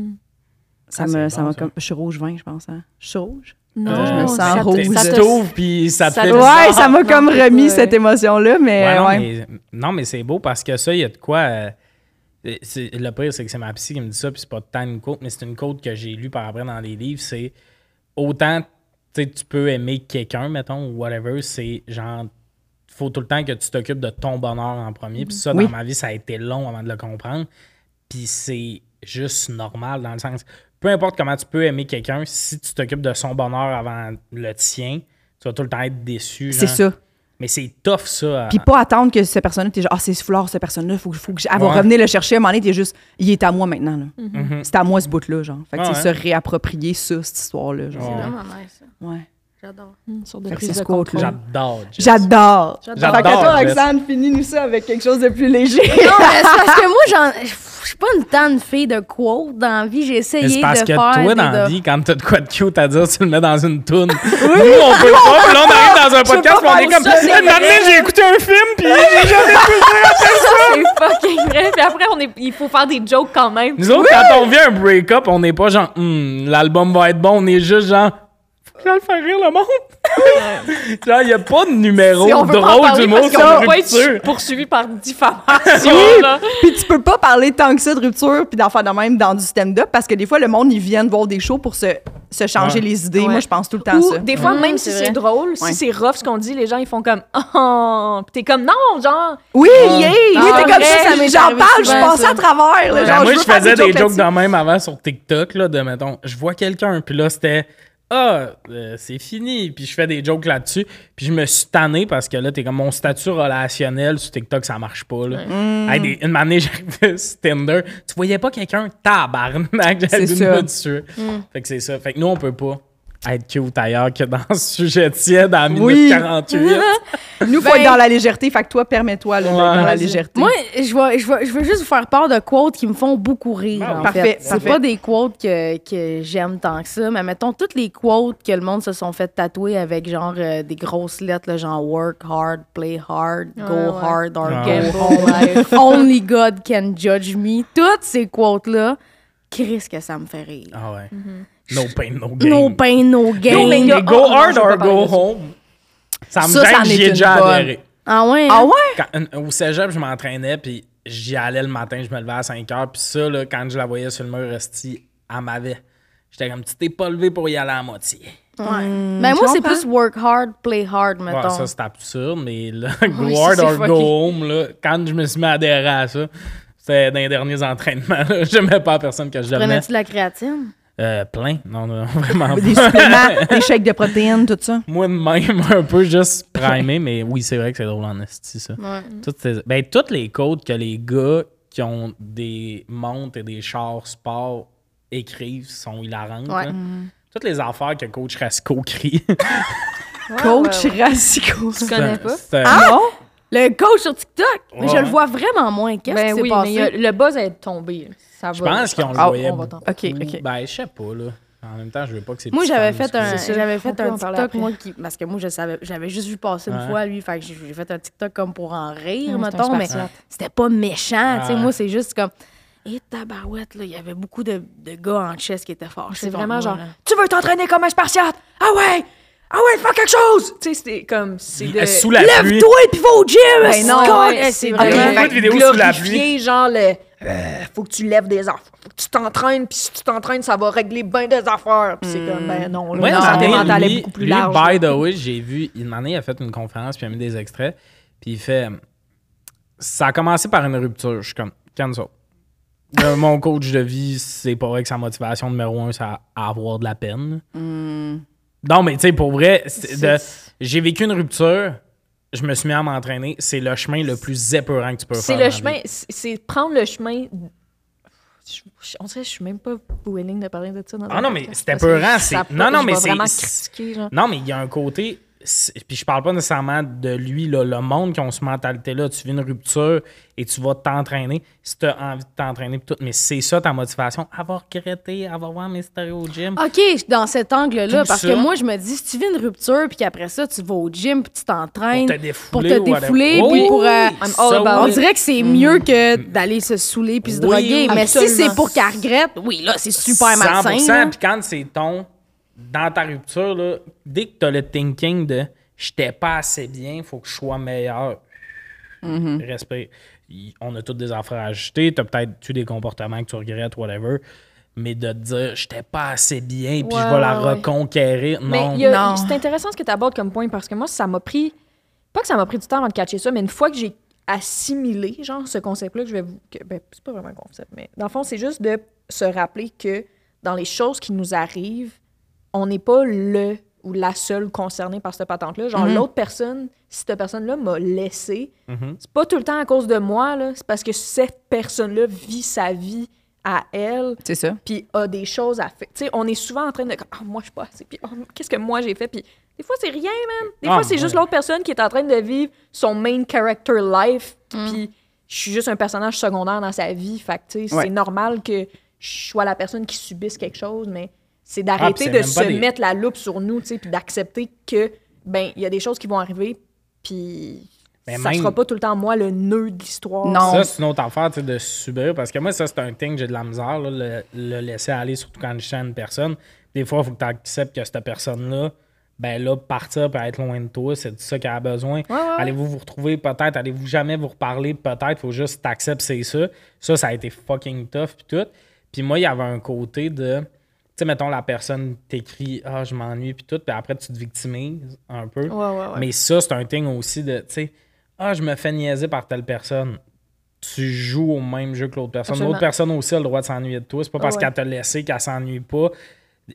S3: Ça
S1: Ah,
S3: me,
S1: c'est
S3: ça
S1: bon,
S3: m'a
S1: ça.
S3: comme, je suis rouge vin, je pense, hein. Je suis rouge?
S4: Non,
S1: Euh,
S3: je me sens
S4: Oh, ça te-
S3: rouge.
S1: Tu
S4: ça te-
S1: t'ouvres, puis ça te
S4: ça
S1: fait
S4: te-
S1: bizarre.
S3: Ouais, ça m'a
S4: non,
S3: comme
S4: c'est
S3: remis
S4: ça.
S3: cette émotion-là, mais
S1: Ouais, non,
S3: Euh, ouais.
S1: mais, non, mais c'est beau parce que ça, il y a de quoi. euh, c'est- le pire, c'est que c'est ma psy qui me dit ça, puis c'est pas tant une côte, mais c'est une côte que j'ai lue par après dans les livres. C'est autant tu sais, tu peux aimer quelqu'un, mettons, ou whatever, c'est genre. Faut tout le temps que tu t'occupes de ton bonheur en premier. Puis ça, dans
S3: Oui.
S1: ma vie, ça a été long avant de le comprendre. Puis c'est juste normal dans le sens. peu importe comment tu peux aimer quelqu'un, si tu t'occupes de son bonheur avant le tien, tu vas tout le temps être déçu.
S3: C'est
S1: genre.
S3: ça.
S1: Mais c'est tough, ça. à-
S3: Puis pas attendre que cette personne-là, t'es genre, ah, c'est foulard, cette personne-là, faut, que- faut que je- Elle va
S1: Ouais.
S3: revenir le chercher. À un moment donné, t'es juste, il est à moi maintenant, là.
S1: Mhm.
S3: C'est à moi ce bout-là, genre. Fait que
S1: Ouais,
S3: c'est
S1: ouais.
S3: se réapproprier ça, cette histoire-là. Genre.
S1: Ouais.
S5: Vraiment nice, ça.
S3: Ouais.
S5: J'adore.
S4: Sur des
S3: Fait que
S4: prises
S3: c'est
S4: de
S3: ce quote-là.
S4: contrôle.
S1: J'adore. Jess.
S3: J'adore.
S1: J'adore. Fait que toi, Jess. Roxane,
S3: finis-nous ça avec quelque chose de plus léger.
S5: Non, mais c'est parce que moi, j'en- je suis pas une tant de fille de quote dans la vie. J'ai essayé
S1: Mais
S5: de
S1: c'est
S5: faire.
S1: parce que
S5: des
S1: toi, dans la
S5: doc-
S1: vie, quand t'as de quoi de cute à dire, tu le mets dans une toune. Nous, on peut pas. Puis là, on arrive dans un podcast, puis on est
S4: faire
S1: comme.
S4: ça, c'est
S1: Hey, maintenant,
S4: vrai.
S1: j'ai écouté un film, puis j'ai jamais
S4: C'est fucking vrai. Puis après, on est, il faut faire des jokes quand même.
S1: Nous autres, quand on vit un break-up, on n'est pas genre, Hmm, l'album va être bon, on est juste genre, faut que j'aille faire rire le monde. genre, il n'y a pas de numéro
S4: Si on veut pas en
S1: drôle
S4: parler
S1: du mot
S4: parce
S1: sur
S4: qu'on
S1: la
S4: veut pas être
S1: rupture.
S4: poursuivi par diffamation. là.
S3: puis tu peux pas parler tant que ça de rupture puis d'en faire de même dans du stand-up parce que des fois, le monde, ils viennent voir des shows pour se, se changer
S1: Ouais.
S3: les idées.
S4: Ouais.
S3: Moi, je pense tout le temps à
S4: Ou
S3: ça.
S4: des fois,
S5: Ouais.
S4: même
S5: Ouais,
S4: si
S5: c'est
S4: c'est
S5: vrai.
S4: drôle, si
S3: Ouais.
S4: c'est rough ce qu'on dit, les gens ils font comme Oh! Puis t'es comme Non, genre,
S3: Oui, yeah!
S5: Ah,
S3: t'es comme
S5: ouais,
S3: ça,
S5: ça m'est
S3: j'en
S5: arrivé
S3: parle, je
S5: souvent,
S3: passe
S5: ça.
S3: à travers. là,
S1: Ben,
S3: genre,
S1: moi,
S3: veux
S1: je
S3: faire
S1: faisais des jokes
S3: là-dessus.
S1: de même avant sur TikTok, là, de mettons, je vois quelqu'un, puis là, c'était. Ah, euh, c'est fini. Puis je fais des jokes là-dessus. Puis je me suis tanné parce que là, t'es comme mon statut relationnel sur TikTok, ça marche pas. Là. Hey, des- une année, j'arrivais sur Tinder. Tu voyais pas quelqu'un tabarnak. J'avais
S3: C'est
S1: une
S3: ça. Mm.
S1: main dessus. Fait que c'est ça. Fait que nous, on peut pas être cute ailleurs que dans ce sujet tiède à minute
S3: Oui.
S1: 48.
S3: Nous, faut
S5: Ben-
S3: être dans la légèreté. Fait que toi, permets-toi là, d'être
S1: Ouais.
S3: dans la
S1: Vas-y.
S3: légèreté.
S5: Moi, je, vais- je, vais- je veux juste vous faire part de quotes qui me font beaucoup rire.
S1: Ah oui.
S5: en
S3: Parfait,
S5: fait. C'est
S3: parfait.
S5: pas des quotes que, que j'aime tant que ça, mais mettons toutes les quotes que le monde se sont fait tatouer avec genre euh, des grosses lettres, là, genre work hard, play hard, go
S4: Ouais, ouais.
S5: hard, or
S1: Ah
S5: go
S1: ouais.
S5: home. Only God can judge me. Toutes ces quotes-là, Christ que ça me fait rire.
S1: Ah ouais.
S3: Mm-hmm.
S1: No pain, no gain.
S5: No pain, no
S1: Go,
S5: gain.
S1: mais
S4: gars,
S1: go
S4: oh, non,
S1: hard
S4: je vais
S1: or
S4: pas parler
S1: go
S4: de ça.
S1: home. Ça me
S5: Ça, ça en
S1: gêne,
S5: est
S1: j'y ai
S5: une
S1: déjà
S5: bonne.
S1: adhéré.
S5: Ah ouais?
S3: Ah ouais?
S1: Quand- euh, au cégep, je m'entraînais, puis j'y allais le matin, je me levais à 5 heures, puis ça, là, quand je la voyais sur le mur, Resti, elle m'avait. J'étais comme, tu t'es pas levé pour y aller à moitié.
S5: Ben moi, c'est plus work hard, play hard,
S1: Hmm, Ouais,
S5: mettons.
S1: ça, c'est absurde, mais là, go
S5: Oui, ça,
S1: hard
S5: c'est
S1: or
S5: fucké.
S1: go home, là, quand je me suis mis à adhérer à ça, c'était dans les derniers entraînements. là. J'aimais pas la personne que je donnais.
S5: Prenais-tu de la créatine?
S1: Euh, plein. Non, non, vraiment
S3: Des
S1: pas.
S3: suppléments, des shakes de protéines, tout ça.
S1: Moi de même, un peu juste primé, mais oui, c'est vrai que c'est drôle en esti, ça.
S5: Ouais.
S1: Toutes, ces- ben, toutes les codes que les gars qui ont des montres et des chars sport écrivent sont hilarantes.
S5: Ouais.
S1: là. Toutes les affaires que Coach Rasco crie.
S3: Coach Rasico.
S4: je connais pas.
S1: C'est un-
S3: Ah!
S5: Le coach sur TikTok, mais je
S1: Ouais.
S5: le vois vraiment moins. Qu'est-ce
S4: Ben
S5: qui s'est
S4: oui, mais
S5: passé?
S4: il y a- le buzz est tombé. Ça
S1: je
S4: va,
S1: pense qu'on le
S3: Ah,
S1: voyait.
S4: on va t'en-
S1: beaucoup.
S3: OK, OK.
S1: Ben, je sais pas, là. En même temps, je veux pas que c'est.
S5: Moi,
S1: petit
S5: j'avais
S1: fan,
S5: fait un,
S1: excusez.
S4: C'est ça.
S5: j'avais fait
S4: On peut
S5: un
S4: en parler
S5: TikTok,
S4: après.
S5: moi, qui, parce que moi, je savais, j'avais juste vu passer une
S1: Ouais.
S5: fois, lui, fait que j'ai j'ai fait un TikTok comme pour en rire,
S4: Hum, c'est un
S5: mettons, mais
S4: spartiate.
S5: c'était pas méchant, tu sais,
S1: Ouais.
S5: moi, c'est juste comme, et tabarouette, là, il y avait beaucoup de, de gars en chess qui étaient forts.
S4: C'est vraiment genre Tu veux t'entraîner comme un spartiate? Ah ouais! Ah ouais, fais quelque chose! Tu sais, c'était comme. C'est de.
S1: Euh, Sous la pluie.
S5: lève-toi et puis va au gym!
S4: Ben non,
S5: Scott!
S4: ouais,
S5: Eh,
S4: c'est
S5: c'est
S1: Ah,
S4: vraiment
S1: j'ai
S5: vrai.
S1: vu une vidéo sous la pluie.
S4: glorifier, genre le euh, faut que tu lèves des affaires, faut que tu t'entraînes, puis si tu t'entraînes, ça va régler bien des affaires. Puis c'est comme ben non, là,
S1: Ouais,
S4: la
S1: non,
S4: santé
S1: lui,
S4: mentale est
S1: lui,
S4: beaucoup plus
S1: lui,
S4: large.
S1: By the way, j'ai vu, une année, il a fait une conférence, puis il a mis des extraits, puis il fait Ça a commencé par une rupture. Je suis comme Cancel. Là, mon coach de vie, c'est pas vrai que sa motivation numéro un, c'est à à avoir de la peine.
S4: Hmm.
S1: Non, mais tu sais, pour vrai, c'est de- j'ai vécu une rupture, je me suis mis à m'entraîner. C'est le chemin le plus épeurant que tu peux faire.
S4: C'est
S1: dans la
S4: le
S1: vie.
S4: chemin, c'est c'est prendre le chemin. Je- je- On dirait que je suis même pas willing de parler de ça dans
S1: Ah
S4: un
S1: non, mais
S4: podcast,
S1: c'était
S4: parce que
S1: peurant,
S4: je-
S1: c'est-
S4: ça peut-
S1: non, non,
S4: je
S1: mais
S4: vais
S1: c'est-
S4: vraiment
S1: c'est-
S4: critiquer, genre.
S1: Non, mais il y a un côté. c'est- Puis je parle pas nécessairement de lui, là, le monde qui ont cette mentalité-là. Tu vis une rupture et tu vas t'entraîner. Si tu as envie de t'entraîner, pis tout. Mais c'est ça ta motivation. Avoir regretté, avoir voir mes stéréos au gym.
S5: OK, je suis dans cet angle-là,
S1: Tout
S5: parce
S1: ça.
S5: que moi, je me dis, si tu vis une rupture, puis qu'après ça, tu vas au gym, puis tu t'entraînes
S1: Pour te
S5: ben,
S1: défouler.
S5: pour te
S1: ou whatever.
S5: défouler,
S1: Oh
S5: puis
S1: oui,
S5: pour... euh,
S4: I'm all
S1: ça,
S4: about
S5: on
S1: oui. Mm.
S5: dirait que c'est mieux que d'aller se saouler puis se
S1: Oui,
S5: droguer.
S1: oui,
S5: mais si
S4: absolument.
S5: c'est pour qu'elle regrette, oui, là, c'est super malsain.
S1: 100%,
S5: là.
S1: Puis quand c'est ton, dans ta rupture, là, dès que tu as le thinking de j'étais pas assez bien, faut que je sois meilleur.
S4: Mm-hmm.
S1: Respect. Y- On a toutes des affaires à ajuster. Tu as peut-être tu des comportements que tu regrettes, whatever. Mais de te dire j'étais pas assez bien, puis je
S4: Ouais,
S1: vais la
S4: ouais, ouais.
S1: reconquérir.
S4: Mais
S1: Non.
S4: il y a-
S3: Non.
S4: c'est intéressant ce que tu abordes comme point parce que moi, ça m'a pris. Pas que ça m'a pris du temps avant de catcher ça, mais une fois que j'ai assimilé, genre, ce concept-là, que je vais vous. que- ben, c'est pas vraiment un concept, mais dans le fond, c'est juste de se rappeler que dans les choses qui nous arrivent, on n'est pas le ou la seule concernée par cette patente-là. Genre, l'autre personne, si cette personne-là m'a laissé,
S1: Mhm.
S4: c'est pas tout le temps à cause de moi, là. C'est parce que cette personne-là vit sa vie à elle,
S3: C'est ça.
S4: puis a des choses à faire. Tu sais, on est souvent en train de comme, Ah, moi, je suis pas assez, puis Ah, qu'est-ce que moi j'ai fait, puis des fois, c'est rien, man. Des
S1: Ah,
S4: fois, c'est juste
S1: ouais.
S4: l'autre personne qui est en train de vivre son main character life, puis je suis juste un personnage secondaire dans sa vie. Fait que, tu sais,
S3: Ouais.
S4: c'est normal que je sois la personne qui subisse quelque chose, mais c'est
S1: Ah, puis
S4: d'arrêter
S1: c'est
S4: de
S1: même
S4: se
S1: pas des-
S4: mettre la loupe sur nous, tu sais, puis d'accepter que, ben, il y a des choses qui vont arriver, puis
S1: Mais
S4: ça
S1: Ben, même-
S4: sera pas tout le temps moi le nœud de l'histoire.
S3: Non.
S1: Ça, c'est une autre affaire tu sais, de subir. Parce que moi, ça, c'est un thing que j'ai de la misère, là, le, le laisser aller, surtout quand je sens une personne. Des fois, il faut que tu acceptes que cette personne-là, ben là, partir pour être loin de toi, c'est de ça qu'elle a besoin. Allez-vous vous retrouver peut-être, allez-vous jamais vous reparler peut-être, faut juste t'accepter, c'est ça. Ça, ça a été fucking tough, puis tout. Puis moi, il y avait un côté de. Tu sais, mettons, la personne t'écrit Ah, je m'ennuie, puis tout, puis après, tu te victimises un peu. Mais ça, c'est un thing aussi de, tu sais, ah, je me fais niaiser par telle personne. Tu joues au même jeu que l'autre personne.
S4: Absolument. Ah
S1: L'autre personne aussi a le droit de s'ennuyer de toi. C'est pas parce
S4: ouais.
S1: qu'elle t'a laissé qu'elle s'ennuie pas.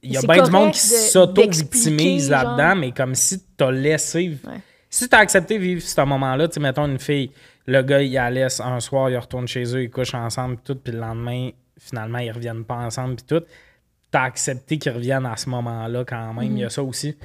S1: Il y a
S4: C'est
S1: bien du monde
S4: correct
S1: qui
S4: de-
S1: s'auto-victimise
S4: d'expliquer, genre.
S1: là-dedans, mais comme si t'as laissé.
S4: Ouais.
S1: Si t'as accepté vivre ce moment-là, tu sais, mettons une fille, le gars, il la laisse un soir, il retourne chez eux, ils couchent ensemble, puis tout, puis le lendemain, finalement, ils reviennent pas ensemble, puis tout. T'as accepté qu'ils reviennent à ce moment-là quand même. Il
S4: Mhm.
S1: y a ça aussi.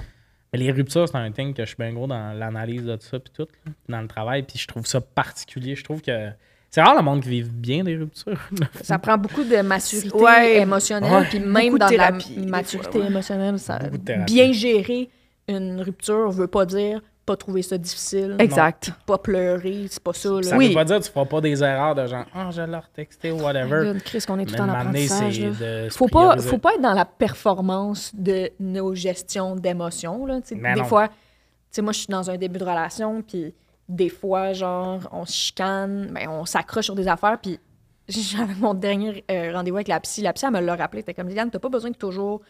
S1: Mais les ruptures, c'est un thing que je suis bien gros dans l'analyse de ça, puis tout, là, dans le travail, puis je trouve ça particulier. Je trouve que c'est rare le monde qui vit bien des ruptures.
S4: Ça prend beaucoup de maturité
S3: Ouais.
S4: émotionnelle,
S1: Ouais.
S4: puis même
S3: Beaucoup de
S4: dans la
S3: thérapie, des
S4: maturité
S3: fois, ouais.
S4: émotionnelle, ça,
S1: Beaucoup de thérapie.
S4: bien gérer une rupture veut pas dire pas trouver ça difficile,
S3: Exact.
S4: pas pleurer, c'est pas ça. Là.
S1: Ça
S3: Oui.
S1: veut pas dire que tu feras pas des erreurs de genre, ah, je vais leur texter, whatever.
S4: Regarde, Chris, qu'on est
S1: Mais
S4: tout en
S1: m'amener,
S4: apprentissage. là.
S1: de se
S4: Faut pas,
S1: prioriser.
S4: faut pas être dans la performance de nos gestions d'émotions. là. Tu sais,
S1: Mais
S4: Des
S1: non.
S4: fois, tu sais, moi, je suis dans un début de relation, puis des fois, genre, on se chicane, ben, on s'accroche sur des affaires, puis j'avais mon dernier euh, rendez-vous avec la psy. La psy, elle me l'a rappelé. T'es comme, Liliane, t'as pas besoin de toujours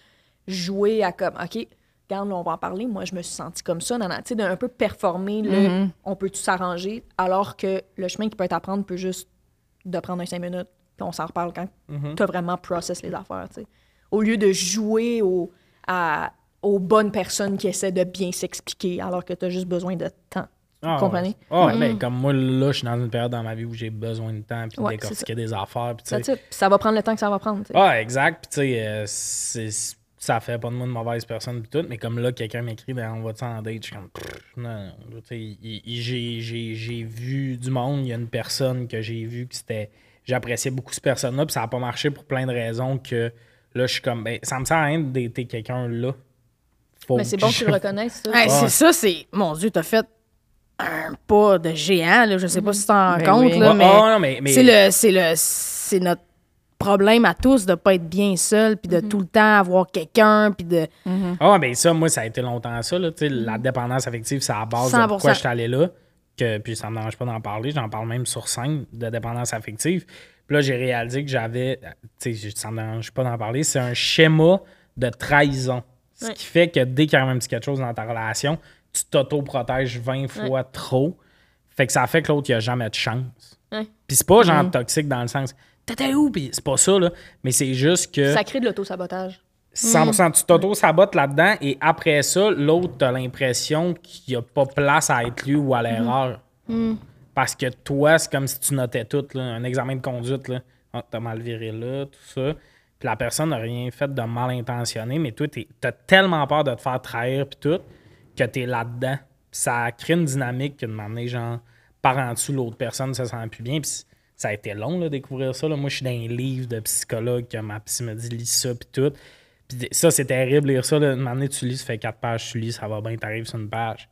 S4: jouer à comme, OK, regarde, là, on va en parler. Moi, je me suis sentie comme ça, nanana. Tu sais, d'un peu performer, le
S1: Mm-hmm.
S4: on peut tout s'arranger, alors que le chemin qui peut être à prendre peut juste de prendre un cinq minutes, puis on s'en reparle quand
S1: Mm-hmm.
S4: t'as vraiment process les affaires, tu sais. Au lieu de jouer au- à- aux bonnes personnes qui essaient de bien s'expliquer, alors que t'as juste besoin de temps.
S1: Ah, ouais.
S4: Vous comprenez?
S1: Ah, ouais, ben, comme moi, là, je suis dans une période dans ma vie où j'ai besoin de temps, puis de
S4: Ouais,
S1: décortiquer des affaires, puis tu sais,
S4: That's it. Puis Ça va prendre le temps que ça va prendre, tu sais.
S1: Ah, exact. Puis, tu sais, euh, c'est- ça fait pas de moi une mauvaise personne, pis tout. Mais comme là, quelqu'un m'écrit, ben, on va-tu en date? Je suis comme, Pff, non, non. Tu sais, il- il- j'ai- j'ai j'ai vu du monde. Il y a une personne que j'ai vue que c'était. J'appréciais beaucoup cette personne-là, puis ça n'a pas marché pour plein de raisons que là, je suis comme, ben, ça me sert à rien de dater quelqu'un là. Faut
S4: Mais c'est bon que tu
S1: je-
S4: le reconnaisses, ça.
S5: Hey,
S1: Ouais.
S5: C'est ça, c'est. Mon Dieu, t'as fait un pas de géant, là. Je sais pas si t'en rends
S3: Ben
S5: compte,
S3: oui.
S5: là,
S1: Ouais,
S5: mais.
S1: oh, non, mais- mais-
S5: C'est le. C'est le. C'est notre problème à tous de pas être bien seul, puis de
S1: Mhm.
S5: tout le temps avoir quelqu'un, puis de.
S1: Ah, ben ça, moi, ça a été longtemps ça. Là, tu sais, La dépendance affective, c'est à la base de
S5: 100%.
S1: pourquoi je suis allé là. Que, puis ça me dérange pas d'en parler. J'en parle même sur scène de dépendance affective. Puis là, j'ai réalisé que j'avais. Tu sais, ça me dérange pas d'en parler. C'est un schéma de trahison. Ce qui fait que dès qu'il y a un petit quelque chose dans ta relation, tu t'auto-protèges 20 fois trop. Fait que ça fait que l'autre, il a jamais de chance.
S4: Ouais. Mm-hmm.
S1: Puis c'est pas genre toxique dans le sens. T'étais où? Puis c'est pas ça, là. Mais c'est juste que.
S4: Ça crée de l'auto-sabotage.
S1: 100 Tu t'auto-sabotes là-dedans et après ça, l'autre, t'as l'impression qu'il n'y a pas place à être lui ou à l'erreur. Parce que toi, c'est comme si tu notais tout, là, un examen de conduite. Là. Ah, t'as mal viré là, tout ça. Puis la personne n'a rien fait de mal intentionné, mais toi, t'es- t'as tellement peur de te faire trahir puis tout que t'es là-dedans. Puis ça crée une dynamique que de m'amener, genre, par en dessous, l'autre personne se sent plus bien. Puis c- ça a été long, là, découvrir ça. là. Moi, je suis dans un livre de psychologue que ma psy me dit, lis ça, puis tout. Puis ça, c'est terrible, lire ça. Là. Une année, tu lis, ça fait quatre pages, tu lis, ça va bien, t'arrives sur une page.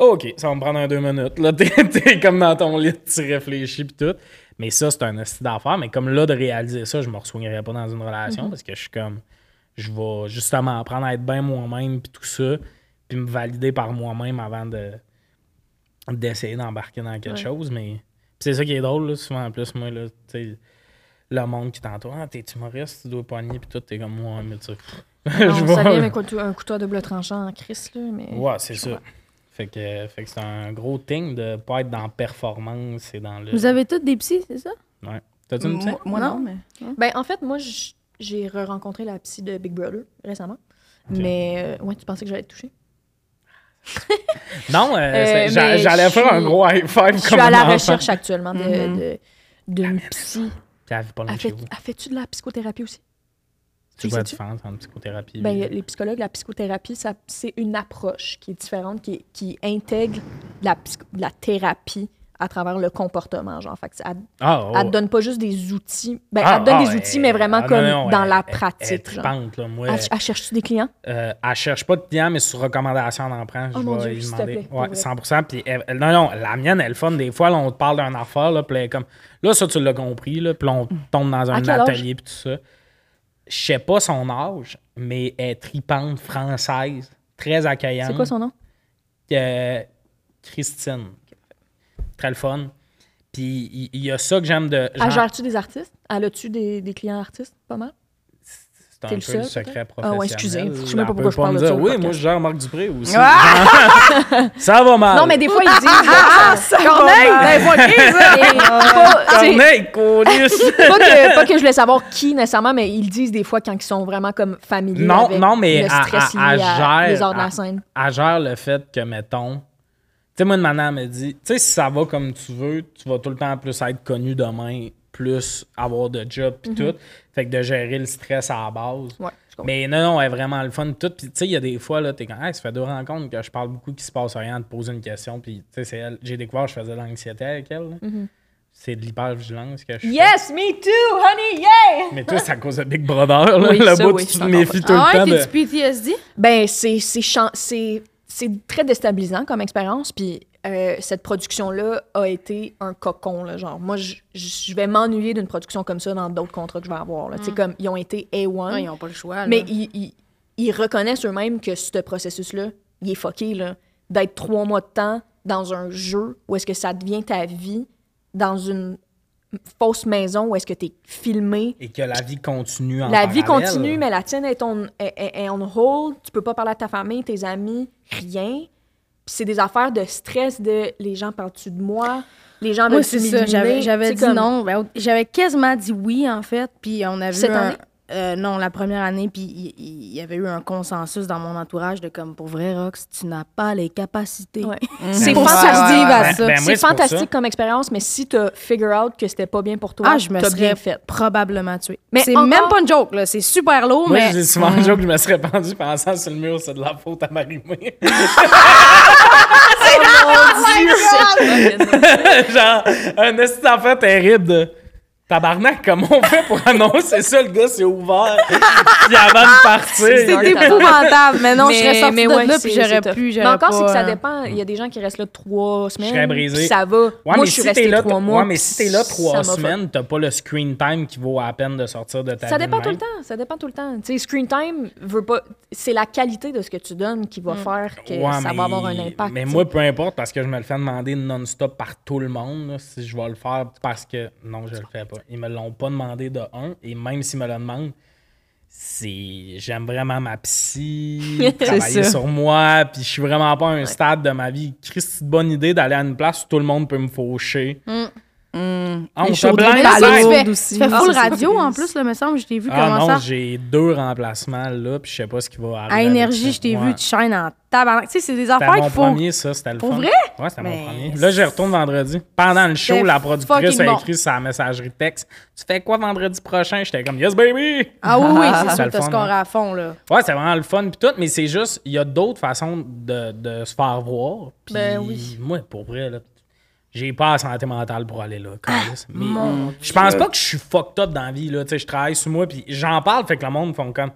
S1: Oh, OK, ça va me prendre un deux minutes. Là, t'es, t'es comme dans ton lit, tu réfléchis puis tout. Mais ça, c'est un style d'affaires. Mais comme là, de réaliser ça, je me re-soignerais pas dans une relation parce que je suis comme, je vais justement apprendre à être bien moi-même puis tout ça, puis me valider par moi-même avant de, d'essayer d'embarquer dans quelque chose. Mais puis c'est ça qui est drôle, là, souvent en plus, moi, là, tu sais, le monde qui t'entoure, ah, t'es humoriste, tu dois pogner puis tout, t'es comme, moi, mais tu sais,
S4: Non,
S1: je vais-
S4: ça vient avec un couteau, un couteau à double tranchant en Chris, là, mais...
S1: Ouais, c'est ça. Fait que, fait que c'est un gros thing de pas être dans performance et dans le.
S5: Vous avez tous des psys, c'est ça?
S1: Ouais. T'as-tu une petite?
S3: Moi, moi non, mais.
S4: Ben, en fait, moi, je j'ai re-rencontré la psy de Big Brother récemment. Mais euh, ouais, tu pensais que j'allais te toucher?
S1: Non, euh, c'est- j'a-
S4: mais
S1: j'allais
S4: je
S1: faire un
S4: suis-
S1: gros high five
S4: Je suis
S1: comme
S4: à la
S1: un enfant.
S4: recherche actuellement de,
S5: Mm-hmm.
S3: Mhm.
S4: de- d'une
S1: Ah,
S4: psy.
S1: Puis elle vit pas loin
S4: Elle
S1: de chez
S4: fait-
S1: vous.
S4: elle Fais-tu de la psychothérapie aussi?
S1: Tu
S4: tu
S1: vois la
S4: sais-tu?
S1: différence entre psychothérapie
S4: Ben,
S1: et-
S4: les psychologues, la psychothérapie, ça, c'est une approche qui est différente, qui, qui intègre de la, psycho- de la thérapie à travers le comportement. Genre. Fait que ça- elle,
S1: Ah, oh,
S4: elle te donne pas juste des outils. Ben,
S1: Ah,
S4: elle te donne
S1: ah,
S4: des outils,
S1: elle-
S4: mais vraiment
S1: ah, non,
S4: comme
S1: non,
S4: dans
S1: elle-
S4: la
S1: elle- Elle, est
S4: pratique. genre. Ah,
S1: tripante, là. Moi,
S4: Elle, elle cherche-tu des clients?
S1: euh, elle cherche pas de clients, mais sur recommandation, elle en prend. Je
S4: Oh, mon
S1: vais
S4: Dieu,
S1: lui
S4: s'il te
S1: demander.
S4: plaît, pour
S1: ouais,
S4: vrai.
S1: 100 Puis elle- elle- non, non, la mienne, elle est le fun. Des fois, là, on te parle d'un affaire, là, puis elle est comme. Là, ça, tu l'as compris, là, puis là, on tombe dans un
S4: quel âge?
S1: atelier, puis tout ça. Je sais pas son âge, mais elle est tripante, française, très accueillante.
S4: C'est quoi son nom?
S1: Euh, Christine. Très le fun. Puis il- il y, a ça que j'aime de.
S4: Elle
S1: genre,
S4: gère-tu des artistes? Elle a-tu des, des clients artistes? Pas mal?
S1: C'est un
S4: t'es
S1: peu
S4: le
S1: le
S4: seul,
S1: secret
S4: peut-être?
S1: professionnel.
S4: Ah ouais, excusez, je sais
S1: Elle
S4: même pas
S1: peut
S4: pourquoi je parle
S1: me
S4: de ça
S1: dire,
S4: au
S1: Oui,
S4: podcast. Ah!
S1: moi, je gère Marc Dupré aussi. Genre, ça va mal.
S4: Non, mais des fois, ils disent. Ah, ça
S2: Corneille!
S1: Corneille, câlisse!
S4: pas, que, pas que je voulais savoir qui nécessairement, mais ils le disent des fois quand ils sont vraiment comme familiers.
S1: Non,
S4: avec
S1: non, mais
S4: le
S1: à-
S4: stress
S1: à- à
S4: lié à-
S1: gère, Ah.
S4: les arts de
S1: à-
S4: la scène.
S1: Elle gère le fait que, mettons, tu sais, moi, une madame me dit, tu sais, si ça va comme tu veux, tu vas tout le temps plus être connu demain, plus avoir de job, puis tout. Fait que de gérer le stress à la base.
S4: Mhm. Ouais, je comprends.
S1: Mais non, non, elle est vraiment le fun. Tout. Puis, tu sais, il y a des fois, là, t'es comme, hey, ça fait deux rencontres que je parle beaucoup, qu'il se passe rien, de poser une question. Puis, tu sais, c'est elle. J'ai découvert, que je faisais de l'anxiété avec elle. là.
S4: Mm-hmm.
S1: C'est de l'hypervigilance que je fais.
S4: Yes, me too, honey, yeah!
S1: Mais toi, c'est à cause de Big Brother, là,
S4: Oui,
S1: le
S4: ça,
S1: bout,
S4: oui,
S1: tu
S4: c'est
S1: te
S4: encore
S1: méfies tout
S5: Ah
S1: le
S5: ouais,
S1: temps. de-
S5: t'es du PTSD?
S4: Ben, c'est c'est chan- c'est- c'est très déstabilisant comme expérience. Puis euh, cette production-là a été un cocon. Là, genre, moi, je- je je vais m'ennuyer d'une production comme ça dans d'autres contrats que je vais avoir. là. Tu sais, comme, ils ont été A1.
S5: Mm. Ouais, Ah, ils ont pas le choix. là.
S4: Mais ils, ils- ils reconnaissent eux-mêmes que ce processus-là, il est fucké, là. D'être trois mois de temps dans un jeu où est-ce que ça devient ta vie, dans une fausse maison où est-ce que t'es filmé.
S1: Et que la vie continue en
S4: La vie
S1: parallèle.
S4: continue, mais la tienne est on, est, est- est on hold. Tu peux pas parler à ta famille, tes amis, rien. Puis c'est des affaires de stress de les gens parlent-tu de moi, les gens
S5: ah, Moi,
S4: veulent-tu
S5: c'est ça.
S4: m'illuminer?
S5: J'avais, j'avais
S4: C'est
S5: dit
S4: comme-
S5: non. Ben, au- j'avais quasiment dit oui, en fait. Puis on avait
S4: Cette
S5: eu un-
S4: année?
S5: euh, non, la première année, puis il il- il y avait eu un consensus dans mon entourage de comme, pour vrai, Rox, tu n'as pas les capacités.
S4: Ouais.
S5: C'est
S4: C'est
S5: pour ça que je dis
S3: ouais,
S5: bah,
S1: ouais. Ben,
S5: ça.
S1: moi,
S4: c'est
S1: c'est pour
S4: fantastique
S1: ça.
S4: comme expérience, mais si t'as figure out que c'était pas bien pour toi,
S5: ah, je me
S4: t'as bien
S5: serais
S4: fait.
S5: probablement tué.
S4: Mais
S5: c'est
S4: encore-
S5: même pas une joke, là. C'est super lourd,
S1: Moi,
S5: mais.
S1: j'ai souvent
S4: Mm-hmm.
S1: le joke que je me serais pendu pensant sur le mur, c'est de la faute à Marie-Mé.
S5: Oh
S1: Genre, un esti d'enfant terrible de tabarnak, comment on fait pour annoncer ça? Le gars s'est ouvert. Puis avant de partir,
S4: C'est-
S5: C'est épouvantable, mais non, je serais
S4: Mais-
S5: sortie
S4: mais
S5: de
S4: ouais,
S5: là,
S4: c'est-
S5: puis
S4: c'est
S5: j'aurais
S4: tough.
S5: pu.
S4: Mais
S5: j'aurais
S4: encore, c'est que
S5: pas- euh,
S4: ça dépend. Il y a des gens qui restent là trois semaines.
S1: serais brisé.
S4: puis Ça va.
S1: Ouais,
S4: Moi,
S1: mais
S4: je suis
S1: si
S4: restée
S1: t'es là,
S4: trois
S1: ouais,
S4: mois.
S1: mais si t'es là
S4: puis
S1: trois
S4: ça m'a
S1: semaines, t'as pas le screen time qui vaut à peine de sortir de ta
S4: Ça
S1: vie
S4: dépend
S1: de
S4: tout le
S1: même.
S4: temps. Ça dépend tout le temps. Tu sais, screen time veut pas. C'est la qualité de ce que tu donnes qui va faire que
S1: Ouais,
S4: ça
S1: mais-
S4: va avoir un impact.
S1: Mais
S4: tu sais.
S1: moi, peu importe, parce que je me le fais demander non-stop par tout le monde, là, si je vais le faire, parce que non, je le fais pas. Ils me l'ont pas demandé de un, et même s'ils me le demandent, c'est j'aime vraiment ma psy, travailler
S3: ça.
S1: sur moi, puis je suis vraiment pas à un stade de ma vie. Christ, bonne idée d'aller à une place où tout le monde peut me faucher.
S4: Mm.
S1: Ah, on
S3: Les
S1: te
S3: shows de
S1: blinde
S5: Mais là,
S3: talent.
S1: la
S5: ça, tu
S1: tête.
S5: fais,
S3: Lourde aussi.
S5: tu fais
S3: Ah,
S5: full
S3: c'est ça.
S5: radio, en plus, là, me semble. Je t'ai vu
S1: Ah
S5: comment
S1: non,
S5: ça.
S1: j'ai deux remplacements là, puis je sais pas ce qui va arriver.
S5: À
S1: avec
S5: énergie,
S1: ça.
S5: je t'ai
S1: Ouais.
S5: vu, tu chaînes en tabarnak. Tu sais, c'est des
S1: C'était
S5: affaires
S1: mon
S5: qu'il faut.
S1: premier, ça, c'était le
S5: Pour
S1: fun.
S5: vrai?
S1: Ouais, c'était
S5: Mais
S1: mon premier. Là, j'y retourne vendredi. Pendant le show,
S5: c'était
S1: la productrice
S5: fucking
S1: a
S5: bon.
S1: écrit sur la messagerie texte Tu fais quoi vendredi prochain J'étais comme Yes, baby
S5: Ah oui, oui,
S1: Ah,
S5: c'est
S1: c'est
S5: sûr
S1: le
S5: que t'as
S1: fun,
S5: score
S1: hein.
S5: à fond, là.
S1: Ouais, c'est vraiment le fun, puis tout, mais c'est juste, il y a d'autres façons de, de se faire voir. Puis
S4: Ben oui.
S1: Moi, pour vrai, là, j'ai pas la santé mentale pour aller là.
S4: Ah,
S1: câlisse. mais je pense pas que je suis fucked up dans la vie, là. Tu sais, je travaille sur moi, puis j'en parle, fait que le monde font comme.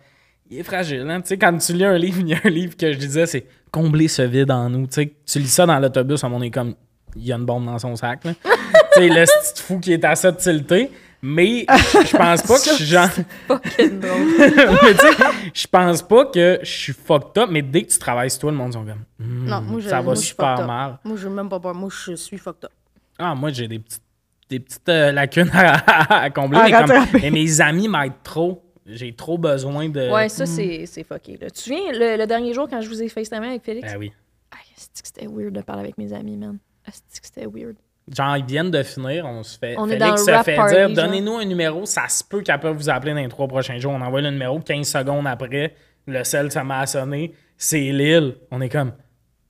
S1: Il est fragile, hein. Tu sais, quand tu lis un livre, il y a un livre que je disais, c'est combler ce vide en nous. Tu sais, tu lis ça dans l'autobus, on est comme. Il y a une bombe dans son sac, là. tu sais, le petit fou qui est à ça de tilter. Mais je je pense pas que je suis genre. mais tu sais, je pense pas que je suis fucked up, mais dès que tu travailles sur toi, le monde sont comme. Hmm,
S5: Non, moi, je,
S1: ça
S5: moi,
S1: va
S5: je suis fucked
S1: super
S5: up.
S1: mal.
S5: Moi, je veux même pas peur. Moi, je suis fucked up.
S1: Ah, moi, j'ai des petites, des petites euh, lacunes à, à combler.
S3: À
S1: mais, comme-
S3: rattraper.
S1: mais mes amis m'aident trop. J'ai trop besoin de.
S4: Ouais, ça, c'est c'est fucké. là. Tu te souviens, le, le dernier jour, quand je vous ai FaceTimé avec Félix,
S1: Ben oui.
S4: Ah, esti que c'était weird de parler avec mes amis, man. Esti que c'était weird.
S1: Genre, ils viennent de finir, on se fait.
S4: On est
S1: Félix
S4: dans le
S1: se
S4: rap
S1: fait
S4: party,
S1: dire
S4: genre.
S1: donnez-nous un numéro, ça se peut qu'elle peut vous appeler dans les trois prochains jours. On envoie le numéro, 15 secondes après, le sel, ça m'a sonné, c'est Lille. On est comme.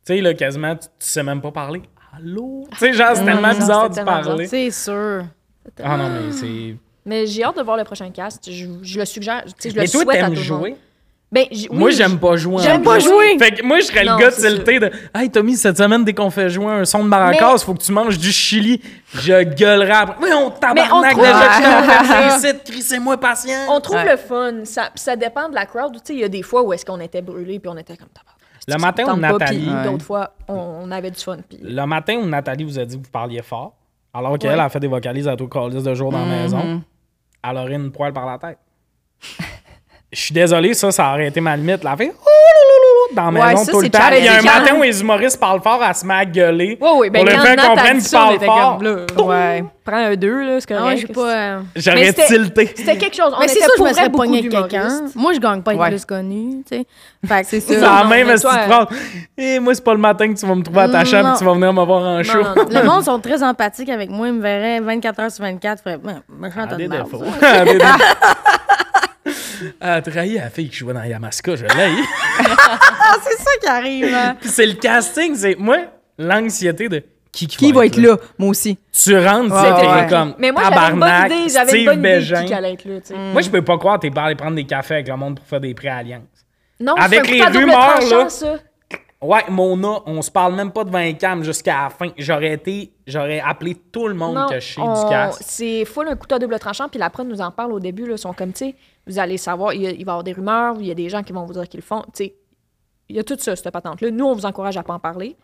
S1: Tu sais, là, quasiment, tu, tu sais même pas parler. Allô? Tu sais, genre, c'est tellement
S4: non,
S1: bizarre
S4: c'est
S1: de
S4: tellement
S1: parler.
S5: C'est sûr.
S1: Ah non, mais c'est.
S4: Mais j'ai hâte de voir le prochain cast. Je, je le suggère. tu sais, Je le
S1: Mais toi,
S4: souhaite à
S1: t'aimes
S4: tout le monde.
S1: jouer?
S4: Ben, j- oui,
S1: moi,
S4: j-
S1: j'aime pas jouer. en
S4: j'aime
S1: plus.
S4: pas jouer.
S1: Fait que moi, je serais
S4: Non,
S1: le gars de
S4: c'est
S1: tilté de Hey, Tommy, cette semaine, dès qu'on fait jouer un son de maracas, faut que tu manges du chili. Je gueulerai après. Mais on tabarnak
S4: trouve-
S1: déjà que je t'en c'est moi patient.
S4: On trouve le fun. Ça, ça dépend de la crowd. Tu sais, il y a des fois où est-ce qu'on était brûlés puis on était comme tabarnak,
S1: Le
S4: ça
S1: matin,
S4: me tente
S1: on
S4: pas,
S1: Nathalie.
S4: Puis
S3: Ouais.
S4: d'autres fois, on, on avait du fun. Puis
S1: Le matin où Nathalie vous a dit que vous parliez fort, alors qu'elle a fait des vocalises à tout calice de jour dans
S4: Mhm.
S1: la maison, elle aurait une poêle par la tête. Je suis désolé, ça, ça aurait été ma limite. La fille, ouh, lou, lou, lou, dans la
S3: Ouais,
S1: maison
S3: ça,
S1: tout
S3: c'est
S1: le temps. Il y a un
S3: challengeant.
S1: matin où les humoristes parlent fort, elle se met à gueuler.
S4: Ouais, ouais, ben
S1: pour
S4: quand
S1: leur faire
S4: Nat a
S1: comprendre
S4: dit
S1: qu'ils
S4: ça, on
S1: parlent
S4: était
S1: fort.
S4: comme, là,
S3: Ouais.
S4: Prends un deux, là, c'est correct.
S5: Ah ouais, j'ai pas. euh,
S4: Mais
S1: J'aurais
S4: c'était-
S1: tilté.
S4: C'était quelque chose. On
S5: Mais
S4: était
S5: c'est sûr, je
S4: pour
S5: me
S4: vrai
S5: serais
S4: beaucoup
S5: pogné avec
S4: d'humoristes.
S5: quelqu'un. Moi, je gagne pas à être
S3: Ouais.
S5: plus connu, tu sais. Fait que c'est
S1: C'est
S5: ça.
S1: la
S4: Non,
S1: même
S4: mais
S1: petite
S4: toi,
S1: phrase. Et moi, c'est pas le matin que tu vas me trouver à ta
S5: Non,
S1: chambre
S5: non.
S1: et tu vas venir me voir en show.
S4: Non, non, non.
S5: Le monde sont très empathiques avec moi. Ils me verraient 24 heures sur 24. Ils feraient, Ben, méchant,
S1: Ah,
S5: t'as
S1: des
S5: de merde,
S1: défauts.
S5: ça.
S1: Ah, des défauts. Elle a trahi la fille qui jouait dans Yamaska, je l'ai.
S5: Ah, c'est ça qui arrive. hein.
S1: Puis c'est le casting, c'est moi, l'anxiété de qui, qui,
S3: Qui va être là? Moi aussi.
S1: Tu rentres, tu sais,
S3: Ouais,
S1: t'es
S3: ouais.
S1: comme
S4: Mais moi, j'avais une
S1: tabarnak,
S4: bonne idée. J'avais une
S1: Steve
S4: bonne idée de
S1: Bégin.
S4: qui allait être là, tu sais.
S5: Mm.
S1: Moi, je peux pas croire t'es pas allé prendre des cafés avec le monde pour faire des pré-alliances.
S4: Non,
S1: Avec
S4: c'est un
S1: les
S4: couteau à double
S1: rumeurs,
S4: tranchant,
S1: là.
S4: ça.
S1: Ouais, Mona, on se parle même pas devant les cam jusqu'à la fin. J'aurais été, j'aurais appelé tout le monde
S4: Non,
S1: que je sais
S4: on-
S1: du cast.
S4: C'est full un couteau à double tranchant, puis la prod nous en parle au début. Là, ils sont comme, tu sais, vous allez savoir, il, y a- il va y avoir des rumeurs, il y a des gens qui vont vous dire qu'ils le font. Tu sais, il y a tout ça, cette patente-là. Nous, on vous encourage à pas en parler.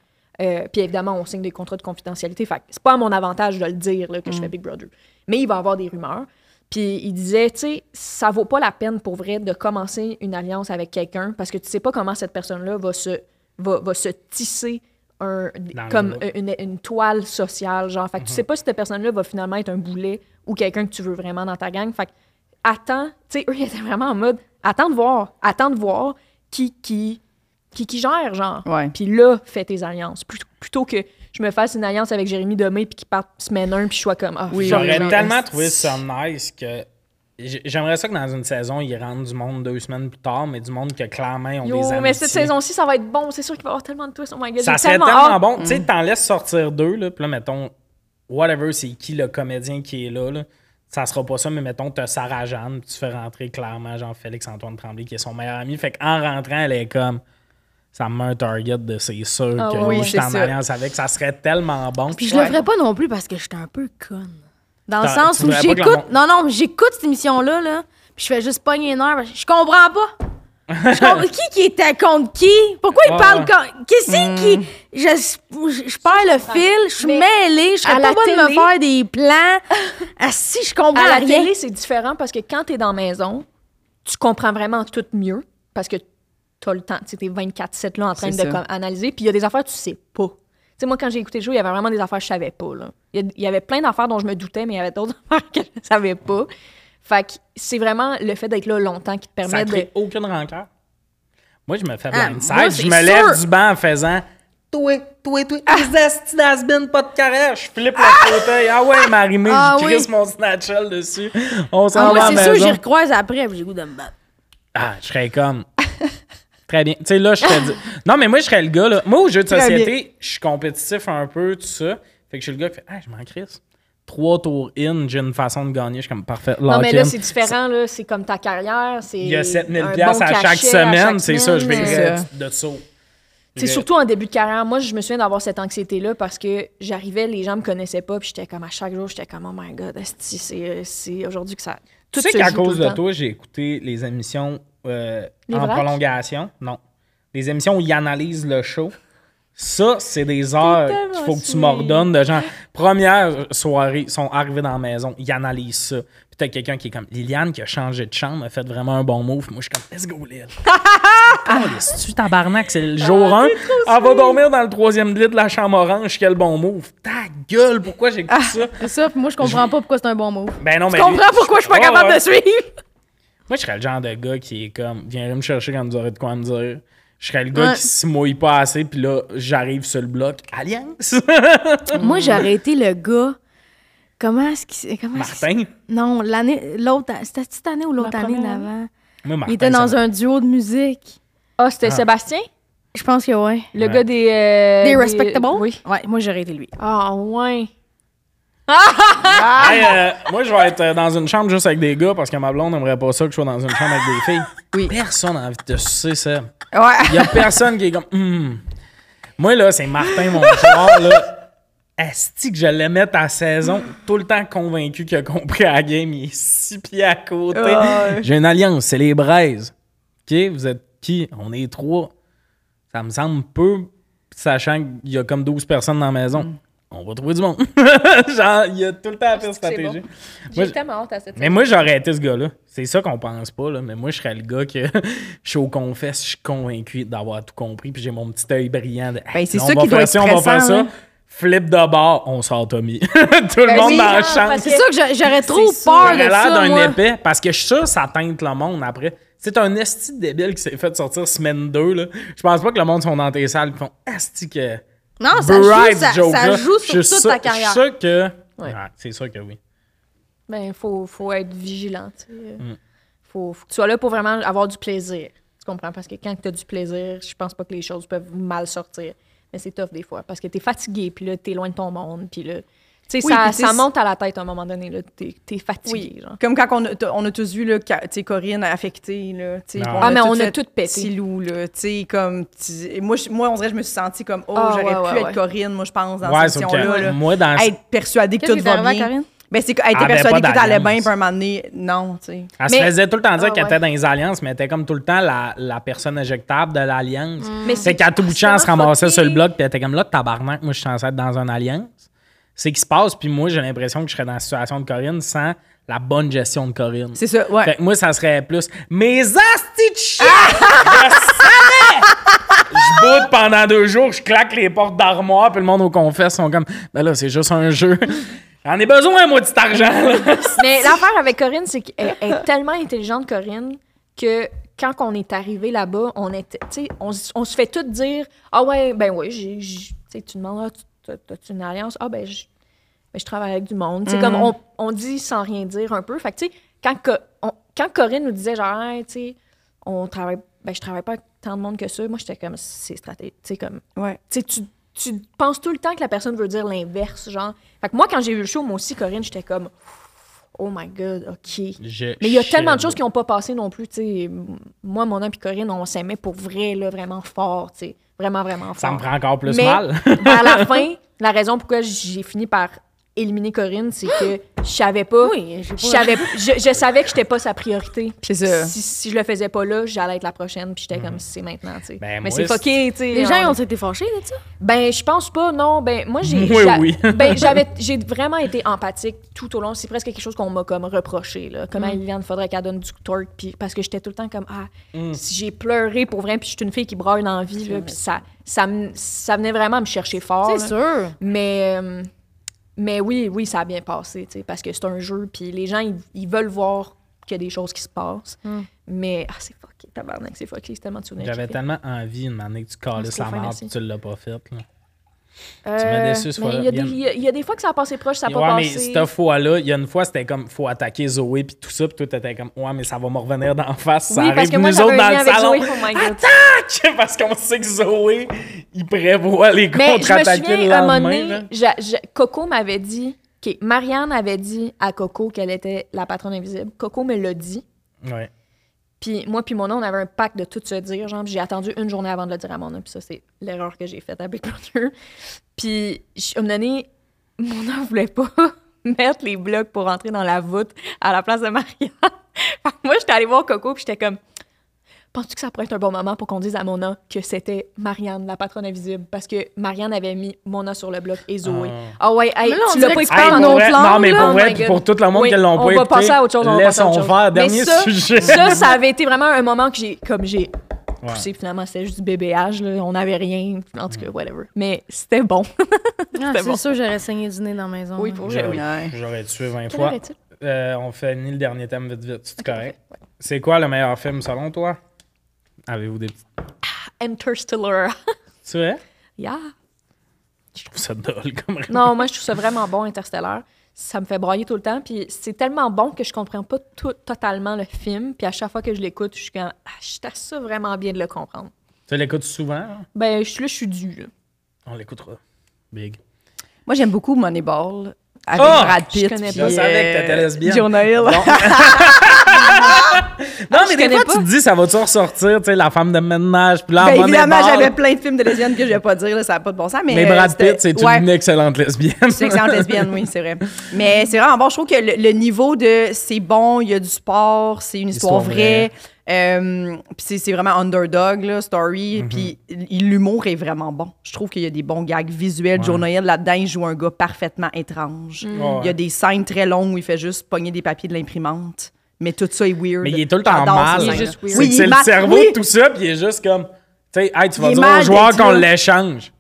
S4: Euh, puis évidemment, on signe des contrats de confidentialité. Fait que c'est pas à mon avantage de le dire là, que je fais Big Brother. Mais il va y avoir des rumeurs. Puis il disait, tu sais, ça vaut pas la peine pour vrai de commencer une alliance avec quelqu'un parce que tu sais pas comment cette personne-là va se, va, va se tisser un,
S1: le
S4: comme
S1: moule.
S4: une, une toile sociale. Genre, fait que tu sais pas si cette personne-là va finalement être un boulet ou quelqu'un que tu veux vraiment dans ta gang. Fait que attends, tu sais, eux, ils étaient vraiment en mode attends de voir, attends de voir qui, qui, qui, qui gère, genre.
S3: Ouais.
S4: Puis là, fais tes alliances. Plut- Plutôt, que je me fasse une alliance avec Jérémy Demé puis qu'il parte semaine 1 puis je sois comme ah,
S3: Oui,
S4: genre,
S1: J'aurais
S4: genre,
S1: tellement trouvé ça nice que j- j'aimerais ça que dans une saison, ils rendent du monde deux semaines plus tard, mais du monde que clairement ils ont
S4: Yo,
S1: des amitiés.
S4: mais cette saison-ci, ça va être bon. C'est sûr qu'il va y avoir tellement de twists. Oh my god,
S1: ça
S4: j'ai
S1: serait
S4: tellement,
S1: tellement,
S4: hâte.
S1: bon. Tu sais, t'en laisses sortir deux, là, puis là, mettons, whatever, c'est qui le comédien qui est là, là. Ça sera pas ça, mais mettons, t'as Sarah Jeanne, puis tu fais rentrer clairement Jean-Félix-Antoine Tremblay, qui est son meilleur ami. Fait qu'en rentrant, elle est comme, ça me met un target de c'est sûr
S4: Ah
S1: que
S4: ouais,
S1: lui,
S4: ouais,
S1: je
S3: c'est
S1: suis en
S3: ça.
S1: alliance avec. Ça serait tellement bon.
S5: Puis je le ferais pas non plus parce que j'étais un peu conne. Dans le
S1: T'as-
S5: sens
S1: tu
S5: où
S1: voudrais pas que
S5: j'écoute.
S1: le
S5: Non, non, mais j'écoute cette émission-là, là. Puis je fais juste pogner une heure. parce que Je comprends pas. Je comprends- qui qui était contre qui? Pourquoi il
S1: Ouais,
S5: parle
S1: ouais. Hmm.
S5: contre. Qu'est-ce qui. Je, je, je perds le fil, je suis
S4: Mais
S5: mêlée, je
S4: à
S5: serais
S4: la
S5: pas bonne de me
S4: télé-
S5: faire des plans. ah si, je comprends
S4: À la
S5: rien.
S4: télé, c'est différent parce que quand t'es dans la maison, tu comprends vraiment tout mieux parce que t'as le temps. Tu sais, t'es 24-7 là en train de
S3: C'est ça.
S4: comme, analyser. Puis il y a des affaires que tu sais pas. Tu sais, moi, quand j'ai écouté le jeu, il y avait vraiment des affaires que je savais pas. là. Il y, a- il y avait plein d'affaires dont je me doutais, mais il y avait d'autres affaires que je savais pas. Fait que c'est vraiment le fait d'être là longtemps qui te
S1: Ça
S4: permet de.
S1: crée aucune rancœur. Moi, je me fais
S5: ben, Ah,
S1: blindside.
S5: moi, c'est
S1: je me lève
S5: sûr. Ah.
S1: du banc en faisant Toi, toi, toi, les esti d'hasbin, pas de carrière. Je flippe le fauteuil. Ah ouais, Marimé,
S5: Ah
S1: je
S5: oui.
S1: crisse mon snatchel dessus. On s'en
S5: Ah,
S1: va
S5: moi,
S1: à la
S5: c'est sûr, j'y
S1: maison.
S5: recroise après, puis j'ai goût de me battre.
S1: Ah, je serais comme. Très bien. Tu sais, là, je serais. du- Non, mais moi, je serais le gars, là. Moi, au jeu de société, je suis compétitif un peu, tout ça. Fait que je suis le gars qui fait Ah, je m'en crisse. Trois tours in, j'ai une façon de gagner. Je suis comme parfait.
S4: Non, mais là,
S1: lock-in.
S4: c'est différent. là. C'est comme ta carrière. c'est
S1: Il y a 7000
S4: un
S1: piastres
S4: bon
S1: à chaque
S4: cachet à
S1: semaine,
S4: chaque
S1: c'est ça, je vais
S4: semaine. euh,
S3: C'est
S1: de ça.
S4: C'est surtout en début de carrière. Moi, je me souviens d'avoir cette anxiété-là parce que j'arrivais, les gens me connaissaient pas, puis j'étais comme à chaque jour, j'étais comme oh my god, esti, c'est c'est aujourd'hui que ça.
S1: Tu
S4: tout
S1: sais
S4: se
S1: qu'à
S4: joue tout
S1: cause
S4: le
S1: de
S4: temps.
S1: toi, j'ai écouté les émissions euh,
S4: Les
S1: en
S4: vracs?
S1: prolongation. Non. Les émissions où ils analysent le show. Ça, c'est des heures qu'il faut que tu m'ordonnes de genre. Première soirée, ils sont arrivés dans la maison, ils analysent ça. Puis t'as quelqu'un qui est comme Liliane qui a changé de chambre, a fait vraiment un bon move. Moi, je suis comme Let's go, Lil. Ah, tu tabarnak, c'est le jour
S4: Ah,
S1: 1. Elle va dormir dans le troisième lit de la chambre orange, quel bon move. Ta gueule, pourquoi j'écoute
S4: Ah.
S1: ça?
S5: C'est ça, puis moi, je comprends pas pourquoi c'est un bon mot.
S1: Ben non, mais. Ah,
S5: Je comprends pourquoi je suis pas capable de
S1: suivre.
S5: suivre.
S1: Moi, je serais le genre de gars qui est comme, viendrait me chercher quand vous aurez de quoi me dire. Je serais le gars
S5: Ouais.
S1: qui se mouille pas assez, puis là, j'arrive sur le bloc. Alliance!
S5: Moi, j'aurais été le gars. Comment est-ce qu'il. Comment est-ce qu'il-
S1: Martin?
S5: Non, l'année. L'autre. C'était cette année ou l'autre
S4: La
S5: année
S4: première
S5: d'avant?
S1: Moi, Martin.
S5: Il était
S1: ça
S5: dans
S1: m'a-
S5: un duo de musique.
S4: Ah, c'était
S1: Ah.
S4: Sébastien?
S5: Je pense que ouais.
S4: Le
S1: Ouais.
S4: gars des... euh,
S5: Des Respectables?
S4: Oui.
S5: Ouais, moi, j'aurais été lui.
S4: Ah, ouais.
S1: Hey, euh, moi, je vais être euh, dans une chambre juste avec des gars parce que ma blonde n'aimerait pas ça que je sois dans une chambre avec des filles.
S3: Oui.
S1: Personne n'a envie de te sucer, ça.
S3: Ouais.
S1: Il y a personne qui est comme. Hmm. Moi, là, c'est Martin, mon joueur, là. Asti que je l'aimais ta saison, tout le temps convaincu qu'il a compris à la game, il est six pieds à côté.
S3: Ouais.
S1: J'ai une alliance, c'est les braises. OK, vous êtes qui? On est trois. Ça me semble peu, sachant qu'il y a comme 12 personnes dans la maison.
S4: Mm.
S1: On va trouver du monde. Genre, il y a tout le temps la pire
S4: que c'est
S1: stratégie.
S4: J'ai
S1: Moi, je-
S4: tellement hâte à cette
S1: mais moi, j'aurais été ce gars-là. C'est ça qu'on pense pas, là. Mais moi, je serais le gars que je suis au confesse, je suis convaincu d'avoir tout compris, puis j'ai mon petit œil brillant de.
S3: Ben, c'est
S1: On
S3: ça
S1: va
S3: qui doit
S1: faire
S3: être
S1: ci, on va faire
S3: stressant,
S1: ça.
S3: là.
S1: Flip de bord, on sort Tommy. tout
S5: Ben
S1: le monde
S4: oui,
S1: dans la
S4: genre,
S1: chambre.
S4: parce
S5: C'est ça que j'a- j'aurais trop
S4: sûr.
S5: peur de
S1: J'aurais l'air
S5: ça.
S1: d'un
S5: Moi.
S1: épais, parce que je suis sûr que ça teinte le monde après. C'est un esti de débile qui s'est fait sortir semaine 2, là. Je pense pas que le monde sont dans tes salles et font esti que.
S5: Non, Ah, ça
S1: Bright
S5: joue, ça,
S1: joke,
S5: ça
S1: là.
S5: joue
S1: Je
S5: sur
S1: suis
S5: toute
S1: sûr-
S5: ta carrière.
S1: Je suis sûr que.
S4: Ouais.
S1: Ah, c'est sûr que oui.
S4: Ben, faut, faut être vigilant. tu sais. Faut, faut que tu sois là pour vraiment avoir du plaisir. Tu comprends? Parce que quand tu as du plaisir, je pense pas que les choses peuvent mal sortir. Mais c'est tough des fois parce que tu es fatigué, puis là, tu es loin de ton monde, puis là. Tu sais,
S3: Oui,
S4: ça,
S3: puis Mm. tu sais,
S4: ça monte à la tête à un moment donné, là. T'es es fatigué, genre.
S3: Comme quand on a, t- on a tous vu, là, ca- tu sais, Corinne affectée, là. tu sais,
S1: Ah.
S3: puis
S4: Ah, mais on a
S3: fait
S4: tout pété.
S3: Silou, là, tu sais, comme... tu- et Moi, je- moi, on dirait que je me suis sentie comme, oh,
S4: Ah,
S3: j'aurais
S4: ouais,
S3: pu
S4: ouais,
S3: être
S4: ouais.
S3: Corinne, moi, je pense, dans
S1: ouais, sauf
S3: cette situation-là.
S1: que
S3: là.
S1: moi, dans
S3: Être persuadée que
S5: Qu'est-ce
S3: tout
S5: qui est
S3: va
S5: arrivé à
S3: bien.
S5: Corinne?
S3: Ben, c'est qu'elle
S1: Elle
S3: était
S1: avait
S3: persuadée
S1: pas
S3: que tout allait
S1: d'alliance.
S3: bien, puis un moment donné, non, tu sais.
S1: Elle se
S4: Mais-
S1: faisait tout le temps dire
S4: Ah,
S1: qu'elle
S4: ouais.
S1: était dans les alliances, mais elle était comme tout le temps la, la personne éjectable de l'alliance.
S4: Mais
S1: C'est qu'à tout bout de champ, elle se ramassait sur le bloc, puis elle était comme là, tabarnak, moi je suis censée être dans une alliance. C'est qui se passe, puis moi j'ai l'impression que je serais dans la situation de Corinne sans la bonne gestion de Corinne.
S3: C'est ça, ouais.
S1: Fait que moi, ça serait plus mes astis de chien!
S4: Ah!
S1: Je savais! Je boude pendant deux jours, je claque les portes d'armoire, puis le monde au confesse sont comme, ben là, c'est juste un jeu. J'en ai besoin, moi, de cet argent, là.
S4: Mais l'affaire avec Corinne, c'est qu'elle elle est tellement intelligente, Corinne, que quand on est arrivé là-bas, on était, tu sais, on, s- on se fait tout dire Ah ouais, ben oui, j'ai. j'ai- Tu sais, tu demandes Ah, tu- t'as- T'as-tu une alliance Ah ben, je, ben, je travaille avec du monde. Tu sais, comme on, on dit sans rien dire un peu. Fait que, tu sais, quand, Co- on- quand Corinne nous disait genre, Hey, tu sais, on travaille, ben, je travaille pas avec tant de monde que ça, moi, j'étais comme C'est stratégique. Tu sais, comme
S3: Ouais.
S4: tu sais, tu, tu penses tout le temps que la personne veut dire l'inverse, genre. Fait que moi, quand j'ai vu le show, moi aussi, Corinne, j'étais comme, oh my God, OK. Mais il y a tellement de choses qui n'ont pas passé non plus, tu sais. Moi, mon homme et Corinne, on s'aimait pour vrai, là, vraiment fort, tu sais. Vraiment, vraiment fort.
S1: Ça me prend encore plus
S4: Mais
S1: mal.
S4: à la fin, la raison pourquoi j'ai fini par éliminer Corinne, c'est que je savais pas.
S5: Oui,
S4: je,
S5: j'ai
S4: savais, je, je savais que j'étais pas sa priorité. Puis
S3: C'est ça.
S4: Si, si je le faisais pas là, j'allais être la prochaine. Puis j'étais comme, c'est maintenant, tu sais.
S1: Mhm. Ben, moi,
S4: Mais c'est fucké, tu sais.
S5: Les
S4: on-
S5: gens, ils ont été fâchés de ça.
S4: ben, je pense pas, non. Ben, moi, j'ai.
S1: Moi,
S4: j'a-
S1: oui.
S4: ben, j'avais, j'ai vraiment été empathique tout au long. C'est presque quelque chose qu'on m'a comme reproché, là. Comment
S5: Mm.
S4: Liliane, faudrait qu'elle donne du torque, puis parce que j'étais tout le temps comme, ah,
S1: Mm.
S4: si j'ai pleuré pour vrai, puis je suis une fille qui braille dans la vie, là, puis ça, ça, me- ça venait vraiment me chercher
S1: Ah
S4: fort. là.
S5: C'est sûr.
S4: Mais, euh, mais oui, oui, ça a bien passé, tu sais, parce que c'est un jeu, puis les gens, ils, ils veulent voir qu'il y a des choses qui se passent.
S5: Mm.
S4: Mais, ah, c'est fucké, tabarnak, c'est fucké, c'est tellement de souvenirs.
S1: J'avais
S4: qui-
S1: tellement envie une année que tu calisses
S4: Merci,
S1: la
S4: Stéphane,
S1: mort
S4: merci.
S1: et tu l'as pas faite. là.
S4: Euh,
S1: m'as déçu ce
S4: mais
S1: fois-là,
S4: il y a des-
S1: Yann.
S4: Il y, a- il y a des fois que ça a passé proche, ça n'a
S1: ouais,
S4: pas
S1: mais
S4: passé.
S1: cette fois-là, il y a une fois, c'était comme, faut attaquer Zoé puis tout ça, puis toi, t'étais comme, ouais, mais ça va me revenir d'en face, ça
S4: oui, parce
S1: arrive
S4: que moi,
S1: nous
S4: j'avais
S1: autres
S4: un lien
S1: dans le
S4: avec
S1: salon.
S4: Zoé. Oh my God.
S1: Attaque! Parce qu'on sait que Zoé, il prévoit les
S4: Mais je me
S1: contre-attaquer le
S4: souviens, à un moment
S1: lendemain.
S4: donné,
S1: là.
S4: j'a- j'a- Coco m'avait dit... OK, Marianne avait dit à Coco qu'elle était la patronne invisible. Coco me l'a dit.
S1: Ouais.
S4: Puis moi puis mon nom, on avait un pacte de tout se dire. Genre, j'ai attendu une journée avant de le dire à mon nom. Puis ça, c'est l'erreur que j'ai faite à Big Brother. Puis je- à un moment donné, mon nom voulait pas mettre les blocs pour entrer dans la voûte à la place de Marianne. Fait que moi, j'étais allée voir Coco puis j'étais comme... Penses-tu que ça pourrait être un bon moment pour qu'on dise à Mona que c'était Marianne, la patronne invisible? Parce que Marianne avait mis Mona sur le bloc et Zoé. Ah ouais, hey,
S5: Mais là, on
S4: tu l'as
S5: dirait
S4: pas
S5: que tu
S4: écouté
S5: parles
S4: en
S5: en
S1: pour
S4: autre
S1: vrai-
S5: langue,
S1: non, mais
S4: là.
S1: pour
S4: Oh
S1: vrai,
S4: my
S1: puis
S4: God.
S1: pour tout le monde
S4: Oui,
S1: qui l'ont pas
S4: on va
S1: écouté,
S4: passer à autre chose, on va passer à
S1: laissons
S4: autre chose.
S1: faire.
S4: Mais
S1: Dernier
S4: ça,
S1: sujet.
S4: Ça, ça avait été vraiment un moment que j'ai, comme j'ai
S1: Ouais.
S4: poussé finalement, c'était juste du bébéage, là, on n'avait rien, en
S1: Mm.
S4: tout cas, whatever. Mais c'était bon.
S5: Ah,
S4: C'était
S5: c'est
S4: bon.
S5: sûr, j'aurais saigné du nez dans la maison.
S4: Oui,
S5: là.
S4: pour
S1: J'aurais-
S4: vrai.
S3: Ouais.
S1: J'aurais tué 20
S4: Quelle
S1: fois.
S4: heure est-il?
S1: Euh, on finit le dernier thème vite vite, c'est correct. C'est quoi le meilleur film selon toi? Avez-vous des petits...
S4: Interstellar.
S1: Tu vois?
S4: yeah.
S1: Je trouve ça drôle comme
S4: Non, moi, je trouve ça vraiment bon, Interstellar. Ça me fait broyer tout le temps. Puis c'est tellement bon que je comprends pas tout, totalement le film. Puis à chaque fois que je l'écoute, je suis comme, ah, je t'assure ça vraiment bien de le comprendre.
S1: Tu l'écoutes souvent? hein?
S4: Ben, je suis là, je suis due. là.
S1: On l'écoutera. Big.
S3: Moi, j'aime beaucoup Moneyball avec
S1: Ah!
S3: Brad
S4: Je
S3: Pitt.
S4: connais
S3: puis,
S1: Je
S4: pas.
S1: savais que t'étais
S3: euh,
S1: lesbienne.
S3: Jonah Hill. Ben,
S1: Non, mais
S4: je
S1: des
S4: connais
S1: fois,
S4: pas.
S1: tu te dis, ça va-tu ressortir, tu sais, la femme de ménage, puis là,
S3: Ben,
S1: en
S3: évidemment,
S1: Moneyball.
S3: j'avais plein de films de lesbiennes que je vais pas dire, là, ça n'a pas de bon sens. Mais,
S1: Mais
S3: euh,
S1: Brad
S3: c'était-
S1: Pitt, c'est
S3: Ouais.
S1: une excellente lesbienne.
S3: C'est une excellente lesbienne, oui, c'est vrai. Mais c'est vraiment bon. Je trouve que le, le niveau de c'est bon, il y a du sport, c'est une histoire,
S1: Histoire
S3: vraie. euh, Puis c'est- c'est vraiment underdog, là, story.
S1: Mhm.
S3: Puis il- l'humour est vraiment bon. Je trouve qu'il y a des bons gags visuels.
S1: Ouais.
S3: Jonah Hill, là-dedans, il joue un gars parfaitement étrange.
S1: Ouais.
S3: Il y a des scènes très longues où il fait juste pogner des papiers de l'imprimante. Mais tout ça est weird.
S1: Mais il est tout le temps
S3: J'adore
S1: mal.
S3: ces
S1: Il est
S3: scènes-là.
S4: juste weird.
S1: C'est
S3: Oui,
S1: que
S3: il
S1: c'est
S3: est
S1: le
S3: mal-
S1: cerveau
S3: oui.
S1: de tout ça, puis il est juste comme, tu sais, hey, tu vas
S3: Il est
S1: dire
S3: mal
S1: au joueur
S3: d'être
S1: qu'on
S3: là.
S1: l'échange.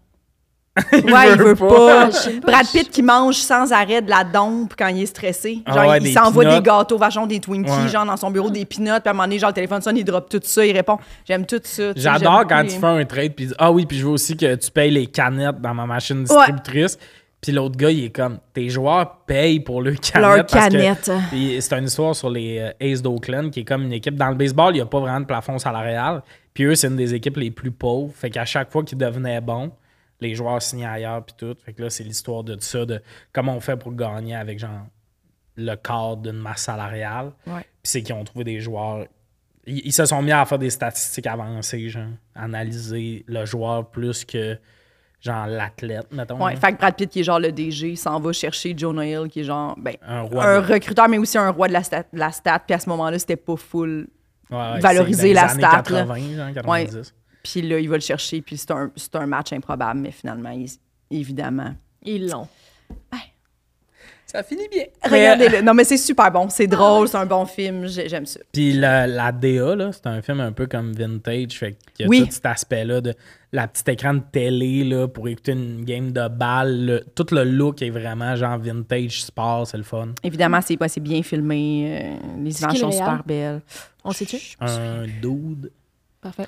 S3: Ouais, il veut pas.
S4: sais pas,
S3: Brad
S4: je-
S3: Pitt qui mange sans arrêt de la dompe quand il est stressé.
S1: Ah
S3: Genre,
S1: ouais,
S3: il
S1: des
S3: s'envoie des
S1: peanuts.
S3: gâteaux vachons, des Twinkies,
S1: Ouais.
S3: genre dans son bureau, des peanuts. Puis à un moment donné, genre, le téléphone sonne, il drop tout ça, il répond. J'aime tout ça. tu sais,
S1: J'adore
S3: j'aime
S1: quand
S3: beaucoup
S1: tu
S3: les-
S1: fais un trade, puis ah oui, puis je veux aussi que tu payes les canettes dans ma machine distributrice. Puis l'autre gars, il est comme, tes joueurs payent pour leurs canettes.
S2: Leurs
S1: parce que-
S2: canettes.
S1: Puis c'est une histoire sur les euh, Aces d'Oakland, qui est comme une équipe. Dans le baseball, il n'y a pas vraiment de plafond salarial. Puis eux, c'est une des équipes les plus pauvres. Fait qu'à chaque fois qu'ils devenaient bons, les joueurs signaient ailleurs, puis tout. Fait que là, c'est l'histoire de ça, de comment on fait pour gagner avec, genre, le cadre d'une masse salariale. Puis c'est qu'ils ont trouvé des joueurs. Ils, ils se sont mis à faire des statistiques avancées, genre, analyser le joueur plus que, genre, l'athlète, mettons.
S3: Ouais,
S1: là.
S3: fait que Brad Pitt, qui est genre le DG, s'en va chercher Jonah Hill, qui est genre ben,
S1: Un
S3: un,
S1: roi de-
S3: recruteur, mais aussi un roi de la stat. de la stat puis à ce moment-là, c'était pas full.
S1: Ouais, ouais,
S3: valoriser
S1: c'est dans
S3: la
S1: les années
S3: stat, là.
S1: 80, genre, 90.
S3: Puis là, il va le chercher, puis c'est un, c'est un match improbable, mais finalement, il- évidemment.
S4: Ils l'ont.
S1: Ça finit bien. euh,
S3: Regardez-le. Non, mais c'est super bon. C'est drôle, c'est un bon film. j'ai- J'aime ça.
S1: Puis la, la DA, là, c'est un film un peu comme vintage. Fait qu'il y a
S3: Oui.
S1: tout cet aspect-là de la petite écran de télé là, pour écouter une game de balle. le- tout le look est vraiment genre vintage sport, c'est le fun.
S3: Évidemment, c'est ouais, c'est bien filmé. euh, les
S4: C'est
S3: images
S4: qui le
S3: sont
S4: réal?
S3: super belles.
S4: On sait tu
S1: Un dude.
S4: Parfait.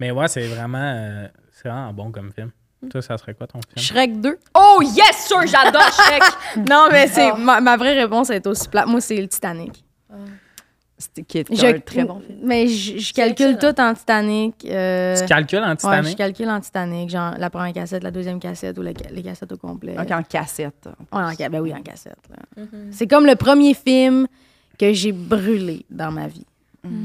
S1: Mais ouais, c'est vraiment, euh, c'est vraiment bon comme film.
S5: Mm.
S1: Toi, ça serait quoi ton film?
S5: Shrek 2.
S4: Oh yes, sir, j'adore Shrek.
S5: Non, mais c'est
S4: Ah.
S5: ma, ma vraie réponse est aussi plate. Moi, c'est le Titanic.
S3: C'était qui est
S5: Je-
S3: un très bon film.
S5: Mais je, je calcule
S4: excellent.
S5: tout en Titanic. euh,
S1: Tu calcules en
S5: ouais, je
S1: Titanic?
S5: calcule en Titanic, genre la première cassette, la deuxième cassette ou la ca- les cassettes au complet.
S3: Donc, en cassette. hein.
S5: Ouais, en ca- ben oui, en cassette. là. C'est comme le premier film que j'ai brûlé dans ma vie.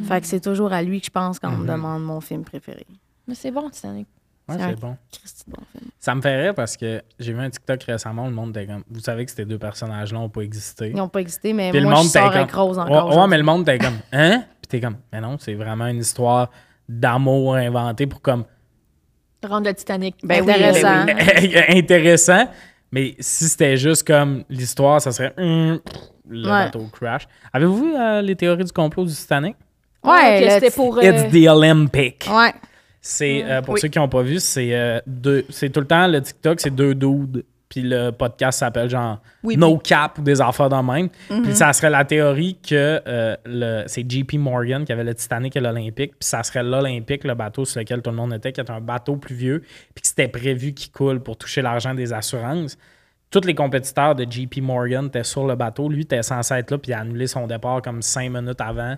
S5: Fait que c'est toujours à lui que je pense quand on
S1: Mm-hmm.
S5: me demande mon film préféré.
S4: Mais c'est bon Titanic.
S1: Ouais,
S5: c'est
S1: c'est
S5: un-
S1: bon.
S5: Christy, bon film.
S1: Ça me fait rire parce que j'ai vu un TikTok récemment, le monde était comme, vous savez que ces deux personnages-là n'ont pas existé.
S5: Ils n'ont pas existé, mais
S1: Puis
S5: moi, je
S1: t'es
S5: sors avec Rose encore.
S1: Ouais, ouais,
S5: genre.
S1: mais le monde, t'es comme, hein? Puis t'es comme, mais non, c'est vraiment une histoire d'amour inventée pour comme
S4: Rendre le Titanic.
S3: Ben oui,
S5: Intéressant.
S3: ben oui.
S1: intéressant. Mais si c'était juste comme l'histoire, ça serait hum, le
S5: Ouais.
S1: bateau crash. Avez-vous vu euh, les théories du complot du Titanic?
S5: Ouais,
S4: que
S5: le-
S4: c'était pour. euh,
S1: It's the Olympic.
S5: Ouais.
S1: C'est euh, pour
S3: Mm. Oui.
S1: ceux qui n'ont pas vu, c'est euh, deux- c'est tout le temps le TikTok, c'est deux dudes. Puis le podcast s'appelle genre
S3: Oui, Mm-hmm.
S1: No Cap ou des affaires dans même. Puis ça serait la théorie que euh, le- c'est JP Morgan qui avait le Titanic et l'Olympique. Puis ça serait l'Olympique, le bateau sur lequel tout le monde était, qui était un bateau plus vieux. Puis que c'était prévu qu'il coule pour toucher l'argent des assurances. Tous les compétiteurs de JP Morgan étaient sur le bateau. Lui, était censé être là, puis il a annulé son départ comme cinq minutes avant.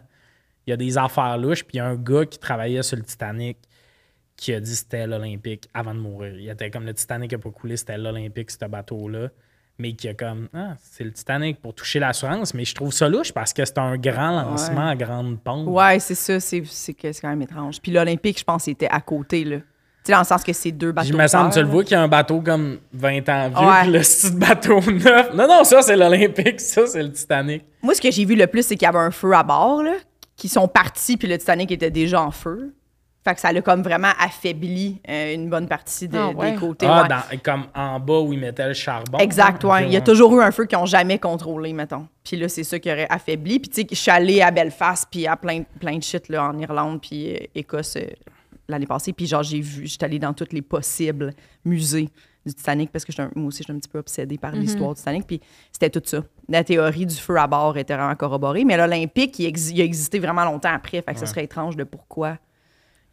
S1: Il y a des affaires louches, puis il y a un gars qui travaillait sur le Titanic qui a dit c'était l'Olympique avant de mourir. Il était comme le Titanic a pas coulé, c'était l'Olympique, ce bateau-là. Mais qui a comme, ah, c'est le Titanic pour toucher l'assurance. Mais je trouve ça louche parce que c'est un grand lancement à grande
S4: Mm.
S1: pompe.
S3: Ouais, c'est ça. C'est c'est que c'est quand même étrange. Puis l'Olympique, je pense, était à côté, là. Tu sais, dans le sens que c'est deux bateaux.
S1: Puis il me semble, tu le
S3: là.
S1: vois, qu'il y a un bateau comme 20 ans vieux,
S3: Ouais.
S1: puis le petit bateau neuf. Non, non, ça, c'est l'Olympique, ça, c'est le Titanic.
S3: Moi, ce que j'ai vu le plus, c'est qu'il y avait un feu à bord, là, qui sont partis, puis le Titanic était déjà en feu. Fait que ça l'a comme vraiment affaibli euh, une bonne partie de-
S4: Ah, ouais.
S3: des côtés.
S1: Ah,
S3: ouais.
S1: dans- comme en bas où ils mettaient le charbon.
S3: Exact,
S1: hein.
S3: ouais.
S1: Ok,
S3: Il y a toujours eu un feu qu'ils n'ont jamais contrôlé, mettons. Puis là, c'est ça qui aurait affaibli. Puis tu sais, je suis allée à Belfast, puis à plein, plein de shit là, en Irlande, puis euh, Écosse euh, l'année passée. Puis genre, j'ai vu, j'étais allée dans tous les possibles musées du Titanic, parce que j'étais un- moi aussi, je suis un petit peu obsédée par l'histoire du Titanic. Puis c'était tout ça. La théorie du feu à bord était vraiment corroborée, mais l'Olympique, il, exi- il a existé vraiment longtemps après. Fait que ça serait étrange de pourquoi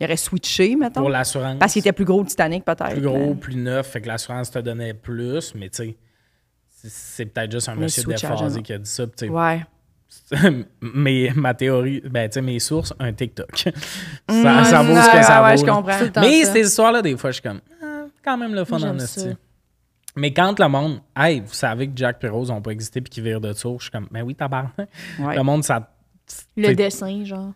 S3: il aurait switché, mettons.
S1: Pour l'assurance.
S3: Parce qu'il était plus gros le Titanic, peut-être.
S1: plus gros, plus neuf, fait que l'assurance te donnait plus, mais tu sais, c'est- c'est peut-être juste un
S3: Le
S1: monsieur
S3: switch
S1: déphasé
S3: agent.
S1: qui a dit ça. puis tu sais,
S3: Ouais.
S1: mes, ma théorie, ben, tu sais, mes sources, un TikTok. ça, ça vaut ce que ça
S3: ouais,
S1: vaut.
S3: je
S1: là.
S3: comprends.
S5: Tout le temps
S1: Mais
S5: ça.
S1: ces histoires-là, des fois, je suis comme, Ah, quand même le fun en
S5: J'aime ça.
S1: esti. Mais quand le monde, hey, vous savez que Jack et Rose n'ont pas existé puis qu'ils virent de tour, je suis comme, mais oui, tabarnak.
S3: Ouais.
S1: Le monde, ça.
S4: Le
S1: t'sais,
S4: dessin, genre.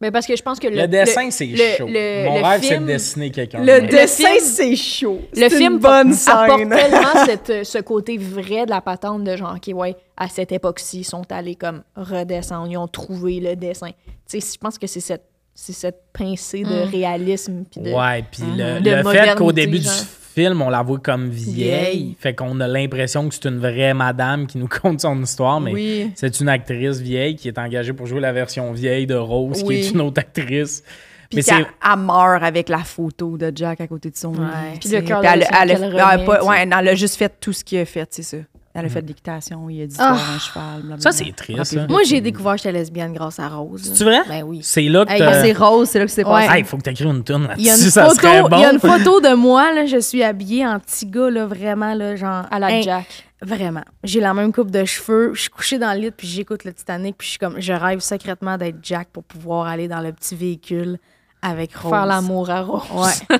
S4: Mais parce que je pense que le.
S1: le dessin, c'est
S4: le-
S1: chaud.
S4: le-
S1: Mon
S4: le
S1: rêve, c'est de
S4: film-
S1: dessiner quelqu'un.
S3: Le
S1: Ouais.
S3: dessin,
S4: film-
S3: c'est chaud.
S4: Le
S3: C'est
S4: film
S3: une bonne
S4: apporte
S3: scène.
S4: tellement cette, euh, ce côté vrai de la patente de genre, OK, ouais, à cette époque-ci, ils sont allés comme redescendre, ils ont trouvé le dessin. Tu sais, je pense que c'est cette, c'est cette pincée de réalisme. puis de-
S1: Ouais, puis
S5: Mhm.
S1: le,
S4: De
S1: le fait qu'au
S4: modernité,
S1: début
S4: genre.
S1: du film, on la voit comme vieille,
S4: Vieille.
S1: fait qu'on a l'impression que c'est une vraie madame qui nous conte son histoire, mais
S3: Oui.
S1: c'est une actrice vieille qui est engagée pour jouer la version vieille de Rose,
S3: Oui.
S1: qui est une autre actrice.
S3: Puis
S1: c'est-
S3: qu'elle elle meurt avec la photo de Jack à côté de son lit.
S4: Puis le cœur
S3: elle,
S4: de
S3: elle,
S4: la scène
S3: elle-
S4: qu'elle
S3: elle a
S4: remet,
S3: pas-
S4: tu sais.
S3: ouais, elle a juste fait tout ce qu'il a fait, c'est ça. Elle a fait de l'équitation, il a dit
S5: Ah.
S3: faire un cheval. blablabla.
S1: Ça, c'est triste, ça.
S5: Moi, j'ai découvert que j'étais lesbienne grâce à Rose. là.
S1: C'est vrai?
S5: Ben oui.
S1: C'est là que
S5: Hey,
S1: t'as-
S3: C'est rose, c'est là que c'est
S5: Ouais.
S3: passé.
S1: Hey, faut que t'écrives une tourne
S5: Il y, a
S1: là-dessus,
S5: une
S1: ça serait
S5: photo,
S1: bon.
S5: il y a une photo de moi, là, je suis habillée en petit gars, là, vraiment, là, genre.
S4: À la
S5: hein,
S4: Jack.
S5: Vraiment. J'ai la même coupe de cheveux, je suis couchée dans le lit, puis j'écoute le Titanic, puis je suis comme, je rêve secrètement d'être Jack pour pouvoir aller dans le petit véhicule avec Rose.
S4: Faire l'amour à Rose.
S5: Ouais.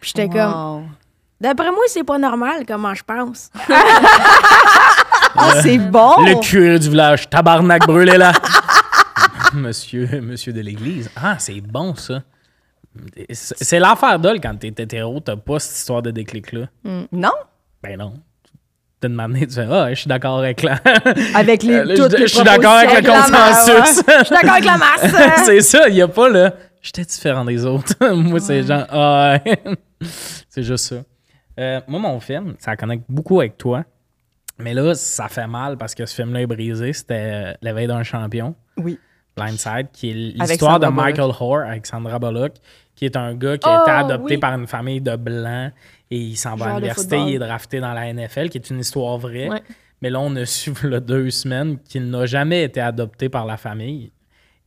S5: puis j'étais comme,
S3: Wow.
S5: d'après moi, c'est pas normal comment je pense.
S3: Ah, c'est bon!
S1: Le curé du village, tabarnak brûlé là. monsieur, monsieur de l'église. Ah, c'est bon ça. C'est c'est l'affaire d'ol quand t'es hétéro, t'as pas cette histoire de déclic-là.
S3: Non?
S1: Ben non. T'as demandé, tu fais Ah, je suis d'accord avec la.
S3: Avec les,
S1: Euh,
S3: toutes
S1: je,
S3: les
S1: je suis d'accord avec le
S3: propositions de la-
S1: consensus.
S3: Je suis d'accord avec la masse!
S1: c'est ça, il a pas le. J'étais différent des autres. moi, c'est genre. Ah, ouais. c'est juste ça. Euh, moi, mon film, ça connecte beaucoup avec toi. Mais là, ça fait mal parce que ce film-là est brisé. C'était euh, L'éveil d'un champion.
S3: oui.
S1: Blindside, qui est l'histoire de
S3: Sandra
S1: Michael Hoare, Alexandra Bullock, qui est un gars qui a
S4: Oh,
S1: été adopté
S4: oui.
S1: par une famille de blancs et il s'en va à
S4: Joueur de
S1: l'université,
S4: football.
S1: il est drafté dans la NFL, qui est une histoire vraie.
S4: Ouais.
S1: Mais là, on a su là, deux semaines qu'il n'a jamais été adopté par la famille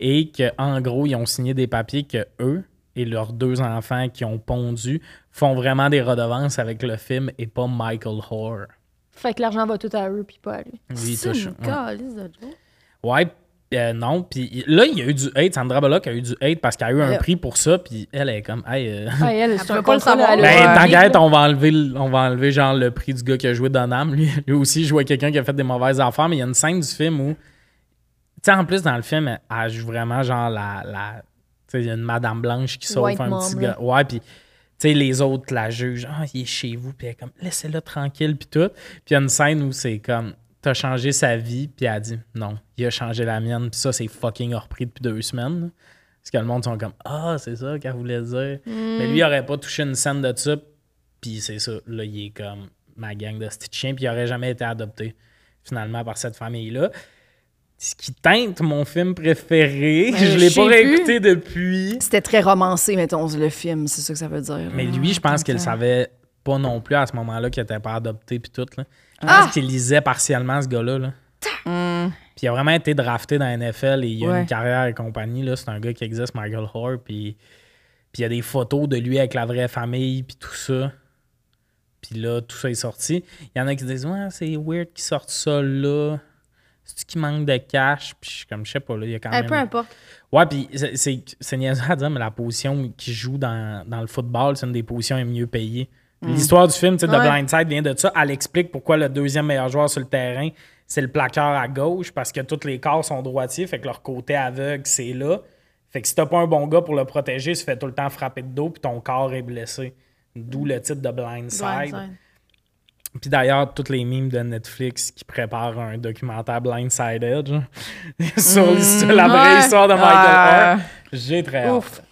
S1: et qu'en gros, ils ont signé des papiers que eux et leurs deux enfants qui ont pondu font vraiment des redevances avec le film et pas Michael Hoare.
S4: Fait que l'argent va tout à eux, puis pas à lui.
S1: Lui, il
S5: C'est
S1: touche-
S5: une
S1: ouais.
S5: calisse de joke.
S1: Ouais, euh, non. Puis il- là, il y a eu du hate. Sandra Bullock a eu du hate parce qu'elle a eu un
S5: Ouais.
S1: prix pour ça. Puis elle est comme, hey, euh,
S4: Ah, elle, c'est
S5: pouvait
S4: un
S5: pas le
S4: contrat, là,
S5: savoir.
S4: elle a
S1: ben,
S4: oublié.
S1: t'inquiète, on va enlever, le- on va enlever genre le prix du gars qui a joué Donham. Lui, lui aussi, il jouait quelqu'un qui a fait des mauvaises affaires. Mais il y a une scène du film où, tu sais, en plus, dans le film, elle, elle joue vraiment genre la. la tu sais, il y a une madame blanche qui sauve
S4: White
S1: un
S4: mom,
S1: petit
S4: là.
S1: gars. Ouais, puis. Tu sais, les autres la jugent. Ah, il est chez vous. Puis elle est comme, laissez-le tranquille. Puis tout. Puis il y a une scène où c'est comme, t'as changé sa vie. Puis elle dit, non, il a changé la mienne. Puis ça, c'est fucking repris depuis deux semaines. là. Parce que le monde sont comme, ah, c'est ça qu'elle voulait dire.
S5: Mm.
S1: Mais lui, il aurait pas touché une scène de ça. Puis c'est ça. Là, il est comme ma gang de petits chiens. Puis il aurait jamais été adopté, finalement, par cette famille-là. Ce qui teinte mon film préféré.
S5: Ben,
S1: je l'ai
S5: je
S1: pas
S5: sais
S1: réécouté depuis.
S3: C'était très romancé, mettons, le film, c'est ça que ça veut dire.
S1: Mais
S5: Ah,
S1: lui, je pense qu'il savait pas non plus à ce moment-là qu'il était pas adopté puis tout. Là. Je
S5: Ah!
S1: pense qu'il lisait partiellement ce gars-là. là.
S3: Mm.
S1: Puis il a vraiment été drafté dans la NFL et il a
S3: Ouais.
S1: une carrière et compagnie. là. C'est un gars qui existe, Michael Hoare. Puis puis il y a des photos de lui avec la vraie famille puis tout ça. Puis là, tout ça est sorti. Il y en a qui disent Ouais, c'est weird qu'ils sortent ça là. C'est-tu qui manque de cash? Puis je suis comme, je sais pas, là, il y a quand
S5: Eh,
S1: même.
S5: peu importe.
S1: Ouais, puis c'est- c'est c'est niaiseux à dire, mais la position qu'il joue dans, dans le football, c'est une des positions les mieux payées. L'histoire du film, tu sais, de
S5: Ouais.
S1: Blindside vient de ça. Elle explique pourquoi le deuxième meilleur joueur sur le terrain, c'est le plaqueur à gauche, parce que tous les corps sont droitiers, fait que leur côté aveugle, c'est là. Fait que si t'as pas un bon gars pour le protéger, tu se fait tout le temps frapper de dos, puis ton corps est blessé. D'où le titre de Blindside.
S5: Blindside.
S1: Puis d'ailleurs, toutes les mimes de Netflix qui préparent un documentaire Blindsided genre, sur
S4: Hmm.
S1: l'histoire- la vraie
S5: ouais.
S1: histoire de Michael
S3: Ah.
S1: Hart, j'ai très hâte.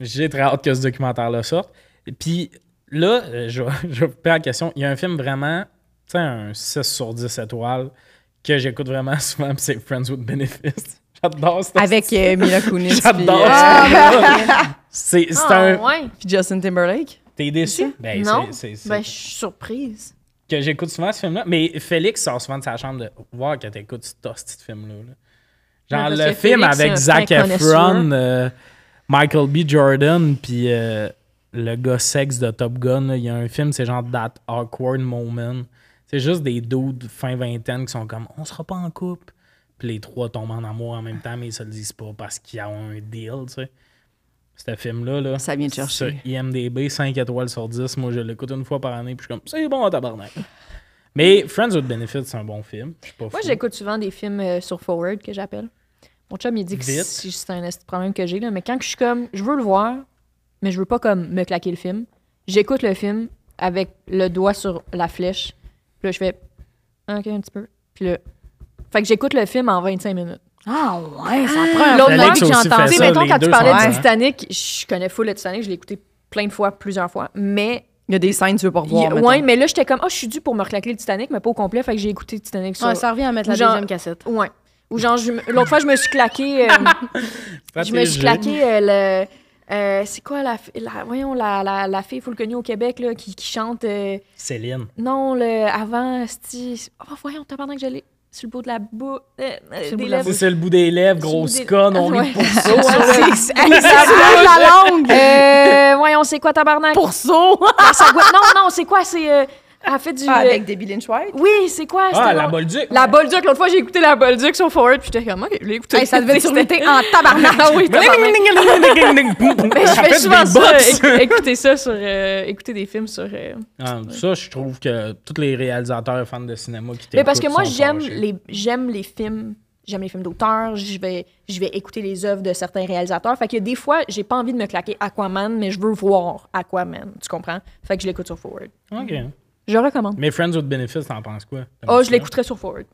S1: J'ai très hâte que ce documentaire-là sorte. Et Puis là, euh, je, vais- je vais vous la question. Il y a un film vraiment, tu sais, un 6 sur 10 étoiles que j'écoute vraiment souvent, puis c'est Friends with Benefits. J'adore cette
S4: Ah,
S3: Avec euh, Mila Kunis. puis,
S1: J'adore
S3: euh,
S1: ce film-là. C'est c'est
S4: Ah,
S1: un...
S4: ouais.
S3: puis Justin Timberlake.
S1: T'es déçu? Ben,
S4: non.
S1: c'est- c'est- c'est-
S4: Ben, je suis surprise.
S1: que j'écoute souvent ce film-là. Mais Félix sort souvent de sa chambre de voir que t'écoutes ce tosti de film-là. là.
S4: Mais
S1: Genre
S4: parce
S1: le
S4: que
S1: film
S4: Félix, euh,
S1: avec
S4: c'est un
S1: Zac
S4: fin
S1: Efron. euh, Michael B. Jordan, puis euh, le gars sexe de Top Gun, là, il y a un film, c'est genre That Awkward Moment. C'est juste des dudes fin vingtaine qui sont comme on sera pas en couple. Puis les trois tombent en amour en même temps, mais ils se le disent pas parce qu'il y a un deal, tu sais. Ce film-là, là,
S6: Ça vient te chercher.
S1: sur IMDB, 5 étoiles sur 10. Moi, je l'écoute une fois par année, puis je suis comme c'est bon, tabarnak. Mais Friends with Benefits, c'est un bon film. Je suis pas
S4: Moi,
S1: fou.
S4: j'écoute souvent des films euh, sur Forward que j'appelle. Mon chum, il dit que
S1: Vite.
S4: si- c'est un esti de problème que j'ai, là, mais quand que je suis comme, je veux le voir, mais je veux pas comme me claquer le film, j'écoute le film avec le doigt sur la flèche. Puis là, je fais, Ah, OK, un petit peu. Puis là, fait que j'écoute le film en 25 minutes.
S5: Ah ouais, ça prend un
S4: L'autre
S1: Alex
S4: fois
S1: a
S4: que
S1: aussi fait
S4: j'entends. Tu sais,
S1: ça,
S4: mettons,
S1: les
S4: quand
S1: deux
S4: tu parlais
S1: sont-
S4: du
S1: Ouais.
S4: Titanic, je connais full le Titanic, je l'ai écouté plein de fois, plusieurs fois, mais
S6: Il y a des scènes que tu veux pas revoir.
S4: il-
S6: mettons.
S4: ouais, mais là, j'étais comme, oh, je suis due pour me reclaquer le Titanic, mais pas au complet. Fait que j'ai écouté le
S1: Ah,
S4: Titanic sur.
S5: Ouais, ça revient à mettre la
S4: Genre-
S5: deuxième cassette.
S4: Ouais. Ou genre, je me- l'autre fois, je me suis claqué. euh, je me
S1: Stratégie.
S4: suis claqué euh, le. euh, c'est quoi la, fi- la- voyons la, la, la fille full connue au Québec là, qui, qui chante euh,
S1: Céline.
S4: non le avant sti oh voyons t'as pendant que j'allais sur le bout de la bouche euh, euh,
S5: le bout
S4: des
S5: de la
S1: Si
S4: lèvres
S1: c'est le bout des lèvres, grosse
S4: Sous-
S1: conne, on
S4: Ah, Ouais.
S1: rit pour ça. là.
S5: la langue!
S4: Euh, voyons c'est quoi tabarnak
S5: Pourceau!
S4: Ah, ça goûte- non non c'est quoi c'est euh, elle fait du
S3: Ah,
S4: euh,
S3: avec Debbie Lynch White.
S4: oui c'est quoi
S1: Ah,
S4: c'était
S1: la
S4: long-
S1: Bolduc.
S4: la Bolduc, l'autre fois j'ai écouté la Bolduc sur Forward, puis j'étais comme, ok, je l'ai écouté.
S5: Hey, ça devait
S4: C'était-
S5: t'urluter en tabarnak!
S4: Ah oui, tabarnak. Mais Ben, je
S1: Ça
S4: fais
S1: fait
S4: souvent
S1: des
S4: ça,
S1: box.
S4: éc- écouter ça sur. euh, écouter des films sur. euh,
S1: Ah, Ça, je trouve que tous les réalisateurs et fans de cinéma qui t'écoutent
S4: Mais Ben, parce que moi,
S1: sont
S4: j'aime
S1: fâchés.
S4: les, j'aime les films. J'aime les films d'auteur. Je vais, je vais écouter les œuvres de certains réalisateurs. Fait que des fois, j'ai pas envie de me claquer Aquaman, mais je veux voir Aquaman. Tu comprends? Fait que je l'écoute sur Forward.
S1: OK.
S4: Je recommande.
S1: Mais Friends with Benefits, t'en penses quoi?
S4: Oh, je l'écouterai sur Forward.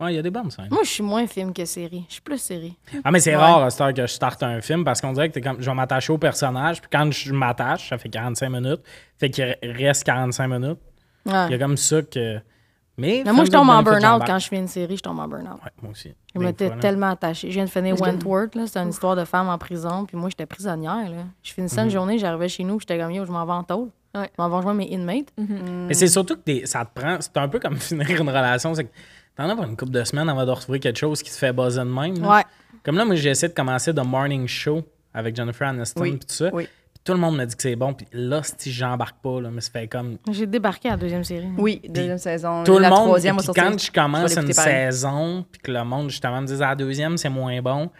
S1: Ouais, il y a des bonnes scènes.
S5: Moi, je suis moins film que série. Je suis plus série.
S1: Ah, mais c'est rare à cette heure que je starte un film parce qu'on dirait que t'es comme, je vais m'attacher au personnage. Puis quand je m'attache, ça fait 45 minutes. Fait qu'il reste 45 minutes.
S5: Ouais.
S1: Il y a comme ça que. Mais.
S5: Mais moi, je
S1: Friends with
S5: tombe en
S1: Benefits,
S5: burn-out
S1: j'embarque.
S5: quand je fais une série, je tombe en burn-out.
S1: Ouais, moi aussi.
S5: Je
S1: Des
S5: m'étais
S1: fois, là.
S5: tellement attachée. Je viens de finir Wentworth, là. C'était une histoire de femme en prison, puis moi, j'étais prisonnière, là. Je finissais
S1: Mhm.
S5: une journée, j'arrivais chez nous, j'étais comme, yo, je m'en vais en tôle.
S4: Ouais.
S5: Je m'en vais rejoindre mes inmates.
S1: Mais c'est surtout que t'es- ça te prend. C'est un peu comme finir une relation. C'est que t'en as pour une couple de semaines avant de retrouver quelque chose qui se fait buzzer de même. là.
S5: Ouais.
S1: Comme là, moi, j'ai essayé de commencer The Morning Show avec Jennifer Aniston
S6: Oui,
S1: pis tout ça.
S6: oui.
S1: Puis tout le monde m'a dit que c'est bon. Puis là, si j'embarque pas, là, mais ça fait comme.
S5: J'ai débarqué à la deuxième série.
S6: Oui, deuxième saison.
S1: Tout
S6: la
S1: le monde.
S6: troisième va
S1: puis
S6: sortir.
S1: quand je commence
S6: vais
S1: une
S6: l'écouter pareil.
S1: saison, puis que le monde, justement, me dise ah, la deuxième, c'est moins bon,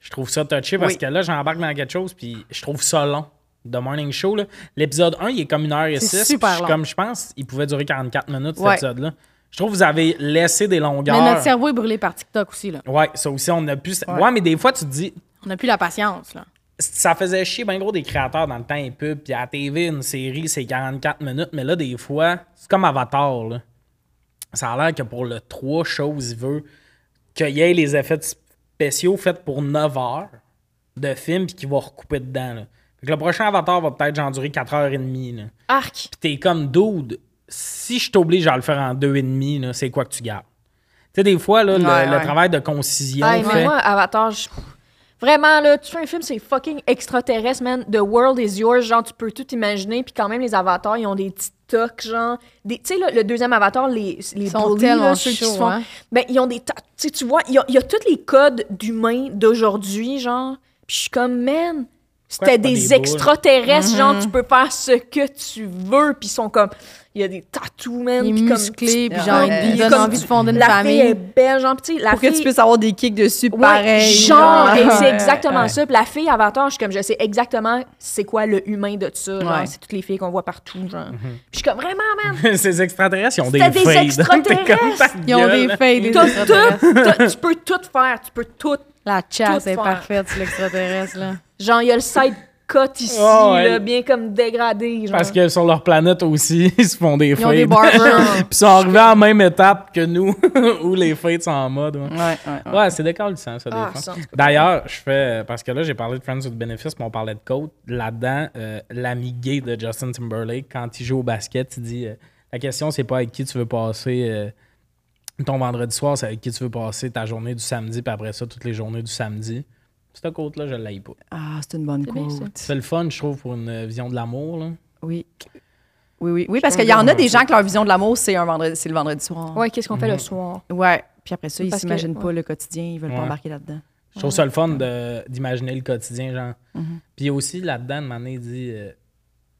S1: je trouve ça touché parce
S6: Oui.
S1: que là, j'embarque dans quelque chose, puis je trouve ça long. The Morning Show, là, l'épisode 1, il est comme 1 h
S5: C'est
S1: 6
S5: super long.
S1: Comme je pense, il pouvait durer 44 minutes, cet
S6: Ouais.
S1: épisode-là. Je trouve que vous avez laissé des longueurs.
S5: Mais notre cerveau est brûlé par TikTok aussi, là.
S1: Ouais, ça aussi, on a pu. Ouais. mais des fois, tu te dis,
S5: On n'a plus la patience, là.
S1: ça faisait chier ben gros des créateurs dans le temps et pub, puis à la TV, une série, c'est 44 minutes, mais là, des fois, c'est comme Avatar, là. Ça a l'air que pour le 3 choses, il veut qu'il y ait les effets spéciaux faits pour 9 heures de film, puis qu'il va recouper dedans, là. Fait que le prochain Avatar va peut-être genre durer 4h30, là.
S4: Arc!
S1: Puis t'es comme, dude, si je t'oblige à le faire en 2,5, là, c'est quoi que tu gardes? Tu sais, des fois, là, le,
S6: Ouais,
S1: le
S6: ouais.
S1: travail de concision
S4: Hey, mais
S1: fait...
S4: moi, Avatar, je- Vraiment, là, tu fais un film, c'est fucking extraterrestre, man. The world is yours. Genre, tu peux tout imaginer. Puis quand même, les avatars, ils ont des petits tocs, genre. des- Tu sais, là, le deuxième avatar, les, les
S5: Ils sont
S4: bullies, là,
S5: tellement
S4: ceux qui se
S5: chauds,
S4: font-
S5: hein.
S4: Ben, ils ont des. ta- Tu sais, tu vois, il y a, il y a tous les codes d'humains d'aujourd'hui, genre. Puis je suis comme, man, c'était
S1: c'est pas des
S4: des,
S1: boules?
S4: extraterrestres,
S5: Mhm.
S4: genre, tu peux faire ce que tu veux. Puis ils sont comme, il y a des tatous, man.
S5: Il est
S4: puis comme-
S5: musclé, puis
S6: Ah,
S5: genre,
S4: ouais.
S5: il
S4: Il
S5: donne
S4: comme
S5: envie
S4: tu-
S5: de fonder une
S4: la fille est
S5: famille.
S4: belle, genre, puis tu sais, la
S6: Pour
S4: fille.
S6: que tu puisses avoir des kicks dessus
S4: Ouais,
S6: pareil.
S4: Genre, et
S6: Ouais.
S4: c'est exactement ça. Puis la fille Avatar, je suis comme, je sais exactement c'est quoi le humain de ça. genre.
S6: Ouais.
S4: C'est toutes les filles qu'on voit partout. Genre. Puis je suis comme, vraiment, man,
S1: Ces extraterrestres, ils ont des
S4: C'était des
S1: fades. hein,
S4: extraterrestres.
S5: Ils ont des feuilles, des
S4: t'as
S5: extraterrestres.
S4: tout, t'as- tu peux tout faire. Tu peux tout.
S5: La chasse
S4: tout
S5: est
S4: faire.
S5: parfaite sur l'extraterrestre, là.
S4: Genre, il y a le side cut ici,
S1: Oh, ouais.
S4: là, bien comme dégradé. Genre.
S1: Parce que sur leur planète aussi, ils se font des
S5: Ils ont des
S1: fades. Puis
S5: barbers.
S1: ils sont arrivés à la même étape que nous, où les fades sont en mode. Ouais,
S6: Ouais, ouais, ouais.
S1: Ouais, c'est décalissant, ça, des
S4: Ah,
S1: fois.
S4: ça, en tout cas.
S1: D'ailleurs, je fais. Parce que là, j'ai parlé de Friends with Benefits, mais on parlait de Coach. Là-dedans, euh, l'ami gay de Justin Timberlake, quand il joue au basket, il dit euh, La question, c'est pas avec qui tu veux passer euh, ton vendredi soir, c'est avec qui tu veux passer ta journée du samedi, puis après ça, toutes les journées du samedi. Cette côte-là, je l'aille pas.
S6: Ah, c'est une bonne
S4: C'est bien ça.
S6: quote.
S1: C'est le fun, je trouve, pour une euh, vision de l'amour. là.
S6: Oui. Oui, oui, oui, parce qu'il y en a des gens que leur vision de l'amour, c'est un vendredi, c'est le vendredi soir.
S4: Ouais, qu'est-ce qu'on fait le soir?
S6: Ouais. Puis après ça, ils
S4: Parce que-
S6: s'imaginent
S4: ouais.
S6: pas le quotidien, ils veulent
S1: Ouais.
S6: pas embarquer là-dedans.
S1: Je trouve ça le fun de- d'imaginer le quotidien, genre. Puis aussi, là-dedans, de manière, il dit, euh,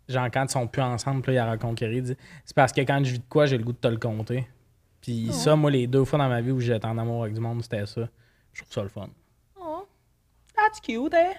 S1: genre, quand ils sont plus ensemble, puis là, il a reconquéré, il dit, c'est parce que quand je vis de quoi, j'ai le goût de te le compter. Puis ça, moi, les deux fois dans ma vie où j'étais en amour avec du monde, c'était ça. Je trouve ça le fun. Ah. That's cute, hein?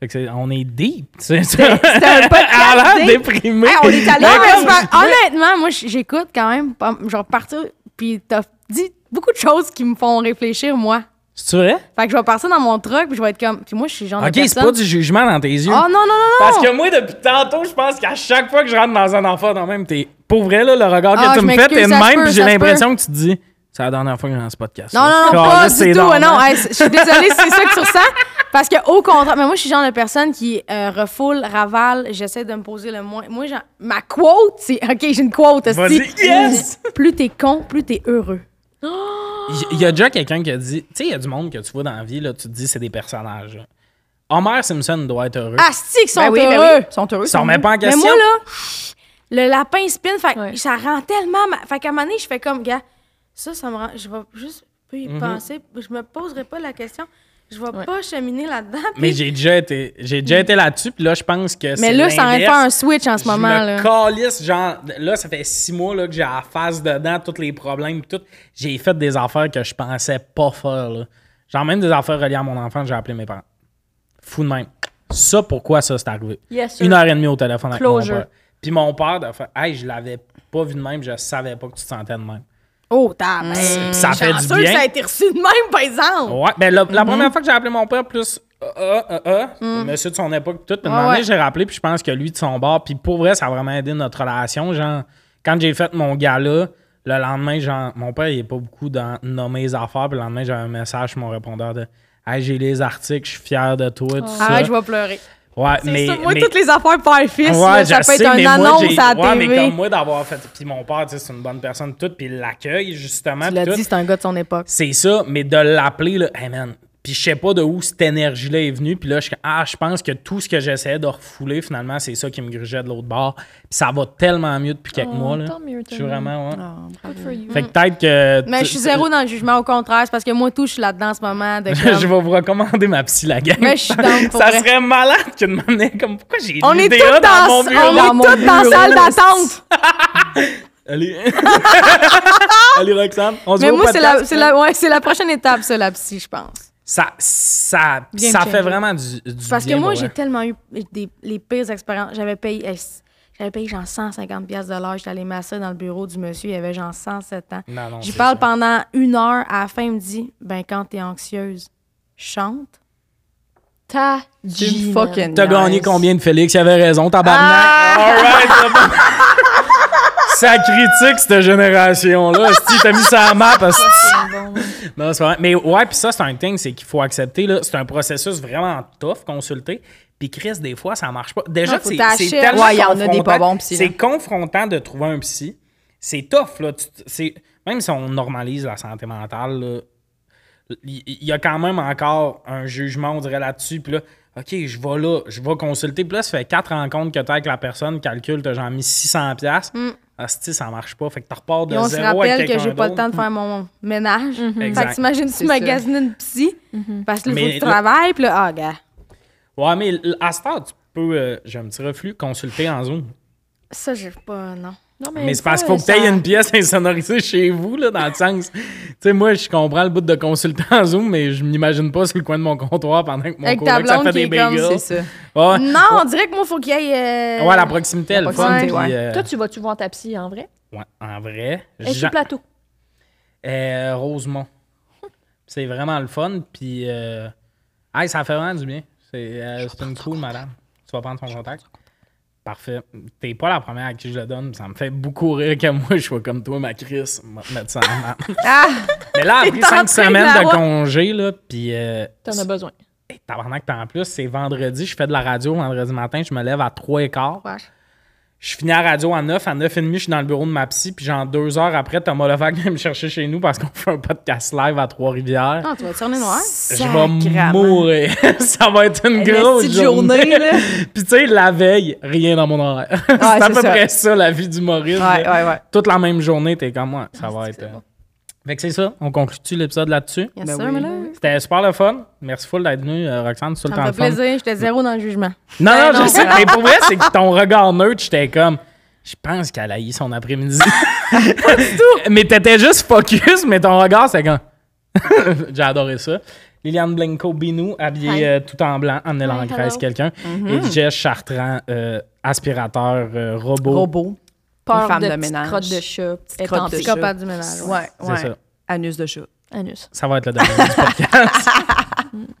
S1: Fait que c'est- on est deep, tu sais. C'était un podcast Ah, déprimé.
S4: Ah,
S3: Hey, on est allé
S5: Non, mais
S3: à
S5: c'est pas- honnêtement, moi, j- j'écoute quand même, pas- genre, partir, puis t'as dit beaucoup de choses qui me font réfléchir, moi.
S1: C'est vrai?
S5: Fait que je vais partir dans mon truck, puis je vais être comme... Puis moi, je suis genre de
S1: Ok, c'est
S5: personne-
S1: pas du jugement dans tes yeux.
S5: Oh non, non, non, non!
S1: Parce que moi, depuis tantôt, je pense qu'à chaque fois que je rentre dans un enfant, non, même, t'es. Pour vrai, là, le regard que
S5: Ah,
S1: tu
S5: je
S1: me fais,
S5: m'excuse,
S1: t'es de
S5: ça se
S1: même,
S5: peut,
S1: puis j'ai
S5: ça se
S1: l'impression que tu te dis, c'est la dernière fois que j'ai dans ce podcast.
S5: Non, non, non, pas du tout. ah, Non, Hey, c- je suis désolée si c'est ça que tu ressens. Parce que, au contraire, mais moi, je suis le genre de personne qui euh, refoule, ravale, j'essaie de me poser le moins. Moi, genre, ma quote, c'est. OK, j'ai une quote.
S1: Vas-y,
S5: hostie.
S1: yes!
S5: Plus t'es con, plus t'es heureux. ah.
S1: Il y a déjà quelqu'un qui a dit, tu sais, il y a du monde que tu vois dans la vie, là, tu te dis, c'est des personnages. là. Homer Simpson doit être heureux.
S5: Asti, qu'ils sont
S3: Ben oui, ben
S5: heureux.
S3: oui, Ils sont heureux.
S1: ça remet pas en
S5: Ah, Mais
S1: question.
S5: moi, là, le lapin spin, fait, que
S4: Ouais.
S5: ça rend tellement. ma- Fait qu'à un moment donné, je fais comme, gars, ça, ça me rend. Je vais juste plus
S1: Mhm.
S5: y penser. Je me poserai pas la question. Je vais pas cheminer là-dedans.
S1: mais j'ai déjà été, j'ai déjà été là-dessus, puis là, je pense que
S5: Mais
S1: c'est
S5: là, ça aurait fait
S1: l'inverse.
S5: un switch en ce moment.
S1: je me
S5: là.
S1: calisse, genre, là, ça fait six mois là, que j'ai la face dedans, tous les problèmes, tout. J'ai fait des affaires que je pensais pas faire, là. Genre, même des affaires reliées à mon enfant, j'ai appelé mes parents. Fou de même. Ça, pourquoi ça, c'est arrivé?
S4: Yes, sir.
S1: Une heure et demie au téléphone avec mon
S4: Closure.
S1: père. Puis mon père, de fait, hey, je l'avais pas vu de même, je savais pas que tu te sentais de même.
S5: Oh, t'as.
S1: Puis ça fait du
S5: sûr que
S1: bien.
S5: ça a été reçu de même, par exemple.
S1: Ouais, ben la,
S5: Mm-hmm.
S1: la première fois que j'ai appelé mon père, plus euh, euh, euh, euh,
S5: Mm.
S1: monsieur de son époque, tout, puis une année, j'ai rappelé, puis je pense que lui de son bord, puis pour vrai, ça a vraiment aidé notre relation. Genre, quand j'ai fait mon gala, le lendemain, genre, mon père, il est pas beaucoup dans nommer les affaires, puis le lendemain, j'avais un message sur mon répondeur de Hey, j'ai les articles, je suis fier de toi, tout ça.
S5: Arrête, Ah, je vais pleurer.
S1: Ouais, mais.
S5: ça, moi,
S1: mais-
S5: toutes les affaires père-fils,
S1: Ouais,
S5: là, ça
S1: je
S5: peut
S1: sais,
S5: être
S1: mais
S5: une
S1: moi,
S5: annonce
S1: j'ai-
S5: à la
S1: ouais,
S5: TV.
S1: mais comme moi, d'avoir fait. Puis mon père, tu sais, c'est une bonne personne, tout, puis il l'accueille, justement.
S5: Tu
S1: puis
S5: l'as
S1: tout.
S5: dit, c'est un gars de son époque.
S1: C'est ça, mais de l'appeler, là, hey man. Puis je sais pas de où cette énergie-là est venue. Puis là, je, ah, je pense que tout ce que j'essayais de refouler, finalement, c'est ça qui me grugeait de l'autre bord. Puis ça va tellement mieux depuis quelques
S4: Oh,
S1: mois. Là.
S4: tant mieux,
S1: Je suis
S4: tant mieux.
S1: vraiment, ouais.
S4: Good for you.
S1: Fait que peut-être que.
S5: Ah, Mais
S1: tu-
S5: je suis zéro dans le jugement, au contraire, c'est parce que moi, tout, je suis là-dedans en ce moment. De comme-
S1: je vais vous recommander ma psy, la gang.
S5: Mais je suis down pour
S1: Ça
S5: vrai.
S1: serait malade qu'une manière comme. Pourquoi j'ai
S5: on est
S1: l'idée
S5: toutes
S1: dans mon
S5: dans,
S1: bureau?
S5: on est
S1: Dans mon-
S5: toutes dans la salle d'attente.
S1: Allez. Allez, Roxane. On se
S5: Mais
S1: voit au
S5: moi, c'est
S1: podcast.
S5: la, c'est la, ouais, c'est la prochaine étape, ça, la psy, je pense.
S1: Ça, ça,
S5: Game
S1: ça
S5: changer.
S1: fait vraiment du, du
S5: Parce que
S1: bien,
S5: moi,
S1: pour
S5: j'ai
S1: vrai.
S5: tellement eu des, les pires expériences. J'avais payé, eh, j'avais payé genre 150 pièces de l'heure. J'étais allée masser dans le bureau du monsieur. Il avait genre 107 ans.
S1: Non, non,
S5: J'y
S1: c'est
S5: parle
S1: ça.
S5: pendant une heure. À la fin, il me dit, ben quand t'es anxieuse, chante.
S4: Ta
S3: C'est une fucking.
S1: T'as
S3: nice. Ah!
S1: gagné combien de Félix? Il avait raison, tabarnak. All right, c'est bon. Ça critique cette génération-là. Si t'as mis ça à
S3: Ah,
S1: map, parce Non, c'est pas vrai. Mais ouais, puis ça, c'est un thing, c'est qu'il faut accepter. là. C'est un processus vraiment tough, consulter. Puis Chris, des fois, ça marche pas. Déjà,
S5: Non,
S1: que
S5: faut
S1: c'est
S5: t'acheter.
S1: c'est tellement
S3: Ouais, il y en a des
S1: confrontant.
S3: pas bons psy, là.
S1: C'est confrontant de trouver un psy. C'est tough, là. Tu- c'est- Même si on normalise la santé mentale, là, il il y a quand même encore un jugement, on dirait, là-dessus. Puis là, OK, je vais là, je vais consulter. Puis là, ça fait quatre rencontres que tu avec la personne, calcule, t'as genre mis 600$. piastres. Ah, si, ça marche pas. Fait que tu repars de
S5: Mm. Et on se
S1: zéro avec
S5: rappelle que
S1: quelqu'un
S5: j'ai pas le temps
S1: d'autre.
S5: de faire mon ménage. Fait
S1: Exact.
S5: que t'imagines, tu
S3: Mhm. C'est ça. Mhm.
S5: magasines une psy, parce que là, il
S1: Mais
S5: faut que tu
S1: là-
S5: travailles, puis là, ah, gars,
S1: Ouais, mais l- à cette heure, tu peux, euh, j'ai un petit reflux, consulter en Zoom.
S5: ça, j'ai pas, non.
S4: Non,
S1: Mais c'est
S4: ça,
S1: parce qu'il faut que tu
S4: ça-
S1: aies une pièce insonorisée chez vous, là, dans le sens. Tu sais, moi, je comprends le bout de consulter en Zoom, mais je m'imagine pas sur le coin de mon comptoir pendant que mon
S5: Avec ta
S1: coloc, ça
S5: blonde
S1: fait
S5: qui
S1: des
S5: est comme,
S1: bagels.
S3: C'est ça.
S1: Ouais.
S5: Non, on dirait que moi, faut qu'il y ait. euh,
S1: Ouais, la proximité, elle
S3: la
S1: est fun.
S3: proximité,
S1: puis,
S3: ouais.
S1: euh,
S4: Toi, tu vas-tu voir ta psy en vrai?
S1: ouais, en vrai,
S4: Et
S1: Jean-
S4: sur plateau.
S1: euh, Rosemont. C'est vraiment le fun, puis euh, hey, ça fait vraiment du bien. C'est euh, c'est une cool, madame. Tu vas prendre son contact. Parfait. T'es pas la première à qui je le donne. Ça me fait beaucoup rire que moi, je sois comme toi, ma Chris. On va te mettre ça en marre. Mais là, après cinq
S5: train de
S1: semaines
S5: la
S1: de
S5: voir.
S1: congé, là, puis euh,
S4: T'en as besoin.
S1: Hey, tabarnak, t'en plus, c'est vendredi, je fais de la radio vendredi matin, je me lève à 3 et quart.
S5: Ouais.
S1: Je finis la radio à 9, à 9 et demi, je suis dans le bureau de ma psy, puis genre deux heures après, Thomas Levac vient me chercher chez nous parce qu'on fait un podcast live à Trois-Rivières.
S5: Non, tu vas te tourner noir.
S1: Je vais mourir. ça va être une grosse
S3: Eh, petite journée,
S1: journée.
S3: là.
S1: puis tu sais, la veille, rien dans mon horaire. c'est à
S3: c'est
S1: peu
S3: ça.
S1: près ça, la vie d'humoriste.
S3: Ouais,
S1: là.
S3: ouais, ouais.
S1: Toute la même journée, t'es comme moi. Ça va être. euh, Fait que c'est ça. On conclut l'épisode là-dessus.
S5: Bien
S3: Ben
S5: sûr,
S3: oui.
S5: mais là,
S1: C'était super le fun. Merci full d'être venu, euh, Roxane, sur le
S5: ça
S1: temps
S5: me
S1: le
S5: fait
S1: fun.
S5: plaisir. J'étais zéro dans le jugement.
S1: Non, non,
S5: Ben non.
S1: je sais, mais pour vrai, c'est que ton regard neutre, j'étais comme. Je pense qu'elle a eu son après-midi. mais t'étais juste focus, mais ton regard, c'est comme. J'ai adoré ça. Liliane Blenko-Binou, habillée
S5: Hi.
S1: euh, tout en blanc, en en
S5: Hi,
S1: Grèce
S5: hello. Mm-hmm.
S1: quelqu'un. Et Jess Chartrand, euh, aspirateur euh, robot.
S3: Robot.
S4: Peur
S3: femme
S4: de,
S3: de
S4: petite
S3: ménage.
S4: crotte de chat, petite
S3: crotte
S4: crotte
S3: de
S4: de
S3: chat.
S4: chat.
S5: Psychopathe du ménage. ouais.
S3: Ouais,
S1: C'est
S3: ouais.
S1: ça.
S3: Anus de chat.
S4: Anus.
S1: Ça va être le dernier du podcast.